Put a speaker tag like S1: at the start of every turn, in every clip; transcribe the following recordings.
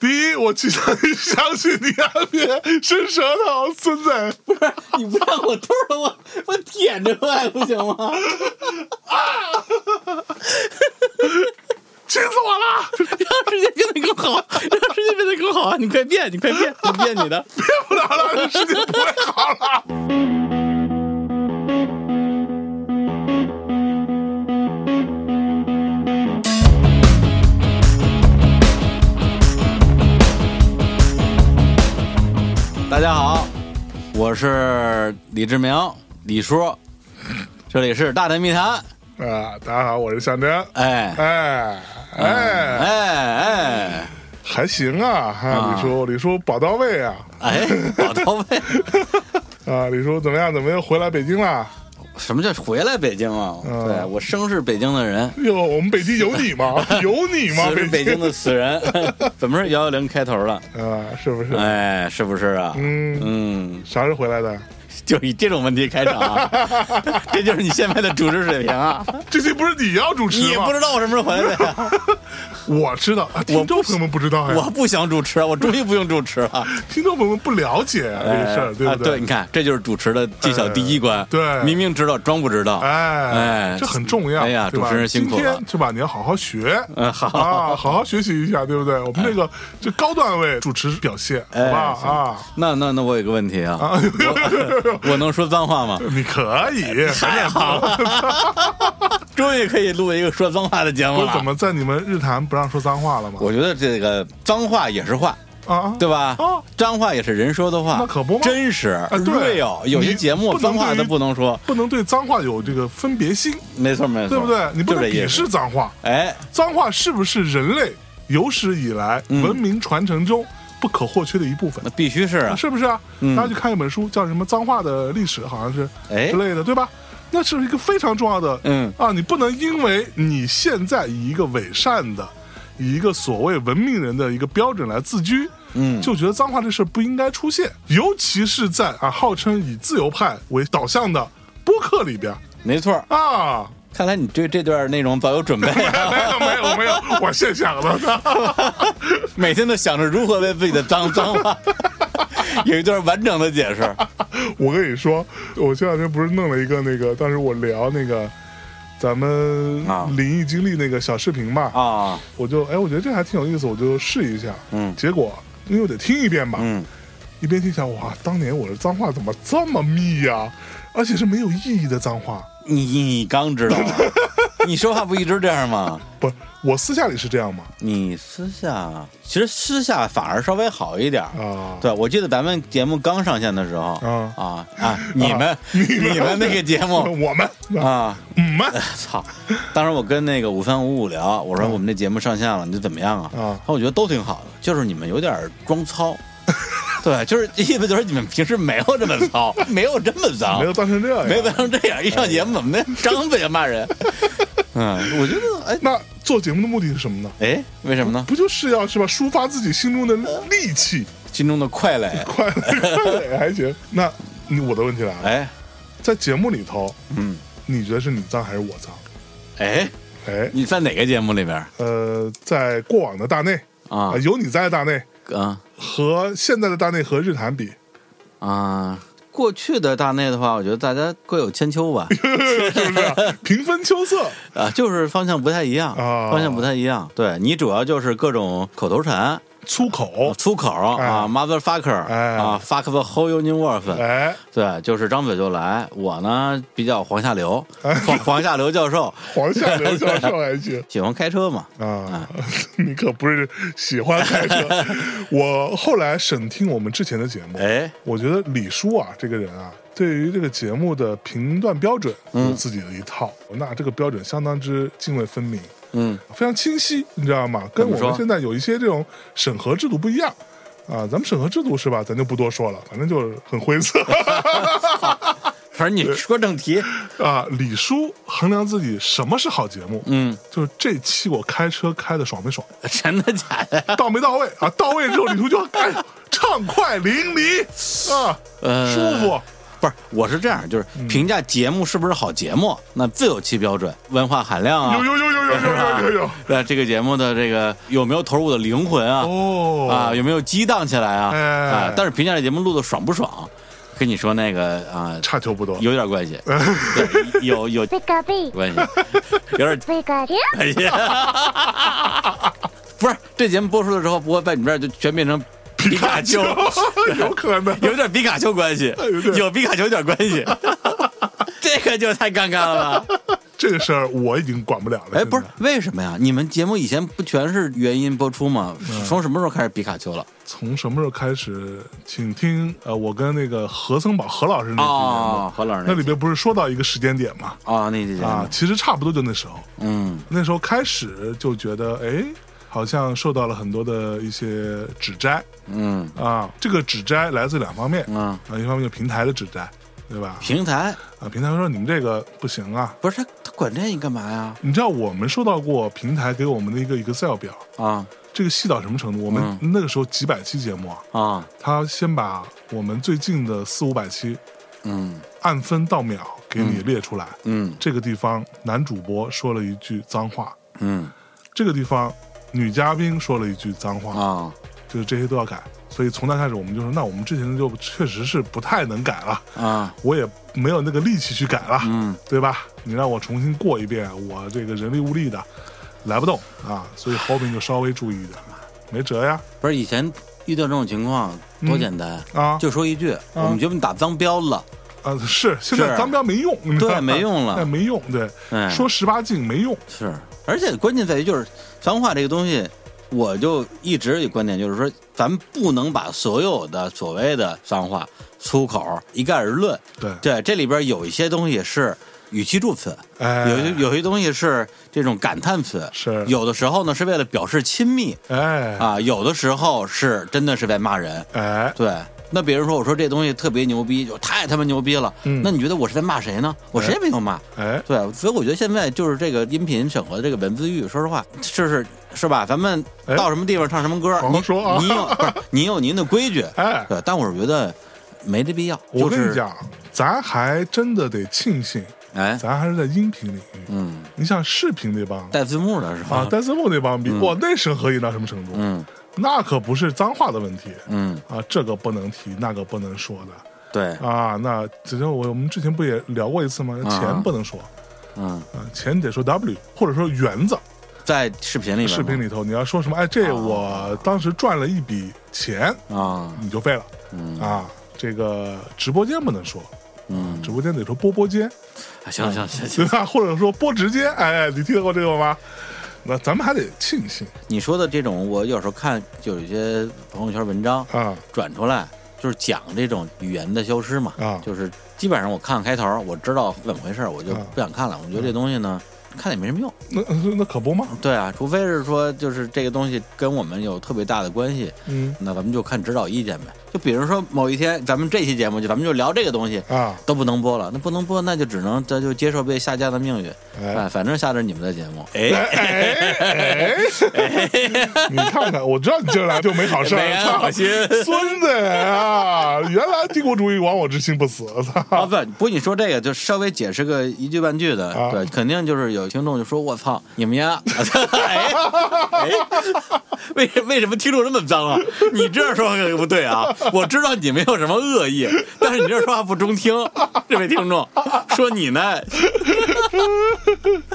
S1: 一，我倾向于相信你那边伸舌头，孙子。
S2: 不是 你不让我吐了，我我舔着来不行吗？
S1: 气死我了！
S2: 让世界变得更好，让世界变得更好啊！你快变，你快变，你变你的。
S1: 变不了了，世界不会好了。
S2: 大家好，我是李志明，李叔，这里是大内密谈。
S1: 啊，大家好，我是向真。
S2: 哎
S1: 哎
S2: 啊
S1: 哎，
S2: 哎哎
S1: 还行啊，哈、
S2: 啊
S1: 李叔，李叔宝到位啊，
S2: 哎，搞到位。
S1: 啊，李叔怎么样？怎么又回来北京啦？
S2: 什么叫回来北京啊？
S1: 嗯
S2: 对我生是北京的人，
S1: 哟，我们北京有你 吗？有你吗？
S2: 死是北京的死人，怎么是幺幺零开头的？
S1: 啊，是不是？
S2: 哎，是不是啊？
S1: 嗯，
S2: 嗯，
S1: 啥时候回来的？
S2: 就以这种问题开场、 啊，这就是你现在的主持水平啊！
S1: 这期不是你要主
S2: 你
S1: 持
S2: 也
S1: 吗
S2: 不？知道我什么时候回来的呀？
S1: 我知道，啊、听众朋友们不知道呀
S2: 我，不想主持，啊我终于不用主持了。
S1: 听众朋友们不了解啊、这个事儿，对
S2: 啊
S1: 不
S2: 对，你看，这就是主持的技巧第一关。
S1: 对
S2: 明明知道装不知道。
S1: 哎
S2: 哎，
S1: 这很重要。
S2: 哎呀
S1: 对吧
S2: 主持人辛苦了
S1: 今天是吧？你要好好学，
S2: 嗯好
S1: 啊，好好学习一下，对不对？我们这个这高段位主持表现，好
S2: 哎
S1: 吧？啊
S2: 那那那我有个问题啊，嗯
S1: 啊，
S2: 我能说脏话吗？
S1: 你可以，
S2: 太好了，终于可以录一个说脏话的节目
S1: 不
S2: 了
S1: 是。怎么在你们日坛不让说脏话了吗？
S2: 我觉得这个脏话也是话，
S1: 啊，
S2: 对吧？
S1: 啊
S2: 脏话也是人说的话，
S1: 那可不吗啊
S2: 真实、
S1: 对
S2: real。有哦些
S1: 你
S2: 节目
S1: 不能
S2: 脏话
S1: 对于
S2: 都不能说，
S1: 不能对脏话有这个分别心，
S2: 没错没错，
S1: 对不对？你不
S2: 就
S1: 能
S2: 这
S1: 鄙
S2: 意思
S1: 视。脏话，
S2: 哎，
S1: 脏话是不是人类有史以来
S2: 嗯
S1: 文明传承中不可或缺的一部分
S2: 那？必须是啊，
S1: 是不是啊？
S2: 嗯
S1: 大家去看一本书，叫什么《脏话的历史》，好像是
S2: 哎
S1: 之类的，对吧？那是一个非常重要的，
S2: 嗯
S1: 啊，你不能因为你现在以一个伪善的，以一个所谓文明人的一个标准来自居，
S2: 嗯
S1: 就觉得脏话这事儿不应该出现，尤其是在啊号称以自由派为导向的播客里边
S2: 没错。
S1: 啊。哎
S2: 看来你对这段内容早有准备、啊
S1: 没有没有没有，我现想的，
S2: 每天都想着如何为自己的脏脏 话有一段完整的解释。
S1: 我跟你说，我前两天不是弄了一个那个，当时我聊那个咱们
S2: 啊
S1: 灵异经历那个小视频嘛，
S2: 啊，
S1: 我就哎，我觉得这还挺有意思，我就试一下。
S2: 嗯
S1: 结果因为我得听一遍嘛，
S2: 嗯，
S1: 一边听想哇，当年我的脏话怎么这么密呀、而且是没有意义的脏话。
S2: 你你刚知 道啊，你说话不一直这样吗？
S1: 不是，我私下里是这样嘛？
S2: 你私下其实私下反而稍微好一点儿。
S1: 啊，
S2: 对，我记得咱们节目刚上线的时候，
S1: 啊
S2: 啊啊，你们
S1: 们
S2: 你们那个节 目
S1: 我们啊，
S2: 哦啊，
S1: 我们
S2: 操！当时我跟那个五三五五聊，我说我们这节目上线了，你觉得怎么样啊？
S1: 啊
S2: 他说我觉得都挺好的，就是你们有点装糙。 对，就是意思就是你们平时没有这么 糙，没有这么脏，
S1: 没有造成这样。
S2: 没有成这样。一上节目怎么的，张嘴就骂 人。嗯，我觉得哎
S1: 那做节目的目的是什么呢？
S2: 哎，为什么呢？
S1: 不就是要是吧，抒发自己心中的戾气，
S2: 心中的快乐，
S1: 快乐快乐还行。那你我的问题来了，
S2: 哎，
S1: 在节目里头，
S2: 嗯，
S1: 你觉得是你脏还是我脏？
S2: 哎，
S1: 哎，
S2: 你在哪个节目里边
S1: 呃，在过往的大内
S2: 啊
S1: 啊，？有你在的大内
S2: 啊
S1: 和现在的大内和日坛比，
S2: 啊。过去的大内的话，我觉得大家各有千秋 吧，
S1: 是不是啊、平分秋色
S2: 啊，就是方向不太一样，
S1: 啊
S2: 方向不太一样。对你主要就是各种口头禅、
S1: 粗 口？
S2: 粗口啊
S1: 哎
S2: ，motherfucker
S1: 哎
S2: 啊，fuck the whole universe。
S1: 哎，
S2: 对，就是张嘴就来。我呢比较黄下流，黄 黄下流教授
S1: 黄夏刘教授还行。
S2: 喜欢开车嘛。
S1: 啊， 你可不是喜欢开车。 我后来审听我们之前的节目，
S2: 哎，
S1: 我觉得李叔啊，这个人啊，对于这个节目的评断标准
S2: 嗯
S1: 有自己的一套，那这个标准相当之泾渭分明，
S2: 嗯，
S1: 非常清晰，你知道吗？跟我
S2: 怎么
S1: 们
S2: 说
S1: 现在有一些这种审核制度不一样。啊，咱们审核制度是吧？咱就不多说了，反正就是很灰 色
S2: 反正你说正题，
S1: 啊。李叔衡量自己什么是好节目，
S2: 嗯，
S1: 就是这期我开车开的爽没爽，
S2: 真的假的？
S1: 到没到位啊？到位之后，李叔就哎，畅快淋漓啊，
S2: 呃
S1: 舒服
S2: 不是，我是这样，就是评价节目是不是好节目，那自有其标准，文化含量啊
S1: 有，有有有有有有有有
S2: 对这个节目的这个有没有投入我的灵魂啊，
S1: 哦
S2: 啊，有没有激荡起来啊？
S1: 哎
S2: 啊，但是评价这节目录的爽不爽，跟你说那个啊，
S1: 差球不多，
S2: 有点 关系，对有有
S3: ピカピ、
S2: 关系，有点
S3: ピカピュ
S2: 关系。 不是，这节目播出了之后，不会在你们这儿就全变成皮卡丘，
S1: 有可能
S2: 有点皮卡丘关系
S1: 有，点
S2: 有皮卡丘有点关 系，这个就太尴尬了吧。
S1: 这个事儿我已经管不了了。现
S2: 哎，
S1: 在
S2: 不是，为什么呀？你们节目以前不全是原音播出吗？从什么时候开始皮卡丘了？
S1: 从什么时候开始？请听呃，我跟那个何森宝何老师那期节目，
S2: 哦，何老师
S1: 那里
S2: 集
S1: 边不是说到一个时间点吗？
S2: 哦，那期节
S1: 啊
S2: 目，，
S1: 其实差不多就那时候，
S2: 嗯
S1: 那时候开始就觉得，哎，好像受到了很多的一些指摘
S2: 嗯
S1: 啊。这个指摘来自两方面，
S2: 嗯，
S1: 啊，一方面就平台的指摘，对吧？
S2: 平台
S1: 啊，平台说你们这个不行啊。
S2: 不是他他管这个干嘛呀？
S1: 你知道我们收到过平台给我们的一个 Excel 表，
S2: 啊
S1: 这个细到什么程度？我们
S2: 嗯
S1: 那个时候几百期节目啊，
S2: 啊
S1: 他先把我们最近的四五百期
S2: 嗯
S1: 按分到秒给你列出来。
S2: 嗯
S1: 这个地方男主播说了一句脏话，
S2: 嗯
S1: 这个地方女嘉宾说了一句脏话，
S2: 啊
S1: 就是这些都要改。所以从那开始，我们就说，那我们之前的就确实是不太能改了，
S2: 啊
S1: 我也没有那个力气去改了，
S2: 嗯
S1: 对吧？你让我重新过一遍，我这个人力物力的来不动啊，所以后面就稍微注意一点，没辙呀
S2: 不是以前遇到这种情况多简单。
S1: 啊
S2: 就说一句，我们觉得你打脏标了，
S1: 啊是，现在脏标没用，你知道吗
S2: 对没用了
S1: 哎没用，对，
S2: 哎，
S1: 说十八禁没用，
S2: 是，而且关键在于就是脏话这个东西，我就一直有观点，就是说咱不能把所有的所谓的脏话、粗口一概而论。
S1: 对
S2: 对，这里边有一些东西是语气助词，
S1: 哎
S2: 有些有些东西是这种感叹词，
S1: 是
S2: 有的时候呢是为了表示亲密
S1: 哎
S2: 啊，有的时候是真的是在骂人。
S1: 哎，
S2: 对，那比如说我说这东西特别牛逼，就太他妈牛逼了，
S1: 嗯
S2: 那你觉得我是在骂谁呢？我谁也没有骂。
S1: 哎，
S2: 对，所以我觉得现在就是这个音频审核的这个文字狱，说实话，就是是吧？咱们
S1: 哎
S2: 到什么地方唱什么歌，
S1: 好好
S2: 你
S1: 说啊
S2: 你有不是你有您的规矩，
S1: 哎
S2: 对，但我是觉得没这必要。
S1: 我
S2: 就
S1: 跟
S2: 是
S1: 你，讲，咱还真的得庆幸，
S2: 哎，
S1: 咱还是在音频领域。
S2: 嗯，
S1: 你像视频那帮
S2: 带字幕的是吧？
S1: 啊，戴斯莫那帮比，哇，那审核严到什么程度？
S2: 嗯
S1: 那可不是脏话的问题
S2: 嗯，
S1: 啊，这个不能提，那个不能说的
S2: 对，
S1: 啊。那只是我我们之前不也聊过一次吗？钱不能说
S2: 啊嗯，
S1: 啊，钱得说 W，或者说园子。
S2: 在视频里边吗，
S1: 视频里头你要说什么？哎，这我当时赚了一笔钱，
S2: 啊，
S1: 你就废了
S2: 嗯
S1: 啊。这个直播间不能说，
S2: 嗯，
S1: 直播间得说波波间。
S2: 啊行行行行，
S1: 对吧？或者说波直接，哎，你听过这个吗？那咱们还得庆幸
S2: 你说的这种，我有时候看就有一些朋友圈文章，
S1: 啊
S2: 转出来，就是讲这种语言的消失嘛。
S1: 啊
S2: 就是基本上我看开头，我知道怎么回事，我就
S1: 啊嗯
S2: 不想看了。我觉得这东西呢，看了也没什么用。
S1: 那那那可不嘛，
S2: 对啊，除非是说就是这个东西跟我们有特别大的关系，
S1: 嗯
S2: 那咱们就看指导意见呗。就比如说某一天，咱们这期节目就咱们就聊这个东西。
S1: 啊，
S2: 都不能播了，那不能播，那就只能这就接受被下架的命运。
S1: 哎
S2: 哎，反正下着你们的节目，哎，
S1: 哎哎，你看看，我知道你进来就没好事
S2: 没
S1: 儿，
S2: 安
S1: 操
S2: 好心
S1: 孙子啊！原来帝国主义亡我之心不死，
S2: 啊
S1: 操！
S2: 不不，你说这个就稍微解释个一句半句的，
S1: 啊
S2: 对，肯定就是有听众就说：“我操，你 们家，哎哎，为为什么听众这么脏啊？你这样说话可不对啊！我知道你没有什么恶意，但是你这说话不中听。这位听众说你呢，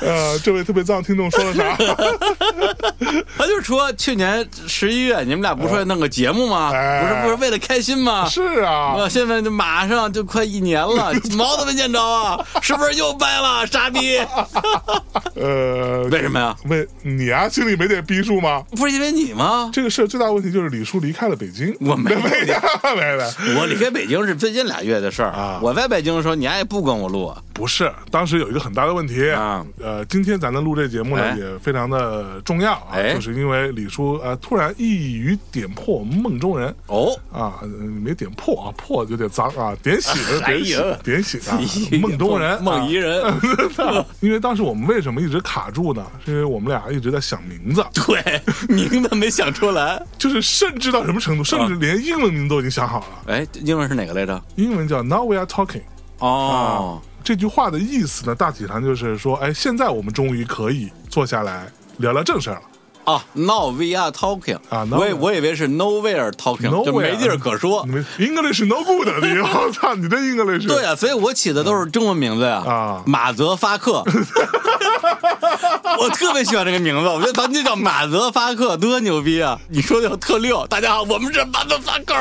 S1: 呃，这位特别脏听众说了啥？
S2: 他就说去年十一月你们俩不是说要弄个节目吗？
S1: 啊哎
S2: 不是不是为了开心吗？
S1: 是啊
S2: 我，现在就马上就快一 年了，毛都没见着啊，是不是又掰了？傻 逼！
S1: 呃，
S2: 为什么呀？
S1: 为你啊，心里没点逼数吗？
S2: 不是因为你吗？
S1: 这个事儿最大问题就是李叔离开了北京，
S2: 我没有
S1: 没没没，
S2: 我离开北京是最近俩月的事儿
S1: 啊
S2: 我在北京的时候，你爱不跟我录，
S1: 不是，当时有一个很大的问题
S2: 啊
S1: 呃，今天咱们录这节目呢、
S2: 哎
S1: 也非常的重要啊，
S2: 哎
S1: 就是因为李叔呃突然一语点破我们梦中人
S2: 哦，
S1: 啊，呃没点破啊，破有点脏啊，点醒
S2: 哎
S1: 点
S2: 呀
S1: 醒点醒啊，梦中人
S2: 梦遗
S1: 啊
S2: 人，
S1: 因为当时我们为什么一直卡住呢？是因为我们俩一直在想名字，
S2: 对，名字没想出来。
S1: 就是甚至到什么程度，甚至连英文名都已经想好了，
S2: 哎，英文是哪个来着？
S1: 英文叫 Now we are talking。啊
S2: 哦，
S1: 这句话的意思呢，大体上就是说，哎，现在我们终于可以坐下来聊聊正事儿了。
S2: 哦，Now we are 嗯 talking
S1: 啊，now
S2: 我以
S1: we are-
S2: 我以为是 Nowhere talking，就
S1: Nowhere
S2: 没地儿可说
S1: 你。们 English no good，你 我操，你这 English
S2: 哦对啊，所以我起的都是中文名字呀。
S1: 啊
S2: 马泽发克，我特别喜欢这个名字，我觉得咱们就叫马泽发克，多牛逼啊！你说的特溜，大家好，我们是马泽发克。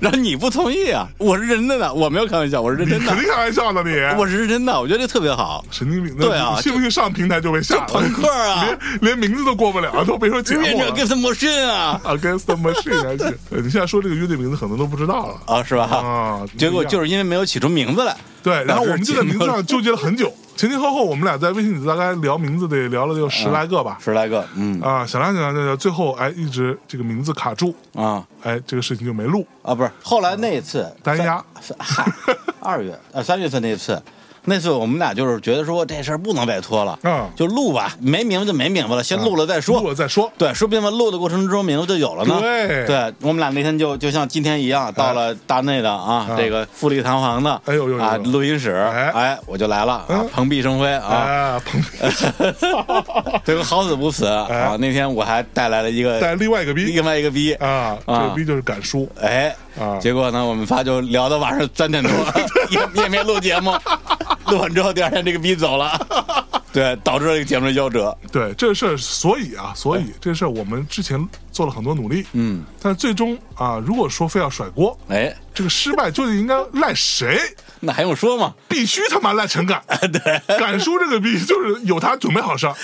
S2: 然后你不同意啊？我是认真的，我没有开玩笑，我是认
S1: 你
S2: 真
S1: 肯
S2: 的，
S1: 定开玩笑呢，你
S2: 我是认真的，我觉得这特别好。
S1: 神经病。
S2: 对啊
S1: 那你信不信上平台就被吓了？
S2: 朋克啊，
S1: 连名字都过不了，都别 说节
S2: 变
S1: 目
S2: 成
S1: 了。
S2: Against the Machine 啊
S1: Against the machine，还是呃你现在说这个乐队名字，很多都不知道了
S2: 啊，是吧？
S1: 啊。
S2: 结果
S1: 不一样
S2: 就是因为没有起出名字来，
S1: 对，然后我们就在名字
S2: 导
S1: 上纠结了很久，前前后后我们俩在微信里大概聊名字得聊了有十来个吧。
S2: 十来个，嗯
S1: 啊，想来想来想来，最后哎，一直这个名字卡住，
S2: 啊
S1: 哎，这个事情就没录。
S2: 啊，不是，后来那一次
S1: 单压
S2: 三，三嗨二月呃三月份那一次，那次我们俩就是觉得说这事儿不能再拖了，
S1: 嗯
S2: 就录吧，没名字就没名字了，先录了再
S1: 录
S2: 说。
S1: 了再说。
S2: 对，说不定吧，录的过程中名字就有了呢。
S1: 对
S2: 我们俩那天就就像今天一样，到了大内的啊，
S1: 哎
S2: 这个富丽堂皇的，
S1: 哎呦呦呦
S2: 啊，录音室，
S1: 哎
S2: 哎，我就来了，啊
S1: 嗯，
S2: 蓬荜生辉啊，
S1: 啊，彭
S2: 结果好死不死啊！那天我还带来了一个
S1: 哎带另外一个逼
S2: 哎另外一个逼，
S1: 啊，
S2: 啊
S1: 这个逼就是敢输。
S2: 哎
S1: 啊，
S2: 结果呢，我们仨就聊到晚上三点多， 也也没录节目，录完之后第二天这个逼走 了，对，导致了这个节目的夭折。
S1: 对这事儿，所以啊，所以这事儿我们之前做了很多努力，
S2: 哎嗯，
S1: 但是最终啊，如果说非要甩锅，
S2: 哎，
S1: 这个失败究竟应该赖 谁？
S2: 那还用说吗？
S1: 必须他妈赖陈 敢，对，敢输这个逼就是有他准备好上，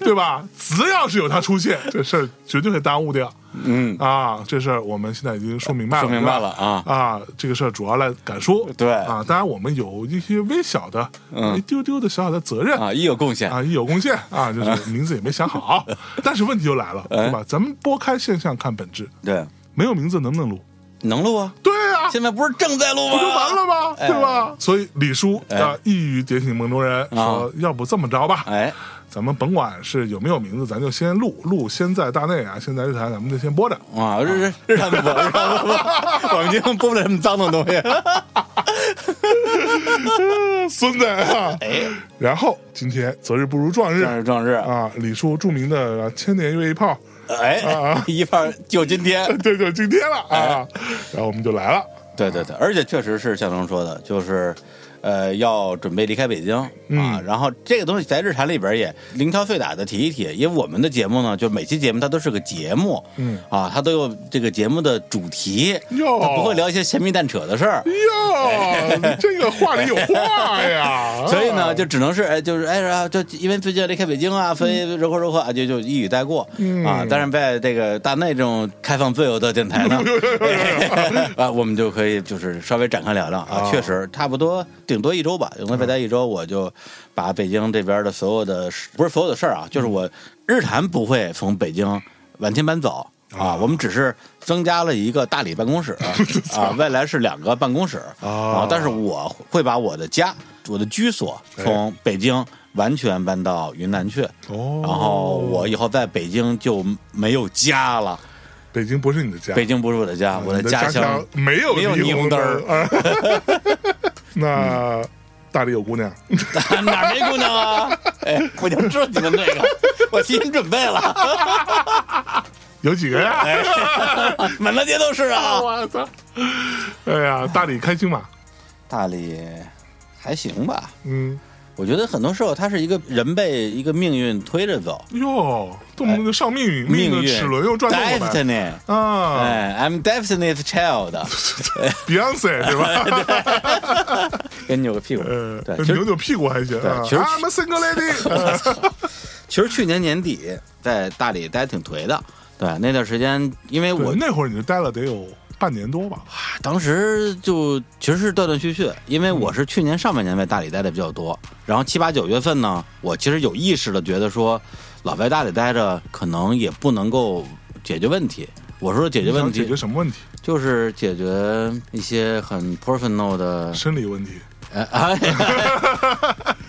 S1: 对吧？只要是有他出现，这事儿绝对会耽误掉。
S2: 嗯，
S1: 啊，这事儿我们现在已经说明白了，
S2: 说明白
S1: 对吧
S2: 了啊
S1: 啊，这个事儿主要赖敢说，
S2: 对嗯
S1: 啊，当然我们有一些微小的、一丢丢的小小的责任
S2: 啊，一有贡献，
S1: 啊，一有贡献啊， 就是名字也没想好，但是问题就来了，
S2: 哎
S1: 对吧？咱们拨开现象看本质，
S2: 对，
S1: 没有名字能不能录？
S2: 能录啊。
S1: 对啊，
S2: 现在不是正在录吗？
S1: 不就完了吗？
S2: 哎
S1: 对吧？所以李叔
S2: 哎啊
S1: 啊，一语点醒梦中人，说要不这么着吧，
S2: 哎，
S1: 咱们甭管是有没有名字，咱就先录，录先在大内啊，先在日坛，咱们就先播着。
S2: 啊，日日日常不播， 日常不播，我们今天播不了什么脏的东西。
S1: 孙子啊！
S2: 哎
S1: 然后今天择日不如撞日
S2: 壮日壮日，
S1: 啊！李叔著名的啊千年约一炮，
S2: 哎
S1: 啊，
S2: 一炮就今天。
S1: 对，就今天了
S2: 哎
S1: 啊！然后我们就来了，
S2: 对对对，而且确实是向东说的，就是，呃，要准备离开北京啊。然后这个东西在日坛里边也零敲碎打的提一提，因为我们的节目呢，就每期节目它都是个节目，
S1: 嗯
S2: 啊，它都有这个节目的主题，
S1: 哟
S2: 它不会聊一些闲皮蛋扯的事儿。
S1: 哟，你这个话里有话呀！
S2: 所以呢，
S1: 啊
S2: 就只能是哎，就是哎，然后就因为最近要离开北京啊，所以柔和柔和啊，就就一语带过、
S1: 嗯
S2: 啊。但是在这个大内这种开放自由的电台呢， 啊，我们就可以就是稍微展开聊聊啊。
S1: 啊
S2: 确实，差不多顶多一周吧，顶多再待一周，我就把北京这边的所有的事不是所有的事儿啊，就是我日坛不会从北京晚清搬走。啊，我们只是增加了一个大理办公室啊，未来是两个办公室
S1: 啊
S2: 但是我会把我的家、我的居所
S1: 哎
S2: 从北京完全搬到云南去，
S1: 哦，
S2: 然后我以后在北京就没有家了。
S1: 北京不是你的家，
S2: 北京不是我的家，啊我
S1: 哎嗯你的
S2: 家
S1: 乡
S2: 乡
S1: 没有
S2: 没有
S1: 霓
S2: 霓虹
S1: 灯
S2: 灯
S1: 儿
S2: 儿。
S1: 啊 那大理有姑娘，
S2: 哪儿没姑娘啊？哎，我就知道你们这个，我提前准备了，
S1: 有几个呀？
S2: 哎满大街都是 啊。
S1: 我操！哎呀，大理开心嘛？
S2: 大理还行吧，
S1: 嗯，
S2: 我觉得很多时候它是一个人被一个命运推着走，
S1: 哟，动不动就上命运，
S2: 命
S1: 运
S2: 哎运
S1: 的齿轮又转动了呗
S2: destiny，
S1: 啊
S2: 哎，I'm destiny's child，
S1: ，Beyonce 对 吧？
S2: 给你扭个屁股。
S1: 呃
S2: 对，，其
S1: 扭
S2: 实
S1: 扭屁股还行啊。
S2: 其实
S1: I'm a single lady，呃
S2: 其实去年年底在大理待挺颓的，对，那段时间因为我
S1: 对那会儿你就待了得有半年多吧，
S2: 当时就其实是断断续续，因为我是去年上半年在大理待的比较多，然后七八九月份呢，我其实有意识的觉得说，老在大理待着可能也不能够解决问题。我说的解决问
S1: 想解
S2: 题
S1: 决什么问题？
S2: 就是解决一些很 personal 的，
S1: 生理问题。
S2: 哎 哎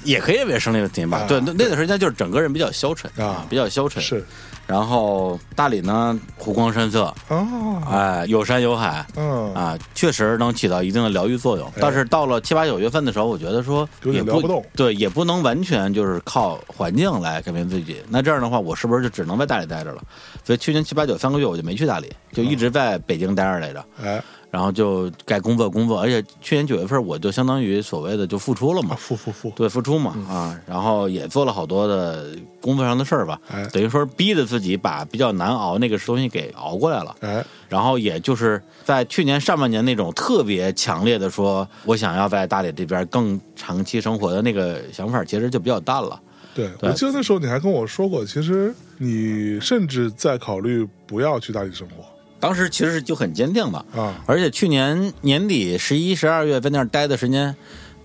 S2: 也可以为生理问题吧
S1: 啊。
S2: 对，那那段时间就是整个人比较消沉
S1: 啊
S2: 比较消沉。
S1: 是
S2: 然后大理呢，湖光山色，
S1: 哦，
S2: 哎，有山有海，
S1: 嗯，哎
S2: 啊，确实能起到一定的疗愈作用。但是到了七八九月份的时候，我觉得说
S1: 有
S2: 也
S1: 点聊不动
S2: 对，也不能完全就是靠环境来改变自己。那这样的话，我是不是就只能在大理待着了？所以去年七八九三个月，我就没去大理，就一直在北京待着来着。
S1: 哎，
S2: 然后就该工作工作，而且去年九月份我就相当于所谓的就复出了
S1: 啊，
S2: 嘛，
S1: 付付付，
S2: 对，复出嘛
S1: 嗯
S2: 啊，然后也做了好多的工作上的事儿吧
S1: 哎，
S2: 等于说逼着自己把比较难熬那个东西给熬过来了。
S1: 哎，
S2: 然后也就是在去年上半年那种特别强烈的说我想要在大理这边更长期生活的那个想法，其实就比较淡了。
S1: 对
S2: 对
S1: 我记得那时候你还跟我说过，其实你甚至在考虑不要去大理生活
S2: 当时其实就很坚定的，
S1: 啊，
S2: 而且去年年底十一、十二月在那儿待的时间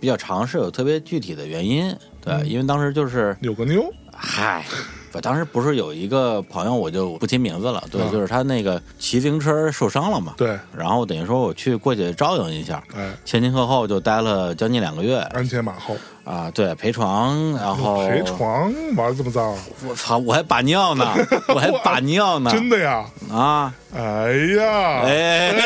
S2: 比较长，是有特别具体的原因。对，因为当时就是，
S1: 有个妞，
S2: 嗨，我当时不是有一个朋友，我就不提名字了，对，
S1: 啊
S2: 就是他那个骑自行车受伤了嘛，
S1: 对，
S2: 然后等于说我去过去照应一下，
S1: 哎，
S2: 前前后后就待了将近两个月，
S1: 鞍前马后，
S2: 啊，对，陪床，然后
S1: 哦陪，床玩得这么脏，
S2: 我操，我还把尿 呢，我还把尿呢，
S1: 真的呀？
S2: 啊，
S1: 哎呀，
S2: 哎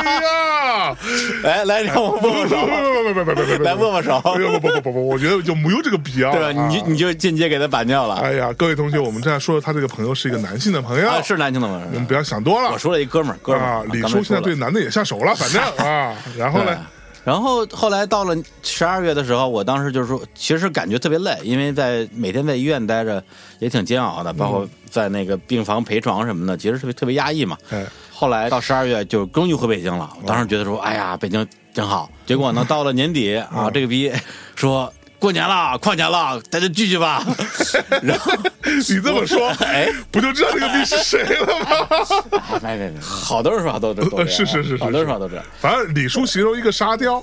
S1: 哎呀，
S2: 来来，让我握握
S1: 不
S2: 手，
S1: 不不不不不不，
S2: 来握 握手，
S1: 不不不不不，我觉得就没有这个必要。
S2: 对吧？你就你就间接给他把尿了
S1: 哎呀，各位同学，我们正在说他这个朋友是一个男性的朋友，
S2: 啊？是男性的
S1: 你们
S2: 吗？
S1: 不要想多了
S2: 我。说了一哥们儿，哥们
S1: 嗯啊
S2: 儿，，
S1: 李
S2: 刚才
S1: 叔现在
S2: 说了
S1: 对男的也下手了，反正啊，然后
S2: 对
S1: 呢，
S2: 然后后来到了十二月的时候，我当时就是说，其实感觉特别累，因为在每天在医院待着也挺煎熬的，包括在那个病房陪床什么的，其实特别特别压抑嘛。
S1: 哎，
S2: 后来到十二月就终于回北京了，我当时觉得说，哎呀，北京真好。结果 呢，到了年底啊，这个逼说过年了，跨年了，大家聚聚 吧。然后
S1: 你这么说，
S2: 哎，
S1: 不就知道这个逼是谁了 吗？
S2: 没没没，好多人说话都这都这样啊
S1: 是是是是
S2: 好多人说话都这样。
S1: 反正李叔形容一个沙 雕，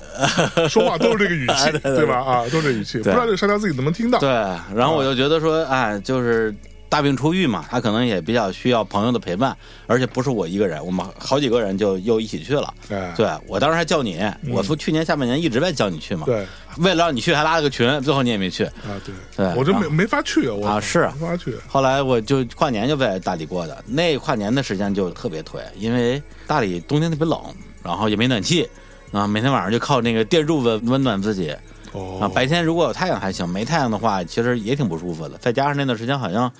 S1: 说话都是这个语气，对吧？啊，都是这语气，不知道这个沙雕自己能不能 听到。
S2: 对，然后我就觉得说，哎，就是大病初愈嘛，他可能也比较需要朋友的陪伴，而且不是我一个人，我们好几个人就又一起去了。
S1: 哎
S2: 对我当时还叫你，我从去年下半年一直在叫你去嘛，
S1: 对
S2: 为了让你去还拉了个群，最后你也没去。
S1: 啊，对，
S2: 对
S1: 我这
S2: 啊
S1: 没没法去，我
S2: 啊是
S1: 没法去，
S2: 后来我就跨年就在大理过的，那跨年的时间就特别颓，因为大理冬天特别冷，然后也没暖气，啊，每天晚上就靠那个电褥子温暖自己。啊，
S1: 哦，
S2: 白天如果有太阳还行，没太阳的话，其实也挺不舒服的。再加上那段时间好像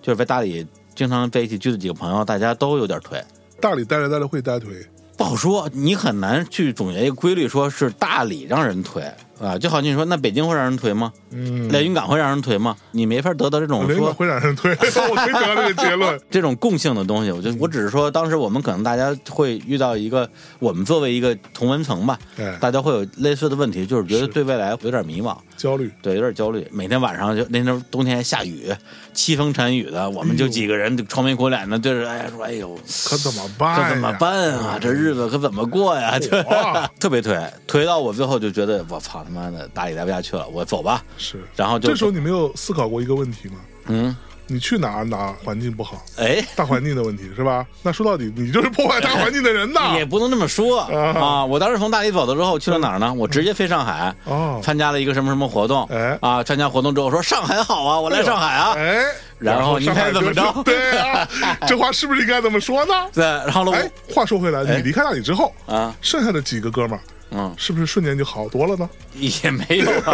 S2: 就是在大理经常在一起聚的几个朋友，大家都有点颓。
S1: 大理待着待着会呆腿，
S2: 不好说，你很难去总结一个规律，说是大理让人颓啊，就好像你说那北京会让人颓吗？
S1: 嗯，
S2: 连云港会让人颓吗？你没法得到这种
S1: 领导
S2: 说
S1: 会让人推， 我没得到这个结 论。
S2: 这种共性的东西，我就我只是说，当时我们可能大家会遇到一个，我们作为一个同文层吧，
S1: 哎，
S2: 大家会有类似的问题，就是觉得
S1: 是
S2: 对未来有点迷茫，
S1: 焦虑，
S2: 对，有点焦虑。每天晚上就那时候冬天还下雨，凄风惨雨的，我们
S1: 哎
S2: 就几个人就愁眉苦脸的，对着哎呀说，哎呦，
S1: 可怎么
S2: 这
S1: 办哎呀？哎
S2: 怎么办啊？这日子可怎么过呀？ 就
S1: 哇
S2: 特别颓，颓到我最后就觉得我操他妈的，大理待不下去了，我走吧。
S1: 是，
S2: 然后就
S1: 这时候你没有思考过一个问题吗？
S2: 嗯，
S1: 你去哪儿哪儿环境不好，
S2: 哎。
S1: 大环境的问题是吧？那说到底，你就是破坏大环境的人呐。
S2: 也不能这么说
S1: 啊
S2: 啊！我当时从大理走的之后去了哪儿呢？我直接飞上海，
S1: 哦，
S2: 参加了一个什么什么活动，
S1: 哎
S2: 啊，参加活动之后说上海好啊，我来上海啊，
S1: 哎，
S2: 然后你
S1: 上海
S2: 看怎么
S1: 就
S2: 着
S1: 对啊，这话是不是应该这么说 呢？
S2: 对，然后呢，
S1: 哎，话说回来，你离开那里之后，
S2: 我啊，
S1: 剩下的几个哥们儿
S2: 嗯，
S1: 是不是瞬间就好多了呢？
S2: 也 没有啊，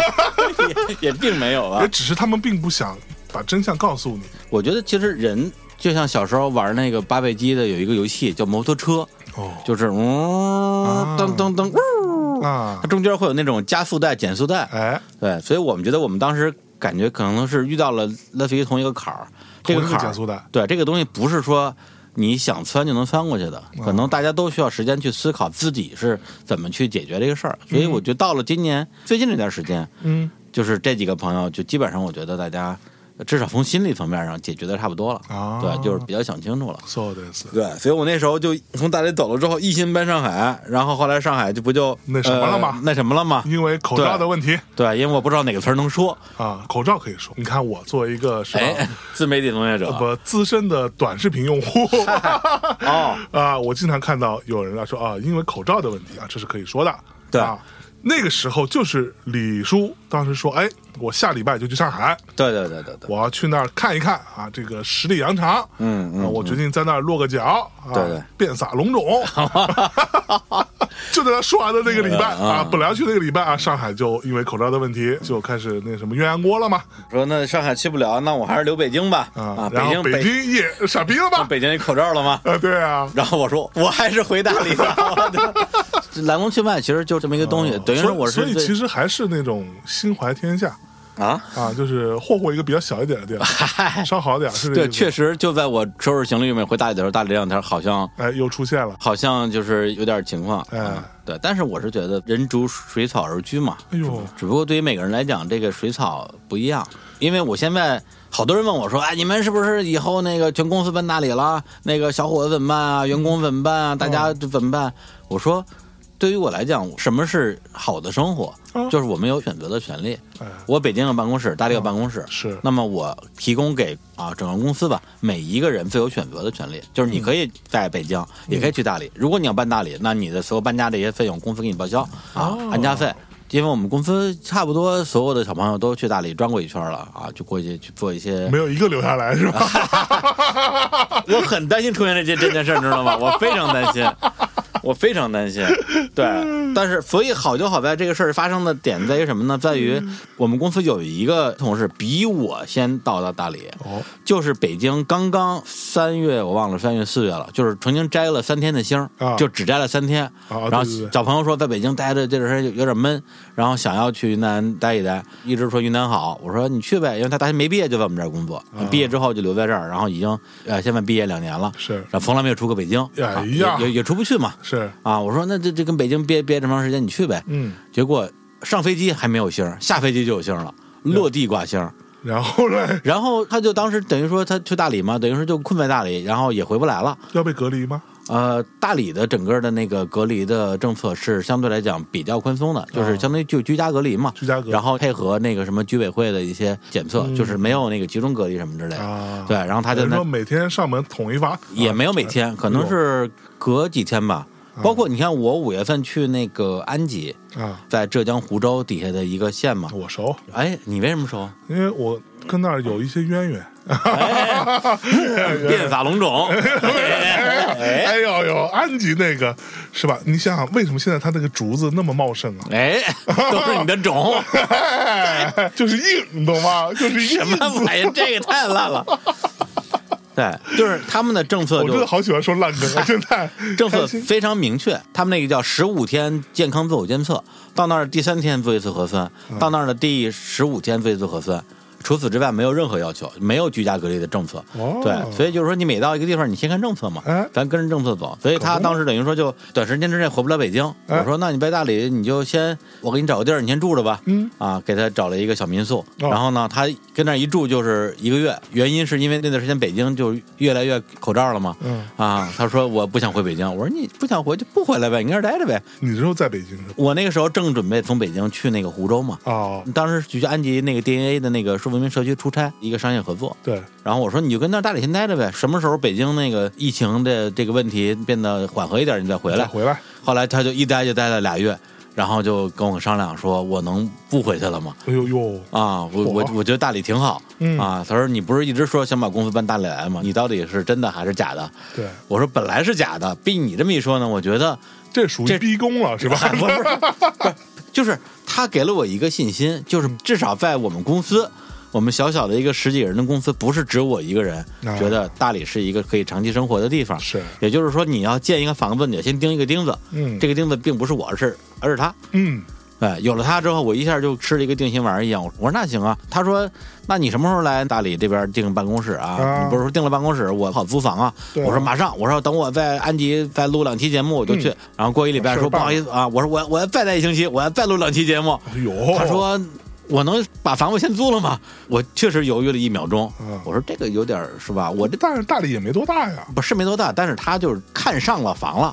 S2: 也也 并没有啊
S1: 也。只是他们并不想把真相告诉你。
S2: 我觉得其实人就像小时候玩那个八倍机的有一个游戏叫摩托车，
S1: 哦
S2: 就是嗯
S1: 啊
S2: 噔噔噔，呜
S1: 啊
S2: 它，中间会有那种加速带、减速带，
S1: 哎，
S2: 对，所以我们觉得我们当时感觉可能是遇到了类似于同一个坎儿，这
S1: 同
S2: 个
S1: 一个
S2: 坎
S1: 减
S2: 儿
S1: 速带，
S2: 对，这个东西不是说你想翻就能翻过去的，
S1: 哦
S2: 可能大家都需要时间去思考自己是怎么去解决这个事儿。所以我觉得到了今年最近这段时间，
S1: 嗯，
S2: 就是这几个朋友，就基本上我觉得大家至少从心理层面上解决的差不多了。
S1: 啊
S2: 对，就是比较想清楚了。
S1: そうです。
S2: 对，所以我那时候就从大理走了之后，一心奔上海，然后后来上海就不就
S1: 那什么了吗
S2: 呃那什么了吗？
S1: 因为口罩的问题
S2: 对，因为我不知道哪个词儿能说。
S1: 啊，口罩可以说。你看我作为一个是吧
S2: 哎，自媒体从业者，
S1: 我资深的短视频用 户，
S2: 哦，
S1: 啊，我经常看到有人啊说啊，因为口罩的问题啊，这是可以说的。
S2: 对
S1: 啊，那个时候就是李叔当时说，哎，我下礼拜就去上海，
S2: 对对对对对，
S1: 我要去那儿看一看啊，这个十里洋场。
S2: 嗯嗯
S1: 啊我决定在那儿落个脚，啊、
S2: 对对
S1: 遍洒 龙种。就在他说完的那个礼拜
S2: 嗯
S1: 啊，本来要去那个礼拜啊，上海就因为口罩的问题就开始那什么鸳鸯锅了嘛。
S2: 说那上海去不了，那我还是留北京吧。啊，北
S1: 嗯然后
S2: 京
S1: 北京也傻逼了吧？
S2: 北京有口罩了吗？
S1: 啊，对啊，
S2: 然后我说我还是回大理 吧。来龙去脉其实就这么一个东西，等于
S1: 哦所
S2: 说
S1: 以
S2: 我是
S1: 啊所以其
S2: 实
S1: 实还是那种心怀天下
S2: 啊，
S1: 啊，就是霍霍一个比较小一点的地
S2: 嗨
S1: 儿，稍好点儿 是这
S2: 对，
S1: 意思
S2: 确实就在我收拾行李准备回大理的时候，大理这两天好像
S1: 哎又出现了，
S2: 好像就是有点情况。
S1: 哎
S2: 嗯，对，但是我是觉得人逐水草而居嘛，
S1: 哎呦
S2: 只不过对于每个人来讲，这个水草不一样。因为我现在好多人问我说：“哎，你们是不是以后那个全公司搬大理了？那个小伙子怎么办啊？员工怎么办啊？大家怎么办？”我说，对于我来讲，什么是好的生活？
S1: 嗯
S2: 就是我们有选择的权利。
S1: 哎
S2: 我北京有办公室，大理有办公室，
S1: 是
S2: 那么我提供给啊整个公司吧，每一个人最有选择的权利，就是你可以在北京，也可以去大理。如果你要搬大理，那你的所有搬家这些费用公司给你报销啊
S1: 哦，
S2: 安家费。因为我们公司差不多所有的小朋友都去大理转过一圈了啊，就过去去做一些
S1: 没有一个留下来是吧？
S2: 我很担心出现这件这件事儿，你知道吗？我非常担心，我非常担心。对，
S1: 嗯
S2: 但是所以好就好在这个事儿发生的点在于什么呢？在于
S1: 嗯
S2: 我们公司有一个同事比我先到达大理，
S1: 哦，
S2: 就是北京刚刚三月，我忘了三月四月了，就是曾经摘了三天的星儿，
S1: 啊
S2: 就只摘了三天。
S1: 啊
S2: 然后
S1: 对对对
S2: 找朋友说在北京待着这段时间有点闷，然后想要去云南待一待，一直说云南好，我说你去呗，因为他大学没毕业就在我们这儿工作，
S1: 啊
S2: 毕业之后就留在这儿，然后已经呃现在毕业两年了，
S1: 是
S2: 然后从来没有出过北京，啊
S1: 哎呀
S2: 也也也出不去嘛。
S1: 是，
S2: 啊，我说那这这跟北京憋憋这么长时间，你去呗。
S1: 嗯，
S2: 结果上飞机还没有星儿，下飞机就有星儿了，落地挂星儿。
S1: 然后嘞
S2: 然后他就当时等于说他去大理嘛，等于说就困在大理，然后也回不来了。
S1: 要被隔离吗？
S2: 呃，大理的整个的那个隔离的政策是相对来讲比较宽松的，就是相当于就居家隔离嘛，
S1: 哦居家隔离嗯
S2: 然后配合那个什么居委会的一些检测，就是没有那个集中隔离什么之类的。
S1: 啊
S2: 对，然后他就
S1: 有人
S2: 那
S1: 说每天上门捅一发，
S2: 也没有每天，可能是隔几天吧。包括你看，我五月份去那个安吉，
S1: 啊，
S2: 在浙江湖州底下的一个县嘛。
S1: 我熟，
S2: 哎，你为什么熟？
S1: 因为我跟那儿有一些渊源。
S2: 遍洒龙种。
S1: 哎呦呦，安吉那个是吧？你想想，为什么现在它那个竹子那么茂盛啊？
S2: 哎，都是你的种，
S1: 哎 就是硬，你懂吗？就是一个
S2: 什么
S1: 硬字
S2: 玩意儿？哎这个太烂了。对，就是他们的政策
S1: 我真的
S2: 就
S1: 好喜欢说烂梗啊！现在
S2: 政
S1: 开
S2: 策
S1: 心
S2: 非常明确，他们那个叫十五天健康自我监测，到那儿第三天做一次核酸，
S1: 嗯
S2: 到那儿的第十五天做一次核酸。除此之外，没有任何要求，没有居家隔离的政策。
S1: 哦
S2: 对，所以就是说，你每到一个地方，你先看政策嘛，
S1: 哎
S2: 咱跟着政策走。所以他
S1: 可不嘛
S2: 当时等于说就短时间之内回不了北京。
S1: 哎
S2: 我说，那你在大理，你就先我给你找个地儿，你先住着吧。
S1: 嗯
S2: 啊，给他找了一个小民宿，
S1: 哦
S2: 然后呢，他跟那儿一住就是一个月。原因是因为那段时间北京就越来越口罩了嘛。
S1: 嗯
S2: 啊，他说我不想回北京，我说你不想回就不回来呗，你跟这儿待着呗。
S1: 你这时候在北京是吧？
S2: 我那个时候正准备从北京去那个湖州嘛，
S1: 哦，
S2: 当时去安吉那个 DNA 的那个数文明社区出差，一个商业合作。
S1: 对，
S2: 然后我说你就跟那儿大理先待着呗，什么时候北京那个疫情的这个问题变得缓和一点，你再回
S1: 再
S2: 来。
S1: 回来，
S2: 后来他就一待就待了俩月，然后就跟我商量说，我能不回去了吗？
S1: 哎呦呦，
S2: 啊，我我
S1: 嚯
S2: 我觉得大理挺好，
S1: 嗯
S2: 啊，他说你不是一直说想把公司搬大理来吗？你到底是真的还是假的？
S1: 对，
S2: 我说本来是假的，被你这么一说呢，我觉得
S1: 这属于
S2: 这
S1: 逼宫了是吧？
S2: 不是不是不是，就是他给了我一个信心，就是至少在我们公司，我们小小的一个十几个人的公司，不是只有我一个人、
S1: 啊
S2: 觉得大理是一个可以长期生活的地方。
S1: 是
S2: 也就是说，你要建一个房子，你得先钉一个钉子。
S1: 嗯
S2: 这个钉子并不是我，而是而是他。
S1: 嗯，
S2: 哎，有了他之后，我一下就吃了一个定心丸一样。我说那行啊，他说那你什么时候来大理这边订办公室啊？
S1: 啊
S2: 你不是说订了办公室，我好租房啊？
S1: 对啊
S2: 我说马上，我说等我在安吉再录两期节目我就去。然后过一礼拜
S1: 嗯事儿
S2: 说不
S1: 办
S2: 好意思啊，我说我要我要再待一星期，我要再录两期节目。
S1: 哎呦，
S2: 他说我能把房子先租了吗？我确实犹豫了一秒钟
S1: 嗯，
S2: 我说这个有点儿是吧？我这
S1: 但是大理也没多大呀，
S2: 不是没多大，但是他就是看上了房了，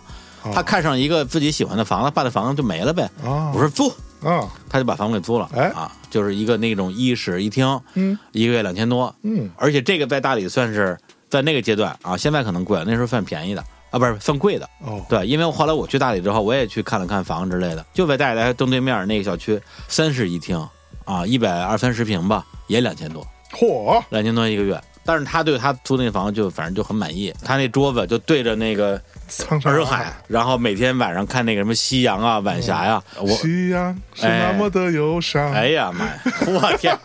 S1: 啊
S2: 他看上一个自己喜欢的房子，把这房子就没了呗。
S1: 啊
S2: 我说租，
S1: 啊，
S2: 他就把房子给租了，
S1: 哎
S2: 啊，就是一个那种一室一厅，
S1: 嗯
S2: 一个月两千多，
S1: 嗯
S2: 而且这个在大理算是在那个阶段啊，现在可能贵了，那时候算便宜的啊，不是算贵的。
S1: 哦，
S2: 对，因为后来我去大理之后，我也去看了看房之类的，就在大理正对面那个小区，三室一厅啊，一百二三十平吧，也两千多，
S1: 嚯，
S2: 两千多一个月。但是他对他租那房就反正就很满意，他那桌子就对着那个
S1: 苍山啊
S2: 洱海，然后每天晚上看那个什么夕阳啊、晚霞呀、我
S1: 哦夕阳是那么的忧伤。
S2: 哎呀妈呀！我 天，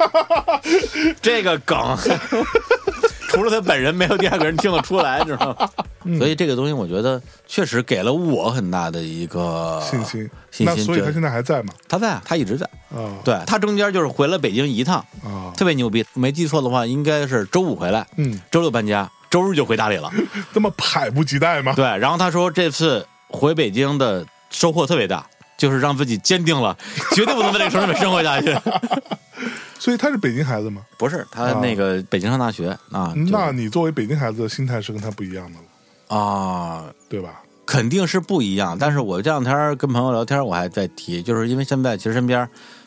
S2: 这个梗， 除了他本人，没有第二个人听得出来，你知道吗？
S1: 嗯
S2: 所以这个东西，我觉得确实给了我很大的一个
S1: 信心，
S2: 信
S1: 那
S2: 心
S1: 所以
S2: 觉
S1: 他
S2: 得
S1: 现在还在嘛？
S2: 他在啊，他一直在。
S1: 啊，
S2: 对他中间就是回了北京一趟，
S1: 啊，
S2: 特别牛逼。没记错的话，应该是周五回来，
S1: 嗯，
S2: 周六搬家，周日就回大理了。
S1: 这么迫不及待吗？
S2: 对，然后他说这次回北京的收获特别大，就是让自己坚定了，绝对不能在这个城市里面生活下去。
S1: 所以他是北京孩子吗？
S2: 不是他那个北京上大学啊，就
S1: 那你作为北京孩子的心态是跟他不一样的了，
S2: 啊。
S1: 对吧？
S2: 肯定是不一样，但是我这两天跟朋友聊天，我还在提，就是因为现在其实身边，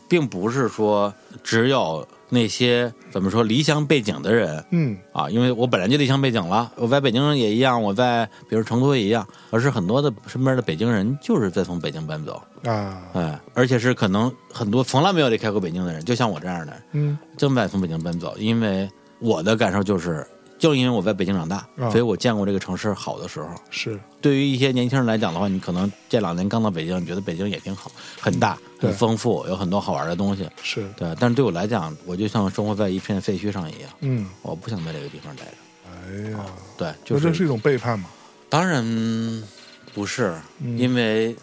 S2: 并不是说只有那些怎么说离乡背景的人
S1: 嗯，
S2: 啊，因为我本来就离乡背景了，我在北京也一样，我在比如成都也一样，而是很多的身边的北京人就是在从北京搬走，
S1: 啊，
S2: 哎，而且是可能很多从来没有离开过北京的人，就像我这样的人，
S1: 嗯，
S2: 正在从北京搬走，因为我的感受就是，就因为我在北京长大，
S1: 啊
S2: 所以我见过这个城市好的时候。
S1: 是，
S2: 对于一些年轻人来讲的话，你可能这两年刚到北京，你觉得北京也挺好，很大、
S1: 对
S2: 很丰富，有很多好玩的东西。
S1: 是，
S2: 对，但是对我来讲，我就像生活在一片废墟上一样，
S1: 嗯，
S2: 我不想在这个地方待着。
S1: 哎呀，
S2: 对，哦就
S1: 那这
S2: 是
S1: 是一种背叛嘛？
S2: 当然不是，
S1: 嗯
S2: 因为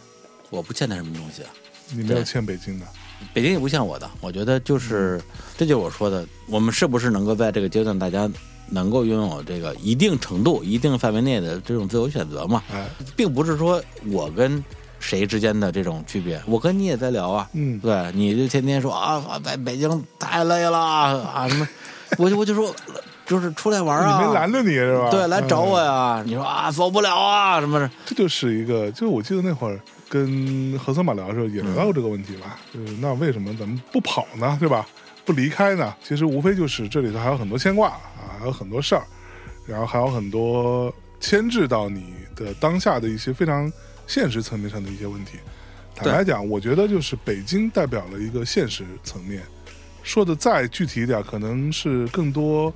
S2: 我不欠他什么东西啊，
S1: 你没有
S2: 对
S1: 欠北京的，
S2: 北京也不欠我的。我觉得
S1: 嗯
S2: 就是，这就是我说的，我们是不是能够在这个阶段，大家能够拥有这个一定程度、一定范围内的这种自由选择嘛？
S1: 哎，
S2: 并不是说我跟谁之间的这种区别，我跟你也在聊啊，
S1: 嗯
S2: 对，你就天天说啊，啊在北京太累了啊什么，我就我就说，就是出来玩啊，
S1: 你没拦着你是吧？
S2: 对，来找我
S1: 嗯
S2: 呀、你说啊，走不了啊，什么的，
S1: 这就是一个，就是我记得那会儿跟何三马聊的时候也聊到过这个问题吧，就是那为什么咱们不跑呢，对吧？不离开呢？其实无非就是这里头还有很多牵挂啊，还有很多事儿，然后还有很多牵制到你的当下的一些非常现实层面上的一些问题。坦白讲，我觉得就是北京代表了一个现实层面，说的再具体一点，可能是更多，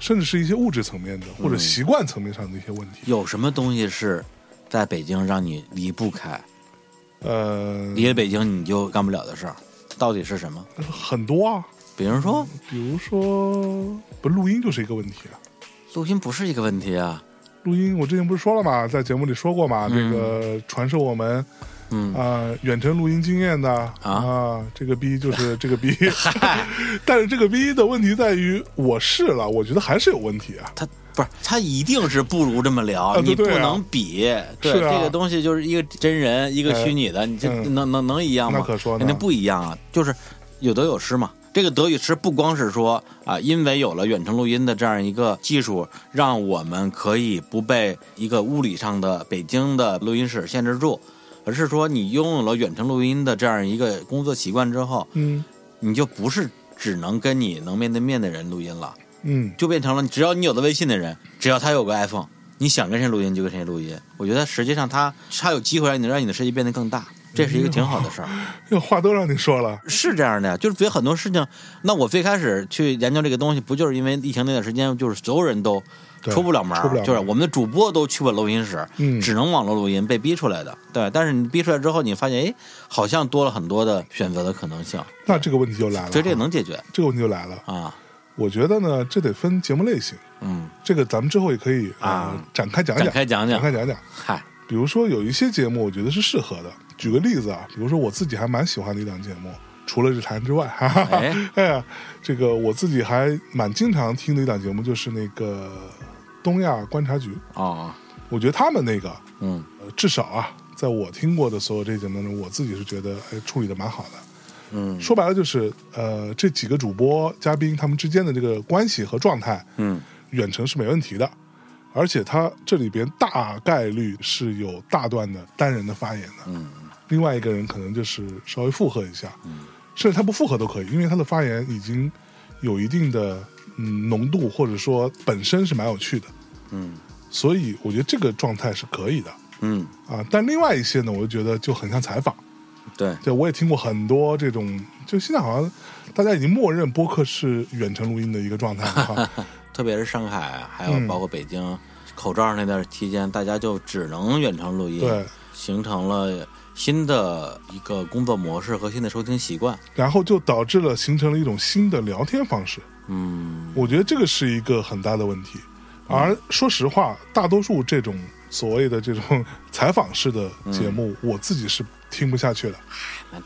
S1: 甚至是一些物质层面的或者习惯层面上的一些问题。
S2: 有什么东西是在北京让你离不开，
S1: 呃，
S2: 离了北京你就干不了的事儿，到底是什么？
S1: 很多啊，
S2: 比如说
S1: 比如说，不录音就是一个问题啊。
S2: 录音不是一个问题啊，
S1: 录音我之前不是说了嘛，在节目里说过嘛，这个传授我们
S2: 嗯，
S1: 啊、呃远程录音经验的啊、这个逼就是 这个逼，但是这个逼的问题在于我试了，我觉得还是有问题啊。
S2: 他不是他一定是不如这么聊，
S1: 啊对
S2: 你不
S1: 对啊
S2: 能比。对
S1: 是啊
S2: 这个东西就是一个真人，一个虚拟的，你这
S1: 嗯
S2: 能能能一样吗？
S1: 那可说呢
S2: 肯定不一样啊，就是有得有失嘛。这个得与失不光是说啊，因为有了远程录音的这样一个技术，让我们可以不被一个物理上的北京的录音室限制住，而是说你拥有了远程录音的这样一个工作习惯之后，
S1: 嗯
S2: 你就不是只能跟你能面对面的人录音了。
S1: 嗯，
S2: 就变成了，只要你有了微信的人，只要他有个 iPhone，你想跟谁录音就跟谁录音。我觉得实际上他他有机会让你让你的世界变得更大，这是一个挺好的事儿。
S1: 这话都让你说了，
S2: 是这样的呀，就是觉得很多事情，那我最开始去研究这个东西，不就是因为疫情那段时间，就是所有人都
S1: 对
S2: 出不了门儿，
S1: 出不了门
S2: 就是我们的主播都去过录音室，
S1: 嗯
S2: 只能网络录音，被逼出来的。对，但是你逼出来之后，你发现哎，好像多了很多的选择的可能性，
S1: 那这个问题就来了啊，
S2: 所以这个能解决
S1: 这个问题就来了。
S2: 啊，
S1: 我觉得呢，这得分节目类型，
S2: 嗯，
S1: 这个咱们之后也可以呃
S2: 啊
S1: 展开讲
S2: 展
S1: 讲，
S2: 开讲
S1: 展
S2: 讲，
S1: 开讲讲。
S2: 嗨，
S1: 比如说有一些节目，我觉得是适合的。举个例子啊，比如说我自己还蛮喜欢的一档节目，除了日坛之外，哈哈哈
S2: 哎
S1: 哎呀，这个我自己还蛮经常听的一档节目，就是那个东亚观察局。
S2: 哦，
S1: 我觉得他们那个，
S2: 嗯
S1: 呃至少啊，在我听过的所有这些节目当中，我自己是觉得哎处理的蛮好的。
S2: 嗯
S1: 说白了就是，呃，这几个主播嘉宾他们之间的这个关系和状态，
S2: 嗯
S1: 远程是没问题的。而且他这里边大概率是有大段的单人的发言的，
S2: 嗯
S1: 另外一个人可能就是稍微附和一下，甚至他不附和都可以，因为他的发言已经有一定的嗯浓度，或者说本身是蛮有趣的，
S2: 嗯
S1: 所以我觉得这个状态是可以的
S2: 嗯，
S1: 啊。但另外一些呢，我就觉得就很像采访，
S2: 对，
S1: 对，我也听过很多这种，就现在好像大家已经默认播客是远程录音的一个状态了 哈。
S2: 特别是上海，还有
S1: 嗯
S2: 包括北京，口罩那段期间，大家就只能远程录音，
S1: 对，
S2: 形成了新的一个工作模式和新的收听习惯。
S1: 然后就导致了形成了一种新的聊天方式，
S2: 嗯
S1: 我觉得这个是一个很大的问题。而说实话，大多数这种所谓的这种 采访式的
S2: 嗯
S1: 节目，我自己是听不下去的。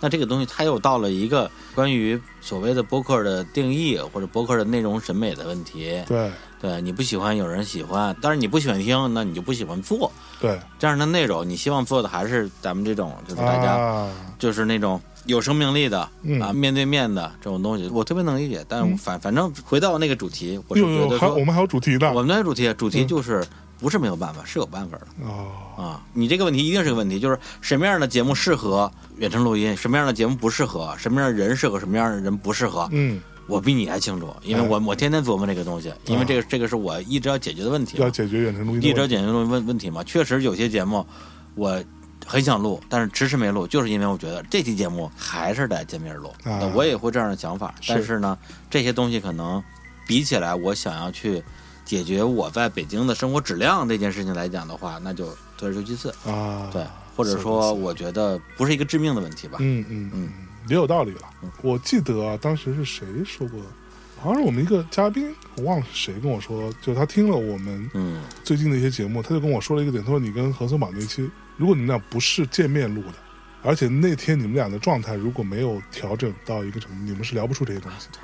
S2: 那这个东西它又到了一个关于所谓的播客的定义或者播客的内容审美的问题。
S1: 对
S2: 对，你不喜欢有人喜欢，但是你不喜欢听，那你就不喜欢做
S1: 对
S2: 这样的内容。你希望做的还是咱们这种，就是大家、
S1: 啊，
S2: 就是那种有生命力的、
S1: 嗯
S2: 啊，面对面的这种东西，我特别能理解。但是反、反正回到那个主题，我是
S1: 有
S2: 觉
S1: 有
S2: 得
S1: 嗯还
S2: 说，
S1: 我们还啊嗯有主题呢
S2: 我们的主题主题就是、不是没有办法，是有办法的。
S1: 哦，
S2: 啊，你这个问题一定是个问题，就是什么样的节目适合远程录音，什么样的节目不适合，什么样的人适合，什么样的人不适合。
S1: 嗯，
S2: 我比你还清楚，因为我我天天琢磨这个东西，因为这个这个是我一直要解决的问题嘛，
S1: 要解决远程录音
S2: 啊一
S1: 的
S2: 直
S1: 问题，
S2: 要解决的问问题嘛。确实有些节目我很想录，但是迟迟没录，就是因为我觉得这期节目还是得见面录。
S1: 啊
S2: 那我也会这样的想法，
S1: 是
S2: 但是呢，这些东西可能比起来，我想要去解决我在北京的生活质量这件事情来讲的话，那就退而求其次。
S1: 啊，
S2: 对，或者
S1: 是
S2: 说
S1: 的是
S2: 我觉得不是一个致命的问题吧。
S1: 嗯嗯
S2: 嗯
S1: 嗯，也有道理了。我记得啊，当时是谁说过，好像是我们一个嘉宾，我忘了是谁跟我说，就他听了我们
S2: 嗯
S1: 最近的一些节目，他就跟我说了一个点，他说你跟何松宝那期，如果你们俩不是见面录的，而且那天你们俩的状态如果没有调整到一个程度，你们是聊不出这些东西的。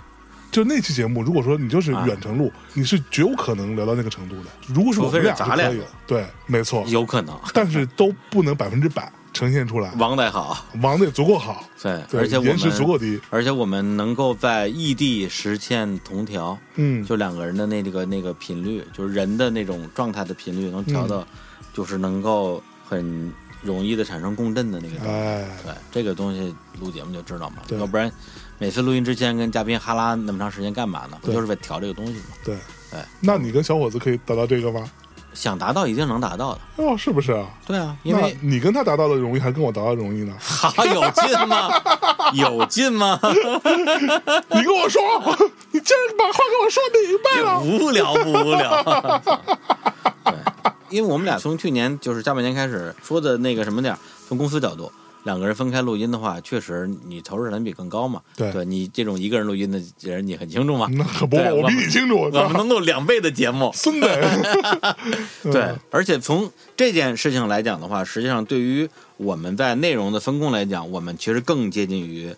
S1: 就那期节目，如果说你就是
S2: 啊
S1: 远程录，你是绝有可能聊到那个程度的。如果是我们俩
S2: 除
S1: 是
S2: 非是咱俩
S1: 可以的，对，没错，
S2: 有可能，
S1: 但是都不能百分之百呈现出来，
S2: 王得好，
S1: 王的也足够好，
S2: 对，
S1: 对
S2: 而且我
S1: 延时
S2: 们
S1: 足够低，
S2: 而且我们能够在异地实现同调，
S1: 嗯，
S2: 就两个人的那个那个频率，就是人的那种状态的频率能调到，就是能够很容易的产生共振的那个状态。
S1: 哎，
S2: 对，这个东西录节目就知道嘛，
S1: 对
S2: 要不然每次录音之前跟嘉宾哈拉那么长时间干嘛呢？不
S1: 对
S2: 就是为调这个东西吗？
S1: 对，
S2: 哎，
S1: 那你跟小伙子可以达到这个吗？
S2: 想达到一定能达到的。
S1: 哦，是不是啊？
S2: 对啊，因为
S1: 那你跟他达到的容易，还跟我达到的容易呢？
S2: 哈 有劲吗？有劲吗？
S1: 你跟我说，你竟然把话跟我说明白了。
S2: 无聊不无 聊？对，因为我们俩从去年就是下半年开始说的那个什么点儿，从公司角度，两个人分开录音的话，确实你投入产比更高嘛。
S1: 对
S2: 你这种一个人录音的人，你很清楚嘛。
S1: 那可不嘛，
S2: 对
S1: 我比
S2: 我
S1: 你清楚，我
S2: 我们
S1: 操，，
S2: 能录两倍的节目
S1: 孙子。 嗯
S2: 对，而且从这件事情来讲的话，实际上对于我们在内容的分工来讲，我们其实更接近于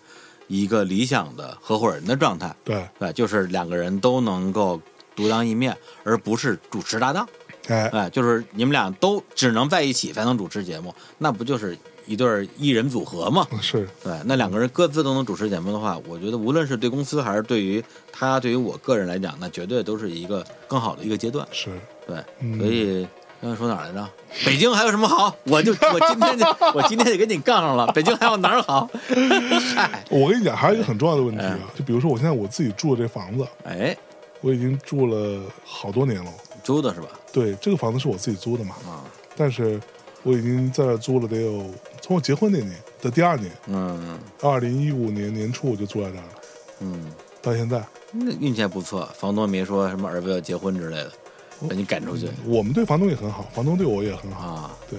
S2: 一个理想的合伙人的状态。
S1: 对，
S2: 对，就是两个人都能够独当一面，而不是主持搭档。
S1: 哎，
S2: 哎，就是你们俩都只能在一起才能主持节目，那不就是一对儿艺人组合吗？
S1: 是，
S2: 对，那两个人各自都能主持节目的话，我觉得无论是对公司还是对于他，对于我个人来讲，那绝对都是一个更好的一个阶段。
S1: 是，
S2: 对，
S1: 嗯
S2: 所以刚才说哪儿来着？北京还有什么好？我就我今天就我今天就跟你杠上了。北京还有哪儿好？ 哎嗨，
S1: 我跟你讲，还有一个很重要的问题
S2: 嗯
S1: 啊，就比如说我现在我自己住的这房子，
S2: 哎，
S1: 我已经住了好多年了。
S2: 租的是吧？
S1: 对，这个房子是我自己租的嘛，
S2: 啊，
S1: 但是我已经在这儿租了得有从我结婚那年的第二年，
S2: 嗯
S1: 二零一五年年初我就住在这儿了，
S2: 嗯，
S1: 到现在，
S2: 那运气还不错，房东也没说什么儿子要结婚之类的，把你赶出去
S1: 我们对房东也很好，房东对我也很好，
S2: 啊。
S1: 对，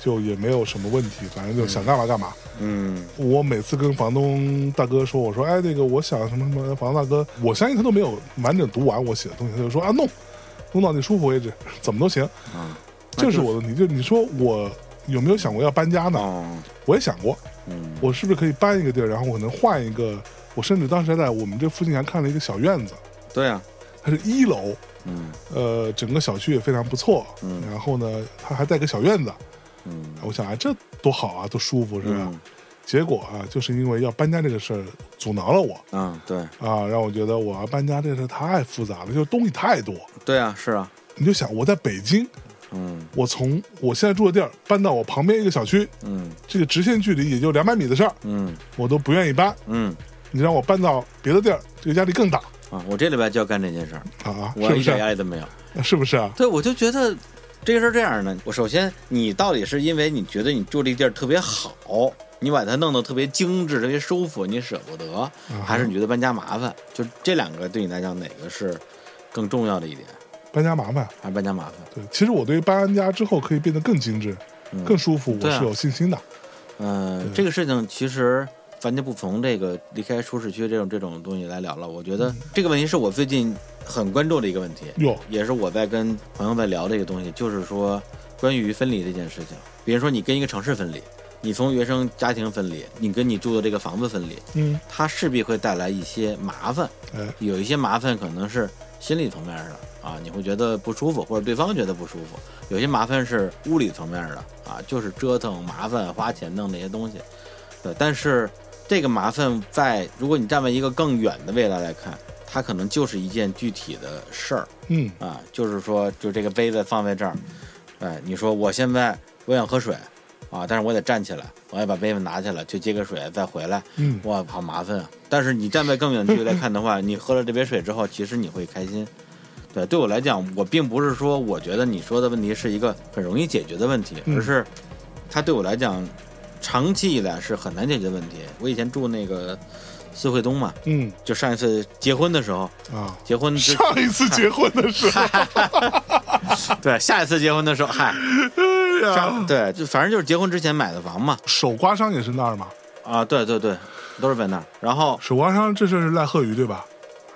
S1: 就也没有什么问题，反正就想干嘛干嘛。
S2: 嗯
S1: 我每次跟房东大哥说，我说，哎，那个我想什么什么，房东大哥，我相信他都没有完整读完我写的东西，他就说啊，弄，弄到你舒服为止，怎么都行，
S2: 啊，
S1: 这是我的问题。就你说我有没有想过要搬家呢？
S2: 哦，
S1: 我也想过，
S2: 嗯
S1: 我是不是可以搬一个地儿，然后我可能换一个？我甚至当时还在我们这附近还看了一个小院子，
S2: 对啊，
S1: 它是一楼，
S2: 嗯
S1: 呃，整个小区也非常不错。
S2: 嗯
S1: 然后呢，它还带个小院子，
S2: 嗯
S1: 我想啊，这多好啊，多舒服是吧？
S2: 嗯
S1: 结果啊，就是因为要搬家这个事儿阻挠了我
S2: 嗯，对，
S1: 啊，让我觉得我要搬家这事儿太复杂了，就是东西太多。
S2: 对啊，是啊，
S1: 你就想我在北京，
S2: 嗯
S1: 我从我现在住的地儿搬到我旁边一个小区，
S2: 嗯
S1: 这个直线距离也就两百米的事儿，
S2: 嗯
S1: 我都不愿意搬。
S2: 嗯
S1: 你让我搬到别的地儿，这个压力更大
S2: 啊，我这礼拜就要干这件事儿，
S1: 啊，
S2: 我
S1: 是不
S2: 一点
S1: 是？
S2: 压力都没有。
S1: 是不是啊？
S2: 对，我就觉得这个事儿这样的。我首先，你到底是因为你觉得你住这地儿特别好，你把它弄得特别精致、特别舒服，你舍不得，还是你觉得搬家麻烦？就这两个对你来讲，哪个是更重要的一点？
S1: 搬家麻烦。
S2: 还是搬家麻烦？
S1: 对，其实我对搬家之后可以变得更精致、
S2: 嗯
S1: 更舒服，我
S2: 对啊
S1: 是有信心的。
S2: 嗯、这个事情其实咱就不从这个离开舒适区这种这种东西来聊了。我觉得这个问题是我最近很关注的一个问题，
S1: 哟、
S2: 也是我在跟朋友在聊这个东西，就是说关于分离这件事情。比如说你跟一个城市分离，你从原生家庭分离，你跟你住的这个房子分离，
S1: 嗯，
S2: 它势必会带来一些麻烦。
S1: 哎，
S2: 有一些麻烦可能是心理层面的啊，你会觉得不舒服，或者对方觉得不舒服。有些麻烦是物理层面的啊，就是折腾、麻烦、花钱弄那些东西。对，但是这个麻烦在如果你站在一个更远的未来来看，它可能就是一件具体的事儿。
S1: 嗯，
S2: 啊，就是说，就这个杯子放在这儿，哎，你说我现在我想喝水啊，但是我得站起来，我要把杯子拿起来去接个水，再回来，
S1: 嗯
S2: 哇，好麻烦啊！但是你站在更远距离来看的话，你喝了这杯水之后，其实你会开心。对，对我来讲，我并不是说我觉得你说的问题是一个很容易解决的问题，
S1: 嗯
S2: 而是它对我来讲，长期以来是很难解决的问题。我以前住那个四惠东嘛，
S1: 嗯
S2: 就上一次结婚的时候，
S1: 啊。
S2: 结婚之
S1: 上一次结婚的时候，
S2: 对，下一次结婚的时候，嗨，
S1: 哎
S2: 上
S1: 呀，
S2: 对，就反正就是结婚之前买的房嘛。
S1: 手刮伤也是那儿嘛？
S2: 啊，对对对，都是在那儿。然后，
S1: 手刮伤这事儿是赖贺宇对吧？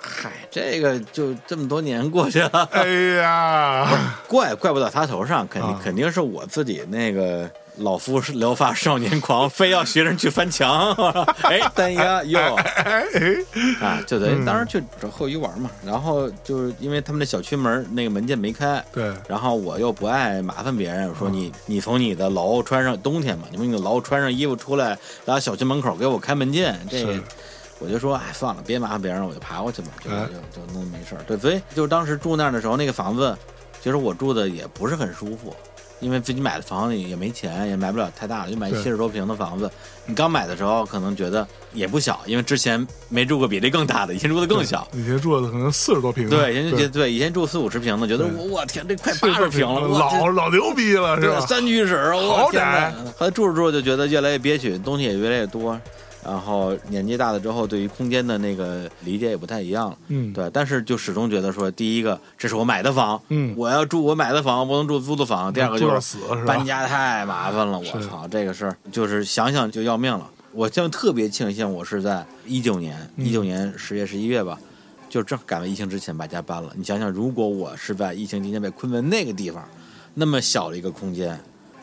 S2: 嗨，这个就这么多年过去了，
S1: 哎 呀，
S2: 怪怪不到他头上，肯定、
S1: 啊
S2: 肯定是我自己那个老夫聊发少年狂， 非要学人去翻墙。哎，单压哟
S1: 哎哎，
S2: 啊，就得
S1: 嗯
S2: 当时去找后鱼玩嘛。然后就是因为他们那小区门那个门禁没开，
S1: 对，
S2: 然后我又不爱麻烦别人，我说
S1: 嗯
S2: 你你从你的楼穿上冬天嘛，你从你的楼穿上衣服出来，然后小区门口给我开门进，这
S1: 是
S2: 我就说哎算了，别麻烦别人了，我就爬过去吧，就
S1: 哎
S2: 就就弄没事儿。对，所以就当时住那儿的时候，那个房子其实我住的也不是很舒服，因为自己买的房子也没钱，也买不了太大的，就买
S1: 对
S2: 七十多平的房子。你刚买的时候可能觉得也不小，因为之前没住过比这更大的，以前住的更小。
S1: 以前住的可能四十多平，啊
S2: 对，以前就觉得对，以前住四五十平的，觉得
S1: 对
S2: 我我天，这快
S1: 四
S2: 八十
S1: 十
S2: 平了，我这
S1: 老老牛逼了是
S2: 对，
S1: 吧？
S2: 三居室，我
S1: 好
S2: 天哪
S1: 歹！
S2: 后来住着住着就觉得越来越憋屈，东西也越来越多，然后年纪大了之后，对于空间的那个理解也不太一样了。
S1: 嗯，
S2: 对，但是就始终觉得说，第一个，这是我买的房，
S1: 嗯
S2: 我要住我买的房，不能住租的房。第二个
S1: 住
S2: 就
S1: 到
S2: 是
S1: 死是吧
S2: 搬家太麻烦了，我
S1: 是
S2: 操，这个事儿就是想想就要命了。我现在特别庆幸，我是在一九年，
S1: 嗯
S2: 一九年十月、十一月吧，就正赶在疫情之前把家搬了。你想想，如果我是在疫情期间被困在那个地方，那么小的一个空间，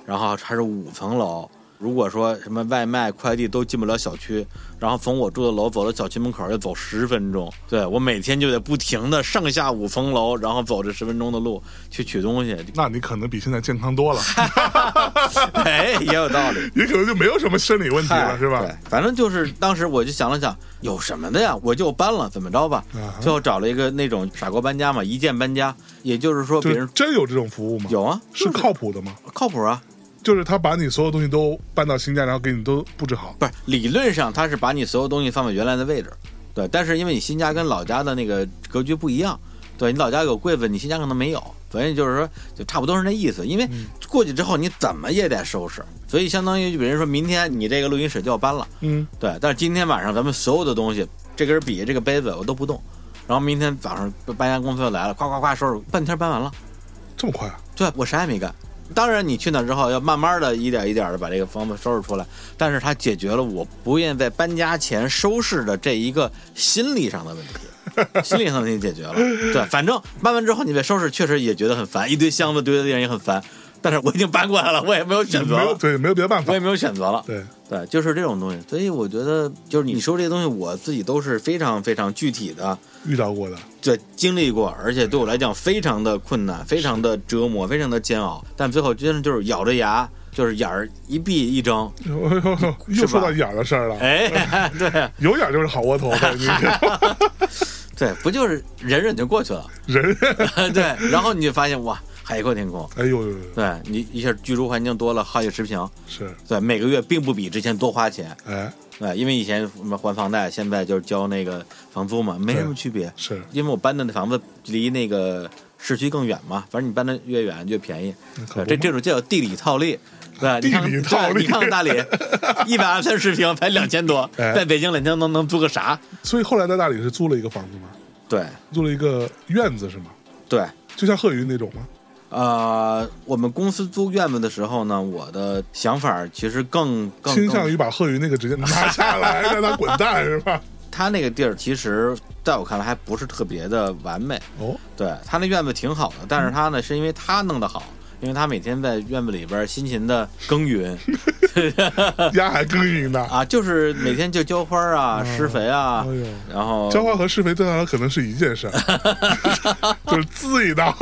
S2: 然后还是五层楼。如果说什么外卖、快递都进不了小区，然后从我住的楼走到小区门口要走十分钟，对我每天就得不停的上下五层楼，然后走这十分钟的路去取东西，
S1: 那你可能比现在健康多了，
S2: 哎，也有道理。
S1: 也可能就没有什么生理问题了，
S2: 嗨
S1: 是
S2: 对
S1: 吧？，
S2: 反正就是当时我就想了想，有什么的呀？我就搬了，怎么着吧？
S1: 啊
S2: 最后找了一个那种傻瓜搬家嘛，一键搬家，也就是说别
S1: 就
S2: 人
S1: 真有这种服务吗？
S2: 有啊，
S1: 是
S2: 就是
S1: 靠谱的吗？
S2: 靠谱啊。
S1: 就是他把你所有东西都搬到新家，然后给你都布置好。
S2: 不是，理论上它是把你所有东西放在原来的位置，对。但是因为你新家跟老家的那个格局不一样，对你老家有柜子，你新家可能没有。所以就是说，就差不多是那意思。因为过去之后你怎么也得收拾，所以相当于就比如说明天你这个录音室就要搬了，
S1: 嗯，
S2: 对。但是今天晚上咱们所有的东西，这根笔、这个杯子我都不动，然后明天早上搬家公司又来了，夸夸夸收拾，半天搬完了。
S1: 这么快啊？
S2: 对我啥也没干。当然，你去那之后要慢慢的一点一点的把这个房子收拾出来，但是它解决了我不愿意在搬家前收拾的这一个心理上的问题，心理上的问题解决了。对，反正搬完之后你再收拾，确实也觉得很烦，一堆箱子堆在地上也很烦。但是我已经搬过来了，我也没有选择
S1: 没有
S2: 了，
S1: 对，没有别的办法
S2: 我也。没有选择了。
S1: 对，
S2: 对，就是这种东西，所以我觉得就是你说这些东西，我自己都是非常非常具体的，
S1: 遇到 过的，
S2: 对，经历过，而且对我来讲非常的困难，非常的折磨，非常的煎熬，但最后真的就是咬着牙就是眼儿一闭一睁，
S1: 又说到眼儿的事儿了。
S2: 哎， 对
S1: 有眼儿就是好窝头呗，你
S2: 对，不就是忍忍就过去了？
S1: 人，
S2: 对，然后你就发现哇，海阔天空。
S1: 哎呦，
S2: 对你一下居住环境多了，好几十平，
S1: 是，
S2: 对，每个月并不比之前多花钱，
S1: 哎，
S2: 对，因为以前什么还房贷，现在就是交那个房租嘛，没什么区别。
S1: 是，
S2: 因为我搬的那房子离那个市区更远嘛，反正你搬的越远越便宜。
S1: 可
S2: 对，
S1: 不
S2: 这
S1: 嘛
S2: 这种叫地理套利，对，你看
S1: 地理套利
S2: 对你看看 大理，一百二三十平才两千多，
S1: 哎
S2: 在北京两千能能租个啥？
S1: 所以后来在大理是租了一个房子吗？
S2: 对
S1: 租了一个院子是吗？
S2: 对，
S1: 就像贺云那种吗？
S2: 呃，我们公司租院子的时候呢，我的想法其实更更
S1: 倾向
S2: 更
S1: 于把贺云那个直接拿下 来，让他滚蛋是吧？
S2: 他那个地儿其实在我看来还不是特别的完美，
S1: 哦，
S2: 对他那院子挺好的，但是他呢，是因为他弄得好，因为他每天在院子里边儿辛勤的 耕耘
S1: 鸭还耕耘呢。
S2: 啊，就是每天就浇花啊、施肥啊
S1: 哎，呦，
S2: 然后
S1: 浇花和施肥对他来说可能是一件事儿， 就是滋一刀。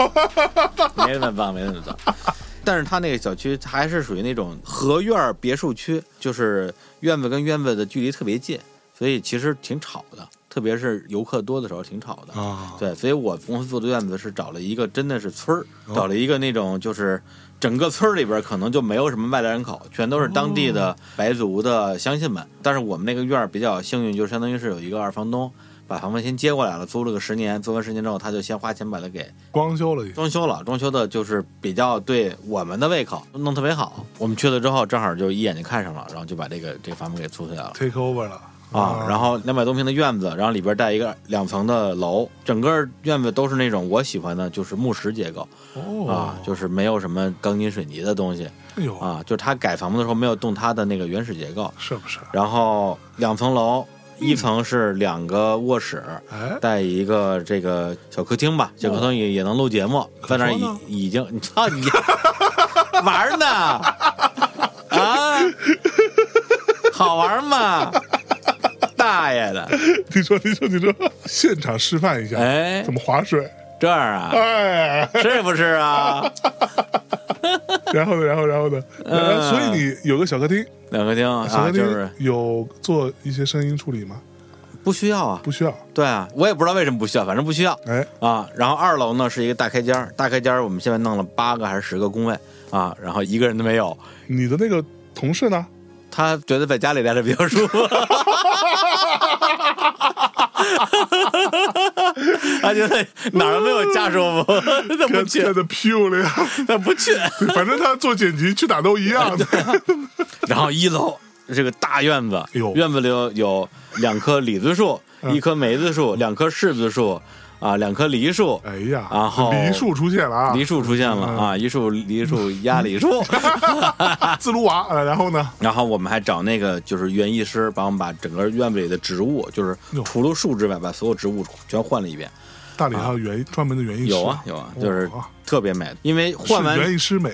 S2: 没那么棒，没那么棒。 但是他那个小区还是属于那种合院儿别墅区，就是院子跟院子的距离特别近，所以其实挺吵的，特别是游客多的时候挺吵的。
S1: 啊，
S2: 对，所以我公司做的院子是找了一个真的是村儿，找了一个那种就是整个村儿里边儿可能就没有什么外来人口，全都是当地的白族的乡亲们。但是我们那个院儿比较幸运，就是相当于是有一个二房东把房子先接过来了，租了个十年，租完十年之后他就先花钱把它给
S1: 光修了一下，
S2: 装修了，装修的就是比较对我们的胃口，弄特别好。我们去了之后，正好就一眼就看上了，然后就把这个这个房子给租下来了。
S1: take over 了
S2: 啊，然后两百多平的院子，然后里边带一个两层的楼，整个院子都是那种我喜欢的，就是木石结构
S1: 哦
S2: 啊，就是没有什么钢筋水泥的东西
S1: 哎呦，
S2: 啊，就是他改房子的时候没有动它的那个原始结构。
S1: 是不是？
S2: 然后两层楼，一层是两个卧室，
S1: 哎，哦
S2: 带一个这个小客厅吧，小客厅也也能录节目，在那儿
S1: 可说呢
S2: 已已经， 你操你玩儿呢啊，好玩吗？大爷的，
S1: 你说，你说，你说，现场示范一下，
S2: 哎
S1: 怎么划水？
S2: 这儿啊，
S1: 哎，
S2: 是不是啊？
S1: 然后呢，然后，然后呢？然后所以你有个小客厅，
S2: 两个厅
S1: 小
S2: 嗯啊，
S1: 客
S2: 就是
S1: 厅有做一些声音处理吗？
S2: 不需要啊，
S1: 不需要。
S2: 对啊，我也不知道为什么不需要，反正不需要
S1: 哎，
S2: 啊。然后二楼呢是一个大开间儿，大开间儿我们现在弄了八个还是十个工位啊，然后一个人都没有，
S1: 你的那个同事呢？
S2: 他觉得在家里待着比较舒服。 他觉得哪儿都没有家舒 服，他不
S1: 干
S2: 去
S1: 干，的漂 亮，
S2: 他不去。
S1: 反正他做剪辑去哪都一 样的。
S2: 然后一楼这个大院子
S1: 呦，
S2: 院子里有有两棵李子树，一棵梅子树，两棵柿子树，啊，两棵梨树，
S1: 哎呀，
S2: 然后
S1: 梨树出现了啊，
S2: 梨树出现了啊，一树梨树压梨 树。
S1: 自卢娃。呃然后呢？
S2: 然后我们还找那个就是园艺师，帮我们把整个院子里的植物，就是
S1: 哟
S2: 除了树之外，把所有植物全换了一遍。
S1: 大理还有园专门的园艺师，
S2: 有啊有啊，就是
S1: 哇
S2: 特别美，因为换完
S1: 是园艺师美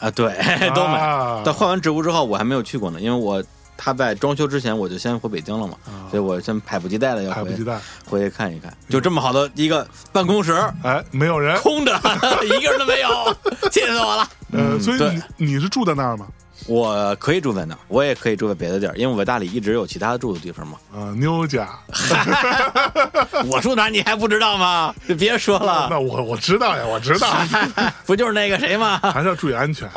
S2: 啊对 都美。
S1: 啊
S2: 但换完植物之后，我还没有去过呢，因为我他在装修之前我就先回北京了嘛，所以我先迫不及待的要
S1: 啊迫
S2: 回
S1: 不及待。嗯
S2: 回去看一看。就这么好的一个办公室，
S1: 哎，没有人，
S2: 空着， 一个人都没有，气死 我了。
S1: 呃，
S2: 嗯
S1: 所以
S2: 对
S1: 你你是住在那儿吗？
S2: 我可以住在那儿，我也可以住在别的地儿，因为我在大理一直有其他住的地方 嘛。
S1: 啊，妞家。
S2: 我住哪儿你还不知道吗？就别说了，
S1: 那我我知 道呀，我知道，
S2: 不就是啊那个谁吗？
S1: 还是要注意安全。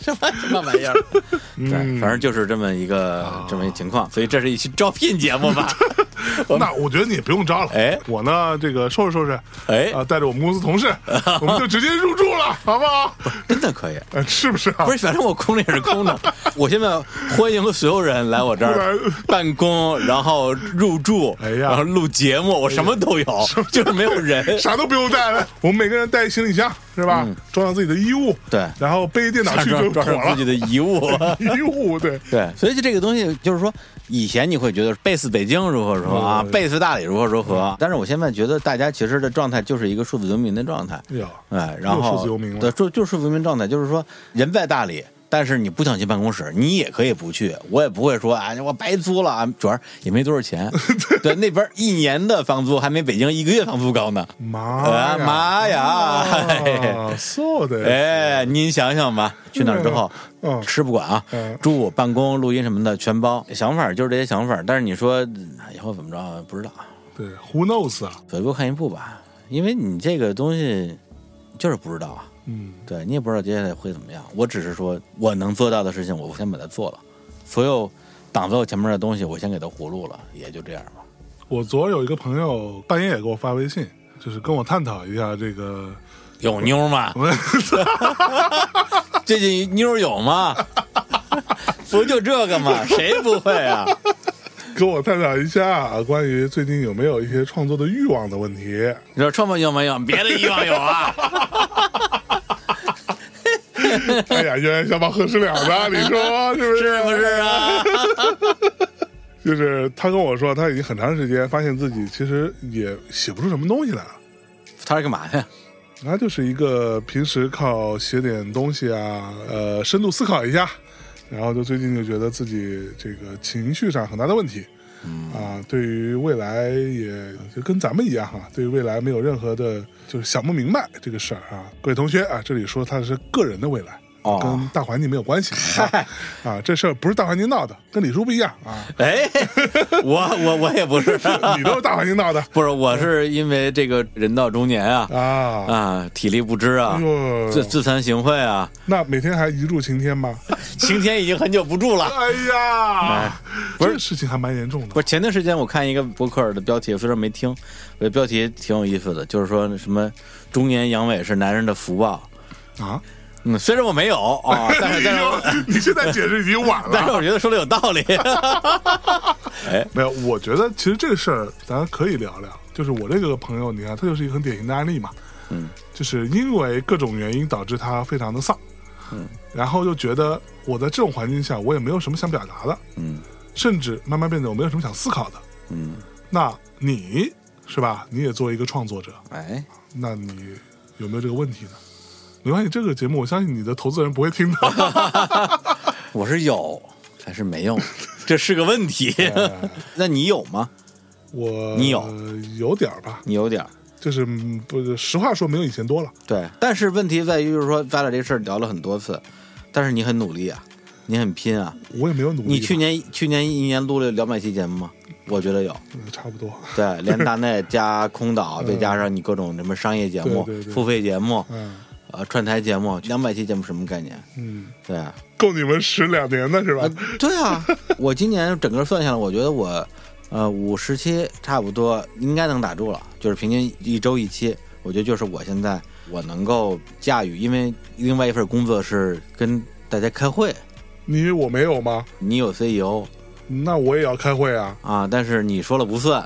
S2: 什么什么玩意儿？对，反正就是这么一个这么一情况，所以这是一期招聘节目吧？
S1: 那我觉得你也不用招了。
S2: 哎
S1: 我呢，这个收拾收拾，
S2: 哎
S1: 啊，带着我们公司同 事，我们就直接入住了，好不好？
S2: 真的可以。
S1: 呃，是不是啊？
S2: 不是，反正我空着也是空着。我现在欢迎所有人来我 这儿
S1: 不然
S2: 办公，然后入住，
S1: 哎呀
S2: 然后录节目，我什么都有，就是没有人。
S1: 啥都不用带了，我们每个人带行李箱是吧？装上自己的衣物，
S2: 嗯对
S1: 然后背电脑去就 妥
S2: 装装上
S1: 了
S2: 自己。的遗物。
S1: 衣 物对，
S2: 对，所以就这个东西，就是说，以前你会觉得贝斯北京如何如何啊
S1: 嗯，
S2: 贝斯大理如何如何，但是我现在觉得大家其实的状态就是一个数字游民的状态，
S1: 哎呦，
S2: 哎，然后
S1: 又数字游民了
S2: 对，就就数字游民状态，就是说人在大理。但是你不想进办公室，你也可以不去，我也不会说啊、哎，我白租了啊，主要是也没多 少钱。对，那边一年的房租还没北京一个月房租高呢。
S1: 妈
S2: 啊
S1: 呀
S2: 妈呀！嘿嘿
S1: 啊，そう的，
S2: 哎，您想想吧，去那儿之后，
S1: 嗯
S2: 吃不管啊
S1: 嗯，
S2: 住、办公、录音什么的全包。想法就是这些想法，但是你说哎以后怎么着不知道，
S1: 对，Who knows 啊？
S2: 走一步看一步吧，因为你这个东西就是不知道啊，
S1: 嗯，
S2: 对你也不知道接下来会怎么样。我只是说我能做到的事情，我先把它做了，所有挡在我前面的东西，我先给它葫芦了，也就这样吧。
S1: 我昨儿有一个朋友半夜也给我发微信，就是跟我探讨一下这个，
S2: 有妞吗？ 最近妞有吗？ 不就这个吗？谁不会啊？
S1: 跟我探讨一下啊关于最近有没有一些创作的欲望的问 题。
S2: 你说创梦有没有？别的欲望有啊？
S1: 哎呀，冤冤相报何时了呢？你说是不是？
S2: 是不是啊？
S1: 就是他跟我说，他已经很长时间发现自己其实也写不出什么东西来了。
S2: 他是干嘛的？
S1: 他就是一个平时靠写点东西啊，呃，深度思考一下，然后就最近就觉得自己这个情绪上很大的问题，啊，对于未来也就跟咱们一样哈、对于未来没有任何的，就是想不明白这个事儿啊。各位同学啊，这里说他是个人的未来。
S2: 哦
S1: 跟大环境没有关系啊！啊，这事儿不是大环境闹的，跟李叔不一样啊！
S2: 哎，我我我也不 是，
S1: 你都是大环境闹的
S2: 不是，我是因为这个人到中年啊
S1: 啊！
S2: 啊，体力不支啊
S1: 哎，呦，
S2: 自自惭形秽啊，
S1: 那每天还一柱擎天吗？
S2: 晴天已经很久不住了。
S1: 哎呀
S2: 哎，
S1: 不是事情还蛮严重的
S2: 不是前段时间我看一个博客的标题，虽然没听，我觉得标题挺有意思的，就是说什么中年阳痿是男人的福报。
S1: 啊！哎
S2: 嗯，虽然我 没有啊、但是但是我
S1: 你现在解释已经晚
S2: 但是。我觉得说的有道理。
S1: 没有，我觉得其实这个事儿咱可以聊聊。就是我这个朋友，你看他就是一个很典型的案例嘛，
S2: 嗯，
S1: 就是因为各种原因导致他非常的丧，
S2: 嗯，
S1: 然后又觉得我在这种环境下我也没有什么想表达的，
S2: 嗯
S1: 甚至慢慢变得我没有什么想思考的。
S2: 嗯，
S1: 那你是吧？你也作为一个创作者，
S2: 哎，
S1: 那你有没有这个问题呢？没关系，这个节目我相信你的投资人不会听到。
S2: 我是有还是没有， 这是个问题。那你有吗？
S1: 我
S2: 你有
S1: 呃有点儿吧，
S2: 你有点儿
S1: 就是嗯不是实话说没有以前多了。
S2: 对，但是问题在于就是说，咱俩这事儿聊了很多次，但是你很努力啊，你很拼啊。
S1: 我也没有努力吧。
S2: 你去年去年一年录了两百期节目吗？我觉得有，
S1: 嗯差不 多，
S2: 对，连大内加空岛，再加上你各种什么商业节目、
S1: 对对对
S2: 付费节目、
S1: 嗯
S2: 呃串台节目，两百期节目什么概念？
S1: 嗯，
S2: 对啊，
S1: 够你们使两年的是吧
S2: 呃？对啊， 我今年整个算下来，我觉得我呃五十期差不多应该能打住了，就是平均一周一期。我觉得就是我现在我能够驾驭，因为另外一份工作是跟大家开会，
S1: 你以为我没有吗？
S2: 你有 CEO
S1: 那我也要开会啊！
S2: 啊，但是你说了不算。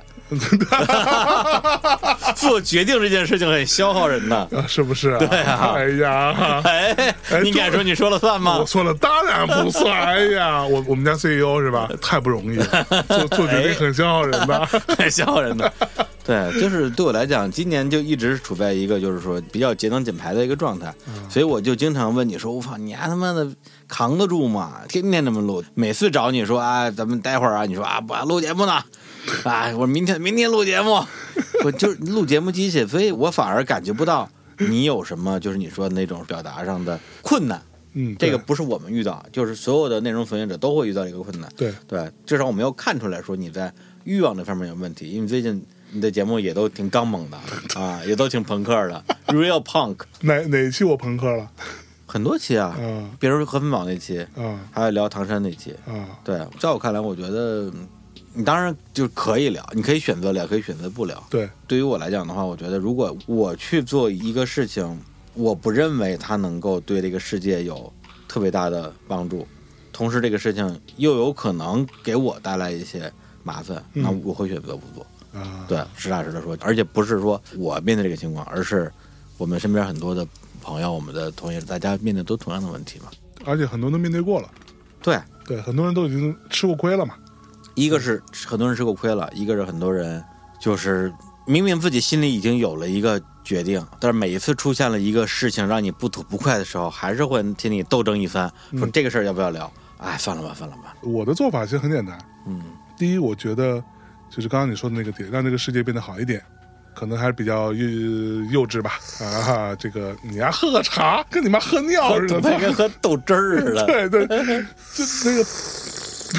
S2: 做决定这件 事情很消耗人的。
S1: 啊，是不是、啊？
S2: 对 啊
S1: 哎呀，
S2: 哎，你敢说你说了算吗
S1: 我？说了，当然不算。哎呀，我我们家 CEO 是 吧？太不容易了，做做决
S2: 哎
S1: 定很消耗人的。
S2: 很消耗人的。对，就是对我来讲，今年就一直处在一个就是说比较节能减排的一个状态，所以我就经常问你说：“我操，你丫、他妈的扛得住吗？天天这么录，每次找你说啊，咱们待会儿啊，你说啊，不录节目呢，啊，我明天明天录节目，我就是录节目机器，所以我反而感觉不到你有什么就是你说的那种表达上的困难。
S1: 嗯，
S2: 这个
S1: 对
S2: 不是我们遇到，就是所有的内容从业者都会遇到这个困难。
S1: 对
S2: 对，至少我没有看出来说你在欲望这方面有问题，因为最近你的节目也都挺 刚猛的啊，也都挺朋克的，real punk，
S1: 哪哪一期我朋克了？
S2: 很多期啊，
S1: 嗯
S2: 比如和平堡那期，
S1: 啊
S2: 还有聊唐山那期，
S1: 啊，
S2: 对，在我看来，我觉得嗯你当然就可以聊，你可以选择聊，可以选择不聊。
S1: 对，
S2: 对于我来讲的话，我觉得如果我去做一个事情，我不认为它能够对这个世界有特别大的帮助，同时这个事情又有可能给我带来一些麻烦，
S1: 嗯
S2: 那我会选择不做。
S1: 啊，
S2: 对，实打实的说，而且不是说我面对这个情况，而是我们身边很多的朋友、我们的同学，大家面对都同样的问题嘛。
S1: 而且很多人都面对过了，
S2: 对，
S1: 对，很多人都已经吃过亏了嘛。
S2: 一个是很多人吃过亏了，一个是很多人就是明明自己心里已经有了一个决定，但是每一次出现了一个事情让你不吐不快的时候，还是会替你斗争一番，说
S1: 嗯
S2: 这个事儿要不要聊？哎，算了吧，算了吧。
S1: 我的做法其实很简单，
S2: 嗯，
S1: 第一，我觉得就是刚刚你说的那个点，让这个世界变得好一点，可能还是比较幼幼稚吧。啊，这个你还喝个茶，跟你妈喝尿似的，
S2: 怎么跟喝豆汁儿似 的？
S1: 对对，就那个，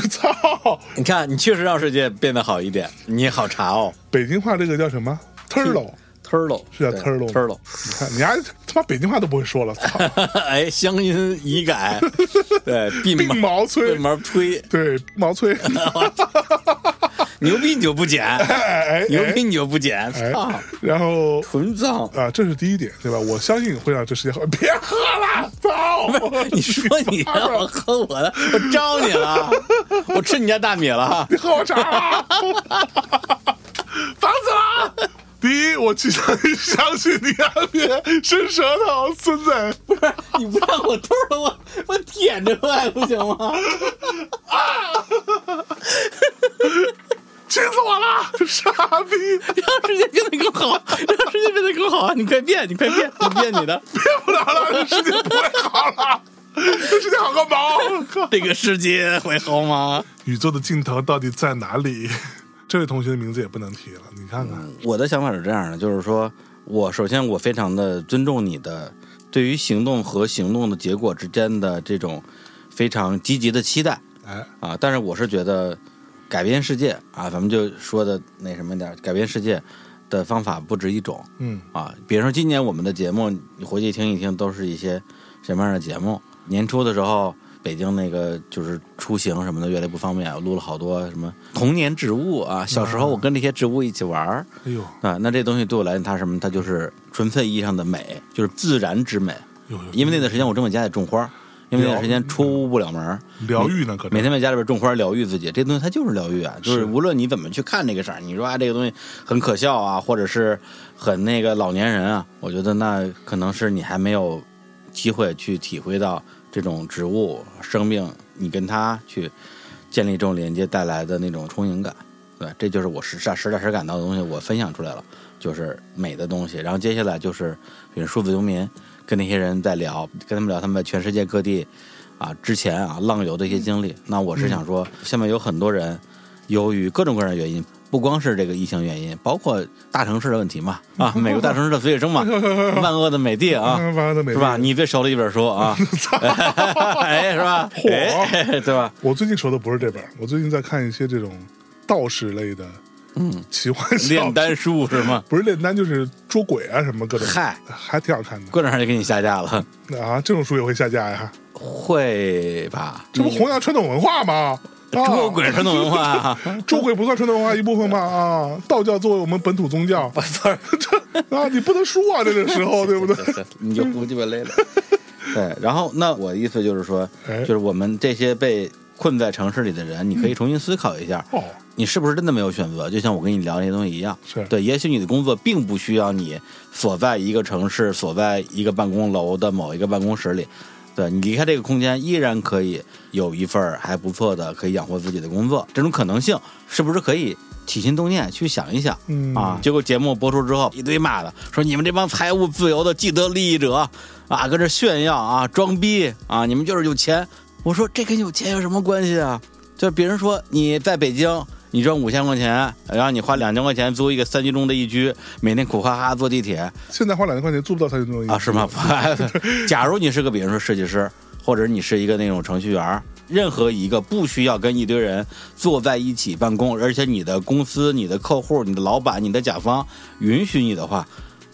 S1: 操，
S2: 你看，你确实让世界变得好一点。你好茶哦
S1: 北京话这个叫什么？turtle，
S2: ，turtle
S1: 是叫
S2: 对
S1: turtle 吗
S2: turtle。
S1: 你看你还他妈北京话都不会说了，操，
S2: 哎，乡音 已改，对，鬓
S1: 鬓
S2: 毛
S1: 毛
S2: 鬓
S1: 催，
S2: 毛推，
S1: 对毛 催，
S2: 牛逼你就不捡，
S1: 哎哎
S2: 牛逼啊你就不捡，
S1: 哎
S2: 操，
S1: 哎，然后。
S2: 纯脏。
S1: 啊，这是第一点，对吧？我相信会让这世界好。别喝了，操！
S2: 你说 你让我喝我的，我招你了，我吃你家大米了。
S1: 你喝我茶了，烦死了。第一，我倾向于相信你安别伸舌头，孙子。
S2: 你不让我吐了，我我舔着来不行吗？
S1: 气死我了，傻逼！
S2: 让世界变得更好，让世界变得更好，啊你快变，你快变，你变你的，
S1: 变不了了，这世界不会好了，这世界好个毛！
S2: 这个世界会好吗？
S1: 宇宙的尽头到底在哪里？这位同学的名字也不能提了，你看看，
S2: 我的想法是这样的，就是说我首先我非常的尊重你的对于行动和行动的结果之间的这种非常积极的期待
S1: 哎，
S2: 啊，但是我是觉得改变世界啊，咱们就说的那什么点儿，改变世界的方法不止一种
S1: 嗯，
S2: 啊。比如说今年我们的节目，你回去听一听，都是一些什么样的节目？年初的时候。北京那个就是出行什么的越来越不方便，我录了好多什么童年植物啊，小时候我跟这些植物一起玩儿，
S1: 嗯哎呦，
S2: 啊，那这东西对我来讲，它什么？它就是纯粹意义上的美，就是自然之美。
S1: 呦呦，
S2: 因为那段时间我正在家里种花，因为那段时间出不了门儿，
S1: 嗯疗愈呢，可
S2: 每
S1: 能
S2: 天在家里边种花疗愈自己。这东西它就是疗愈啊，就是是无论你怎么去看这个事儿，你说啊这个东西很可笑啊，或者是很那个老年人啊，我觉得那可能是你还没有机会去体会到这种植物生命，你跟它去建立这种连接带来的那种充盈感。对，这就是我实实打实打实感到的东西，我分享出来了，就是美的东西。然后接下来就是，比如数字游民，跟那些人在聊，跟他们聊他们在全世界各地啊之前啊浪游的一些经历。那我是想说，下面有很多人由于各种各样的原因，不光是这个疫情原因，包括大城市的问题嘛，啊，美国大城市的留学生嘛，万恶的美帝啊。
S1: 啊，完了没
S2: 是吧？？你最熟的一本书啊，哎，是吧？
S1: 火
S2: 哎，对吧？
S1: 我最近说的不是这本儿，我最近在看一些这种道士类的，嗯，奇幻小
S2: 炼丹术是吗？
S1: 不是炼丹就是捉鬼啊什么各种，
S2: 嗨，
S1: 还挺好看的
S2: 过两天就给你下架了，
S1: 啊。这种书也会下架呀？
S2: 会吧？
S1: 这不弘扬传统文化吗？啊
S2: 捉鬼传统文化啊，
S1: 捉鬼不算传统文化一部分吗？啊，道教作为我们本土宗教
S2: 不是
S1: 啊，你不能输啊，这个时 候对不对？
S2: 你就胡鸡 巴勒了。对，然后那我的意思就是说，
S1: 哎嗯
S2: 就是我们这些被困在城市里的人，你可以重新思考一下，
S1: 哦，
S2: 你是不是真的没有选择？就像我跟你聊那些东西一样，
S1: 是
S2: 对，也许你的工作并不需要你所在一个城市、所在一个办公楼的某一个办公室里，对你离开这个空间，依然可以有一份儿还不错的可以养活自己的工作，这种可能性是不是可以起心动念去想一想？
S1: 嗯
S2: 啊，结果节目播出之后，一堆骂的，说你们这帮财务自由的既得利益者啊，搁这炫耀啊，装逼啊，你们就是有钱。我说这跟有钱有什么关系啊？就是别人说你在北京，你挣五千块钱，然后你花两千块钱租一个三居中的一居，每天苦哈哈坐地铁
S1: 现在花两千块钱租不到三千多一
S2: 啊，是吗？ 假如你是个比如说设计师，或者你是一个那种程序员儿，任何一个不需要跟一堆人坐在一起办公，而且你的公司、你的客户、你的老板、你的甲方允许你的话，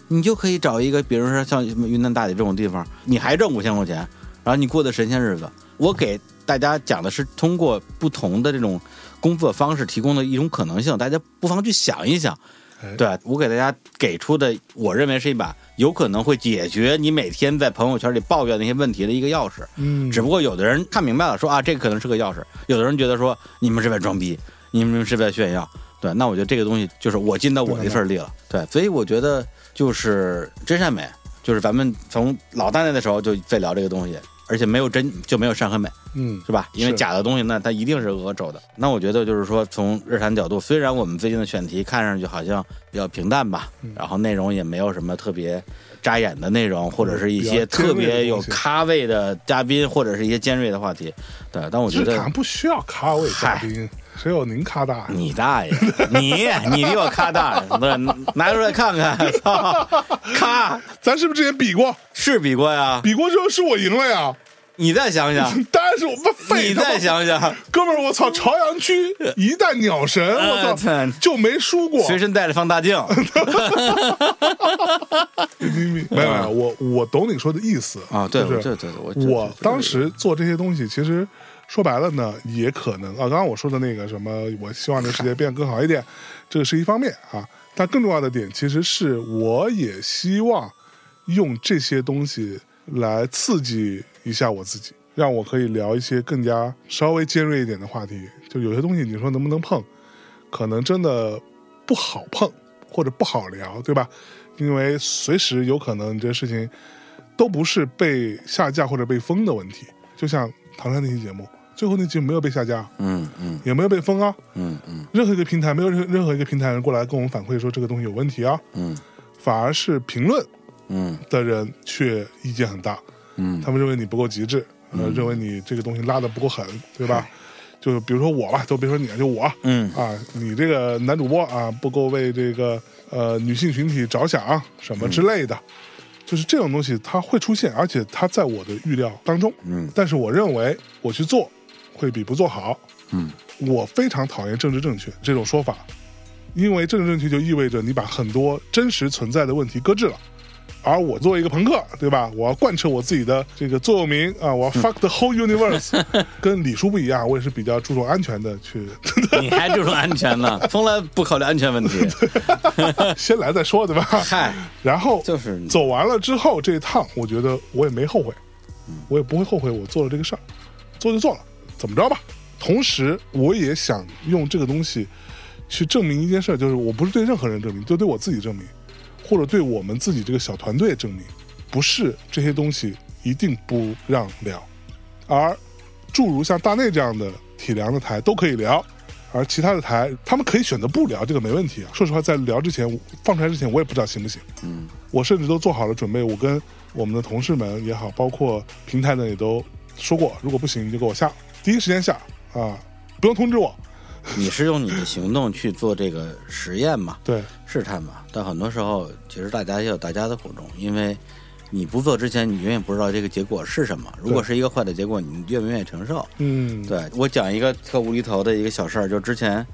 S2: 你就可以找一个，比如说像什么云南大理这种地方，你还挣五千块钱，然后你过的神仙日子。我给大家讲的是通过不同的这种工作方式提供的一种可能性，大家不妨去想一想
S1: 哎。
S2: 对啊我给大家给出的，我认为是一把有可能会解决你每天在朋友圈里抱怨那些问题的一个钥匙。
S1: 嗯，
S2: 只不过有的人看明白了，说啊，这个可能是个钥匙；有的人觉得说你们是在装逼，你们是在炫耀。对，那我觉得这个东西就是我尽到我这份力了。对，所以我觉得就是真善美，就是咱们从老大那的时候就在聊这个东西，而且没有真就没有善和美。
S1: 嗯
S2: 是吧？因为
S1: 是
S2: 假的东西那它一定是俄州的。那我觉得就是说，从日产角度，虽然我们最近的选题看上去好像比较平淡吧，然后内容也没有什么特别扎眼的内容，或者是一些
S1: 比较尖锐的
S2: 特别有
S1: 东西
S2: 咖位的嘉宾，或者是一些尖锐的话题。对，但我觉
S1: 日
S2: 得
S1: 产不需要咖位嘉宾，谁有您咖大呀？
S2: 你大爷！ 你你比我咖大，那拿出来看 看，操，咖
S1: 咱是不是之前比过？
S2: 是比过呀？
S1: 比过之后是我赢了呀？
S2: 你再想想，
S1: 当然是我们废
S2: 你
S1: 的嘛。
S2: 再想想，
S1: 哥们儿，我操，朝阳 区一代鸟神，我操
S2: 呃，
S1: 就没输过。
S2: 随身带着放大镜，
S1: 你你没有没有，我我懂你说的意思
S2: 啊对
S1: 就是
S2: 对对对我
S1: 我当时做这些东西，其实说白了呢，也可能啊，刚刚我说的那个什么，我希望这个世界变得更好一点，这个是一方面啊，但更重要的点其实是，我也希望用这些东西来刺激一下我自己，让我可以聊一些更加稍微尖锐一点的话题，就有些东西你说能不能碰，可能真的不好碰或者不好聊，对吧？因为随时有可能你这事情都不是被下架或者被封的问题。就像唐山那期节目，最后那期没有被下架，
S2: 嗯嗯
S1: 也没有被封啊。
S2: 嗯嗯
S1: 任何一个平台没有任任何一个平台人过来跟我们反馈说这个东西有问题啊，
S2: 嗯
S1: 反而是评论
S2: 嗯
S1: 的人却意见很大，
S2: 嗯
S1: 他们认为你不够极致，呃，认为你这个东西拉的不够狠，对吧？就比如说我吧，都别说你了，就我，
S2: 嗯
S1: 啊，你这个男主播啊，不够为这个呃女性群体着想啊什么之类的，
S2: 嗯
S1: 就是这种东西它会出现，而且它在我的预料当中。
S2: 嗯
S1: 但是我认为我去做会比不做好。
S2: 嗯，
S1: 我非常讨厌政治正确这种说法，因为政治正确就意味着你把很多真实存在的问题搁置了。而我作为一个朋克，对吧？我要贯彻我自己的这个座右铭啊，我要 fuck the whole universe，跟李叔不一样，我也是比较注重安全的去
S2: 你还注重安全呢，从来不考虑安全问题。
S1: 先来再说，对吧？
S2: 嗨，
S1: 然后
S2: 就是
S1: 走完了之后这一趟，我觉得我也没后悔，
S2: 嗯
S1: 我也不会后悔我做了这个事儿，做就做了，怎么着吧。同时，我也想用这个东西去证明一件事儿，就是我不是对任何人证明，就对我自己证明，或者对我们自己这个小团队证明，不是这些东西一定不让聊，而诸如像大内这样的体量的台都可以聊，而其他的台他们可以选择不聊，这个没问题啊。说实话，在聊之前放出来之前，我也不知道行不行。
S2: 嗯，
S1: 我甚至都做好了准备，我跟我们的同事们也好，包括平台的也都说过，如果不行你就给我下，第一时间下啊，不用通知我。
S2: 你是用你的行动去做这个实验嘛？
S1: 对，
S2: 试探嘛。但很多时候，其实大家也有大家的苦衷，因为你不做之前，你永远不知道这个结果是什么。如果是一个坏的结果，你愿不愿意承受？
S1: 嗯，
S2: 对我讲一个特无厘头的一个小事儿，就之前。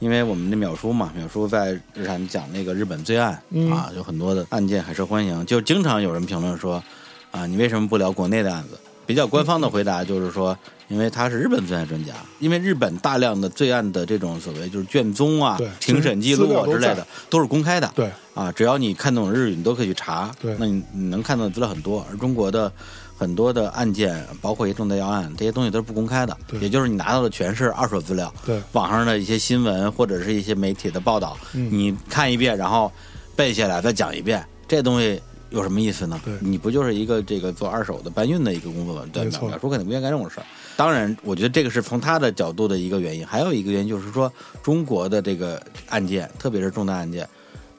S2: 因为我们的淼叔嘛，淼叔在日产讲那个日本罪案、
S1: 嗯
S2: 啊，有很多的案件很受欢迎，就经常有人评论说，啊，你为什么不聊国内的案子？比较官方的回答就是说，因为他是日本罪案专家，因为日本大量的罪案的这种所谓就是卷宗啊
S1: 对、
S2: 庭审记录
S1: 资料
S2: 啊
S1: 都
S2: 之类
S1: 在
S2: 的，都是公开的。
S1: 对，
S2: 啊，只要你看懂日语，你都可以去查。
S1: 对
S2: 那你你能看到的资料很多，而中国的很多的案件，包括一些重大要案，这些东西都是不公开的，
S1: 对
S2: 也就是你拿到的全是二手资料，
S1: 对
S2: 网上的一些新闻或者是一些媒体的报道，
S1: 嗯
S2: 你看一遍，然后背下来再讲一遍，这东西。有什么意思呢？
S1: 对
S2: 你不就是一个这个做二手的搬运的一个工作吗？对
S1: 没
S2: 吧
S1: 错
S2: 淼叔肯定不愿意干这种事儿。当然，我觉得这个是从他的角度的一个原因，还有一个原因就是说，中国的这个案件，特别是重大案件，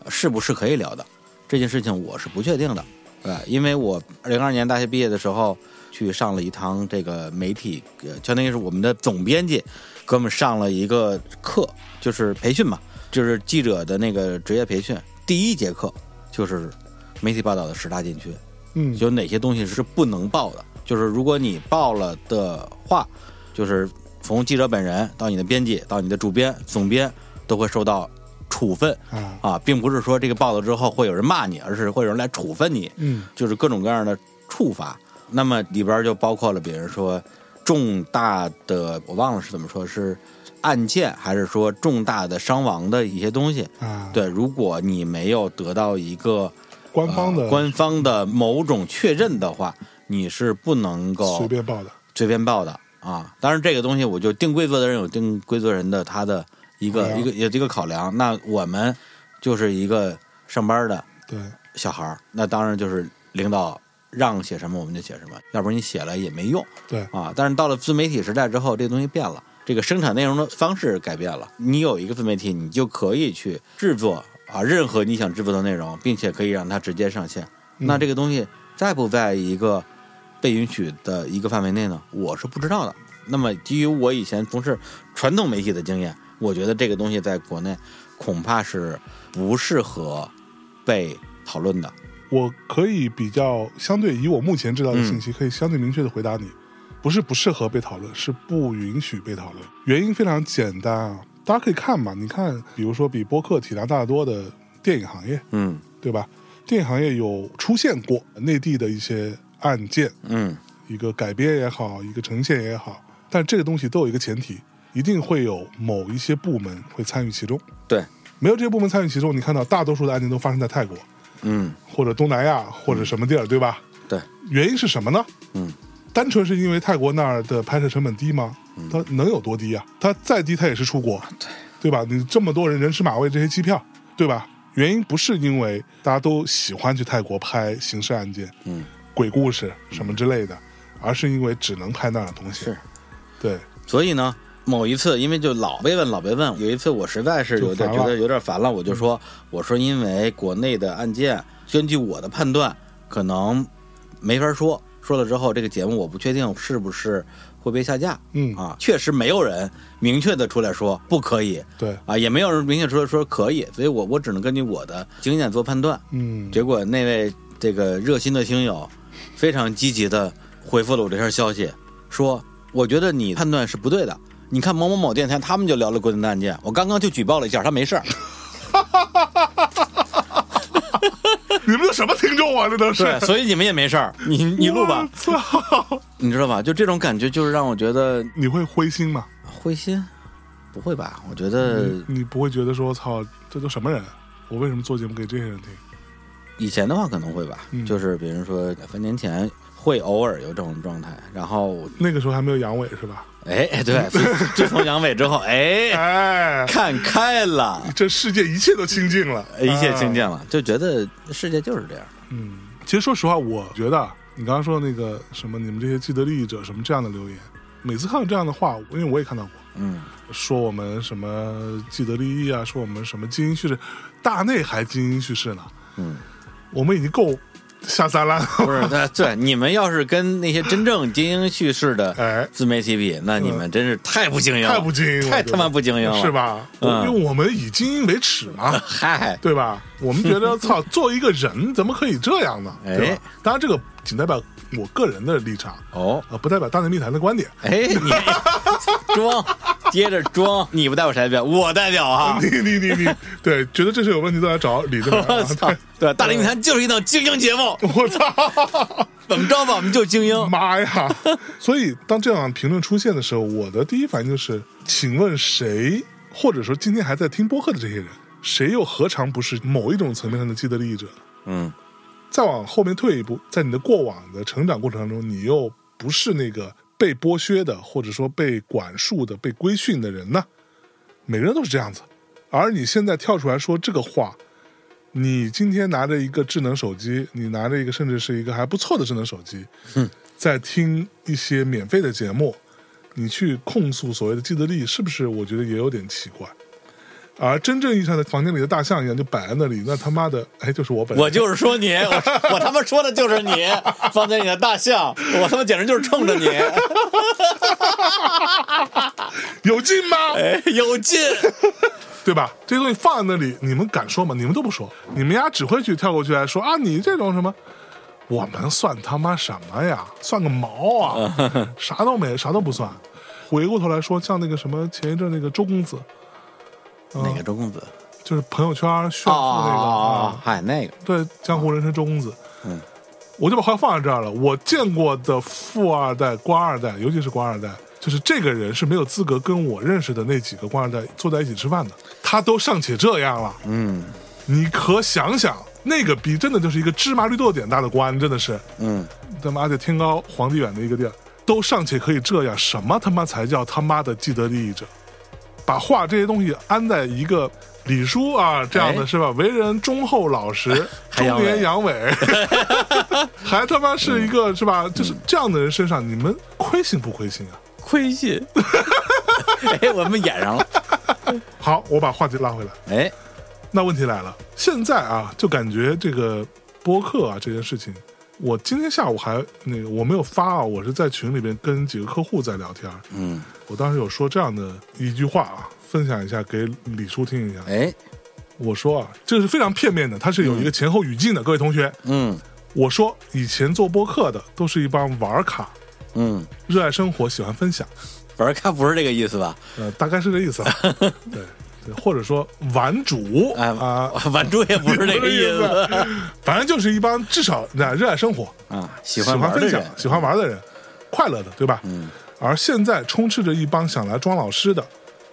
S2: 是不是可以聊的这件事情，我是不确定的，对吧？因为我二零二年大学毕业的时候去上了一堂这个媒体，呃相当于是我们的总编辑给我们上了一个课，就是培训嘛，就是记者的那个职业培训。第一节课就是媒体报道的十大禁区，
S1: 嗯，
S2: 有哪些东西是不能报的，就是如果你报了的话，就是从记者本人到你的编辑到你的主编、总编都会受到处分。
S1: 啊，
S2: 啊，并不是说这个报道之后会有人骂你，而是会有人来处分你，
S1: 嗯，
S2: 就是各种各样的处罚。那么里边就包括了，比如说重大的，我忘了是怎么说，是案件还是说重大的伤亡的一些东西。
S1: 啊，，
S2: 对，如果你没有得到一个
S1: 官方的、
S2: 呃官方的某种确认的话，你是不能够
S1: 随便报的，
S2: 随便报的啊。当然，这个东西我就定规则的人有定规则人的他的一
S1: 考
S2: 个
S1: 量
S2: 一个也一个考量。那我们就是一个上班的
S1: 对，
S2: 小孩儿，那当然就是领导让写什么我们就写什么，要不然你写了也没用
S1: 对，
S2: 啊。但是到了自媒体时代之后，这东西变了，这个生产内容的方式改变了。你有一个自媒体，你就可以去制作啊任何你想制作的内容，并且可以让它直接上线。
S1: 嗯
S2: 那这个东西在不在一个被允许的一个范围内呢？我是不知道的。那么基于我以前从事传统媒体的经验，我觉得这个东西在国内恐怕是不适合被讨论的。
S1: 我可以比较相对以我目前知道的信息，可以相对明确的回答你，不是不适合被讨论，是不允许被讨论。原因非常简单啊，大家可以看嘛，你看，比如说比播客体量大得多的电影行业，
S2: 嗯
S1: 对吧？电影行业有出现过内地的一些案件，
S2: 嗯
S1: 一个改编也好，一个呈现也好，但这个东西都有一个前提，一定会有某一些部门会参与其中。
S2: 对，
S1: 没有这些部门参与其中，你看到大多数的案件都发生在泰国
S2: 嗯
S1: 或者东南亚或者什么地儿，对吧？
S2: 对，
S1: 原因是什么呢？
S2: 嗯，
S1: 单纯是因为泰国那儿的拍摄成本低吗？它能有多低啊？它再低，它也是出国，嗯对对吧？你这么多人人吃马喂这些机票，对吧？原因不是因为大家都喜欢去泰国拍刑事案件、
S2: 嗯，
S1: 鬼故事什么之类的，而是因为只能拍那样的东西。
S2: 是，
S1: 对，
S2: 所以呢。某一次，因为就老被问，老被问。有一次，我实在是有点
S1: 就烦
S2: 觉
S1: 了嗯
S2: 得有点烦了，我就说，我说因为国内的案件，根据我的判断，可能没法说。说了之后，这个节目我不确定是不是会被下架
S1: 嗯，
S2: 啊。确实没有人明确的出来说不可以
S1: 对，
S2: 啊，也没有人明确出来说可以，所以我我只能根据我的经验做判断。
S1: 嗯，
S2: 结果那位这个热心的听友非常积极的回复了我这条消息，说我觉得你判断是不对的。你看某某某电台，他们就聊了国内的案件，我刚刚就举报了一下，他没事 儿。
S1: 你们都什么听众啊？这都是
S2: 对，所以你们也没事儿，你你录吧，
S1: 我操，
S2: 你知道吧？就这种感觉，就是让我觉得嗯
S1: 你会灰心吗？
S2: 灰心。不会吧？我觉得
S1: 呃你你不会觉得说，操，这都什么人？啊我为什么做节目给这些人听？
S2: 以前的话可能会吧，
S1: 嗯
S2: 就是比如说两三年前会偶尔有这种状态，然后
S1: 那个时候还没有阳痿是吧？
S2: 哎哎对，自自从阳痿之后， 哎
S1: 哎，
S2: 看开了，
S1: 这世界一切都清净了，
S2: 一切清
S1: 啊。
S2: 净了，就觉得世界就是这样。
S1: 嗯，其实说实话，我觉得啊你刚刚说的那个什么，你们这些既得利益者什么这样的留言，每次看到这样的话，因为我也看到过，
S2: 嗯，
S1: 说我们什么既得利益啊，说我们什么精英叙事，大内还精英叙事呢。
S2: 嗯，
S1: 我们已经够下三滥了。
S2: 不是，对对，你们要是跟那些真正精英叙事的
S1: 哎，
S2: 自媒体比，那你们真是太不精英了，
S1: 太不精英了，
S2: 太
S1: 对
S2: 他妈不精英了，
S1: 是？吧？
S2: 嗯
S1: 因为我们以精英为耻嘛。
S2: 嗨，
S1: 对吧？我们觉 得操，作为一个人怎么可以这样呢？
S2: 哎
S1: 对吧？当然，这个仅代表我个人的立场，
S2: 哦，
S1: 呃，不代表大内密谈的观点。
S2: 哎，你 装，接着装，你不代表谁代表？我代表 啊！
S1: 你你你你，对，觉得这是有问题都来找李志 明、
S2: 我
S1: 啊。
S2: 操，对，大龄谈就是一档精英节目，
S1: 对我操！
S2: 怎么着吧，我们就精英。
S1: 妈呀！所以当这样评论出现的时候，我的第一反应就是：请问谁，或者说今天还在听播客的这些人，谁又何尝不是某一种层面上的既得利益者呢？
S2: 嗯，
S1: 再往后面退一步，在你的过往的成长过程当中，你又不是那个被剥削的，或者说被管束的、被规训的人呢？每个人都是这样子，而你现在跳出来说这个话，你今天拿着一个智能手机，你拿着一个甚至是一个还不错的智能手机，在听一些免费的节目，你去控诉所谓的既得利益，是不是？我觉得也有点奇怪。而真正意义上的房间里的大象一样，就摆在那里，那他妈的，哎，就是我本人。
S2: 我就是说你，我我他妈说的就是你，放在你的大象，我他妈简直就是冲 着你。
S1: 有劲吗？
S2: 哎，有劲！
S1: 对吧？这些东西放在那里，你们敢说吗？你们都不说，你们家只会去跳过去来说啊，你这种什么，我们算他妈什么呀？算个毛啊！ 啥都没，啥都不算。回过头来说，像那个什么前一阵那个周公子，
S2: 哪个周公子？
S1: 就是朋友圈炫富
S2: 哦
S1: 那个，
S2: 哦
S1: 啊，
S2: 嗨，那个，
S1: 对，江湖人称周公子。
S2: 嗯，
S1: 我就把话放在这儿了。我见过的富二代、官二代，尤其是官二代，就是这个人是没有资格跟我认识的那几个官二代坐在一起吃饭的。他都尚且这样了。
S2: 嗯
S1: 你可想想，那个逼真的就是一个芝麻绿豆点大的官，真的是
S2: 嗯，
S1: 他妈的天高皇帝远的一个地儿，都尚且可以这样，什么他妈才叫他妈的既得利益者？把话这些东西安在一个李叔啊，这样的
S2: 哎
S1: 是吧？为人忠厚老实，中
S2: 还阳痿
S1: 年阳痿， 还他妈是一个是吧？
S2: 嗯
S1: 就是这样的人身上，你们亏心不亏心啊？
S2: 亏心。哎，我们演上了。
S1: 好，我把话题拉回来。
S2: 哎，
S1: 那问题来了，现在啊，就感觉这个播客啊这件事情，我今天下午还那个我没有发啊，我是在群里边跟几个客户在聊天儿，
S2: 嗯，
S1: 我当时有说这样的一句话啊，分享一下给李叔听一下。
S2: 哎，
S1: 我说啊，这是非常片面的，它是有一个前后语境的，各位同学。
S2: 嗯
S1: 我说以前做播客的都是一帮玩儿咖，
S2: 嗯，
S1: 热爱生活，喜欢分享，
S2: 玩儿咖不是这个意思吧？
S1: 呃，大概是这意 思啊。对，对或者说玩主
S2: 哎
S1: 啊，，
S2: 晚猪也不是这个意思
S1: 反正就是一帮至少那热爱生活、
S2: 啊，喜
S1: 喜
S2: 欢玩儿的
S1: 分享
S2: 人、，
S1: 喜欢玩的人，快乐的，对吧？
S2: 嗯。
S1: 而现在充斥着一帮想来装老师的，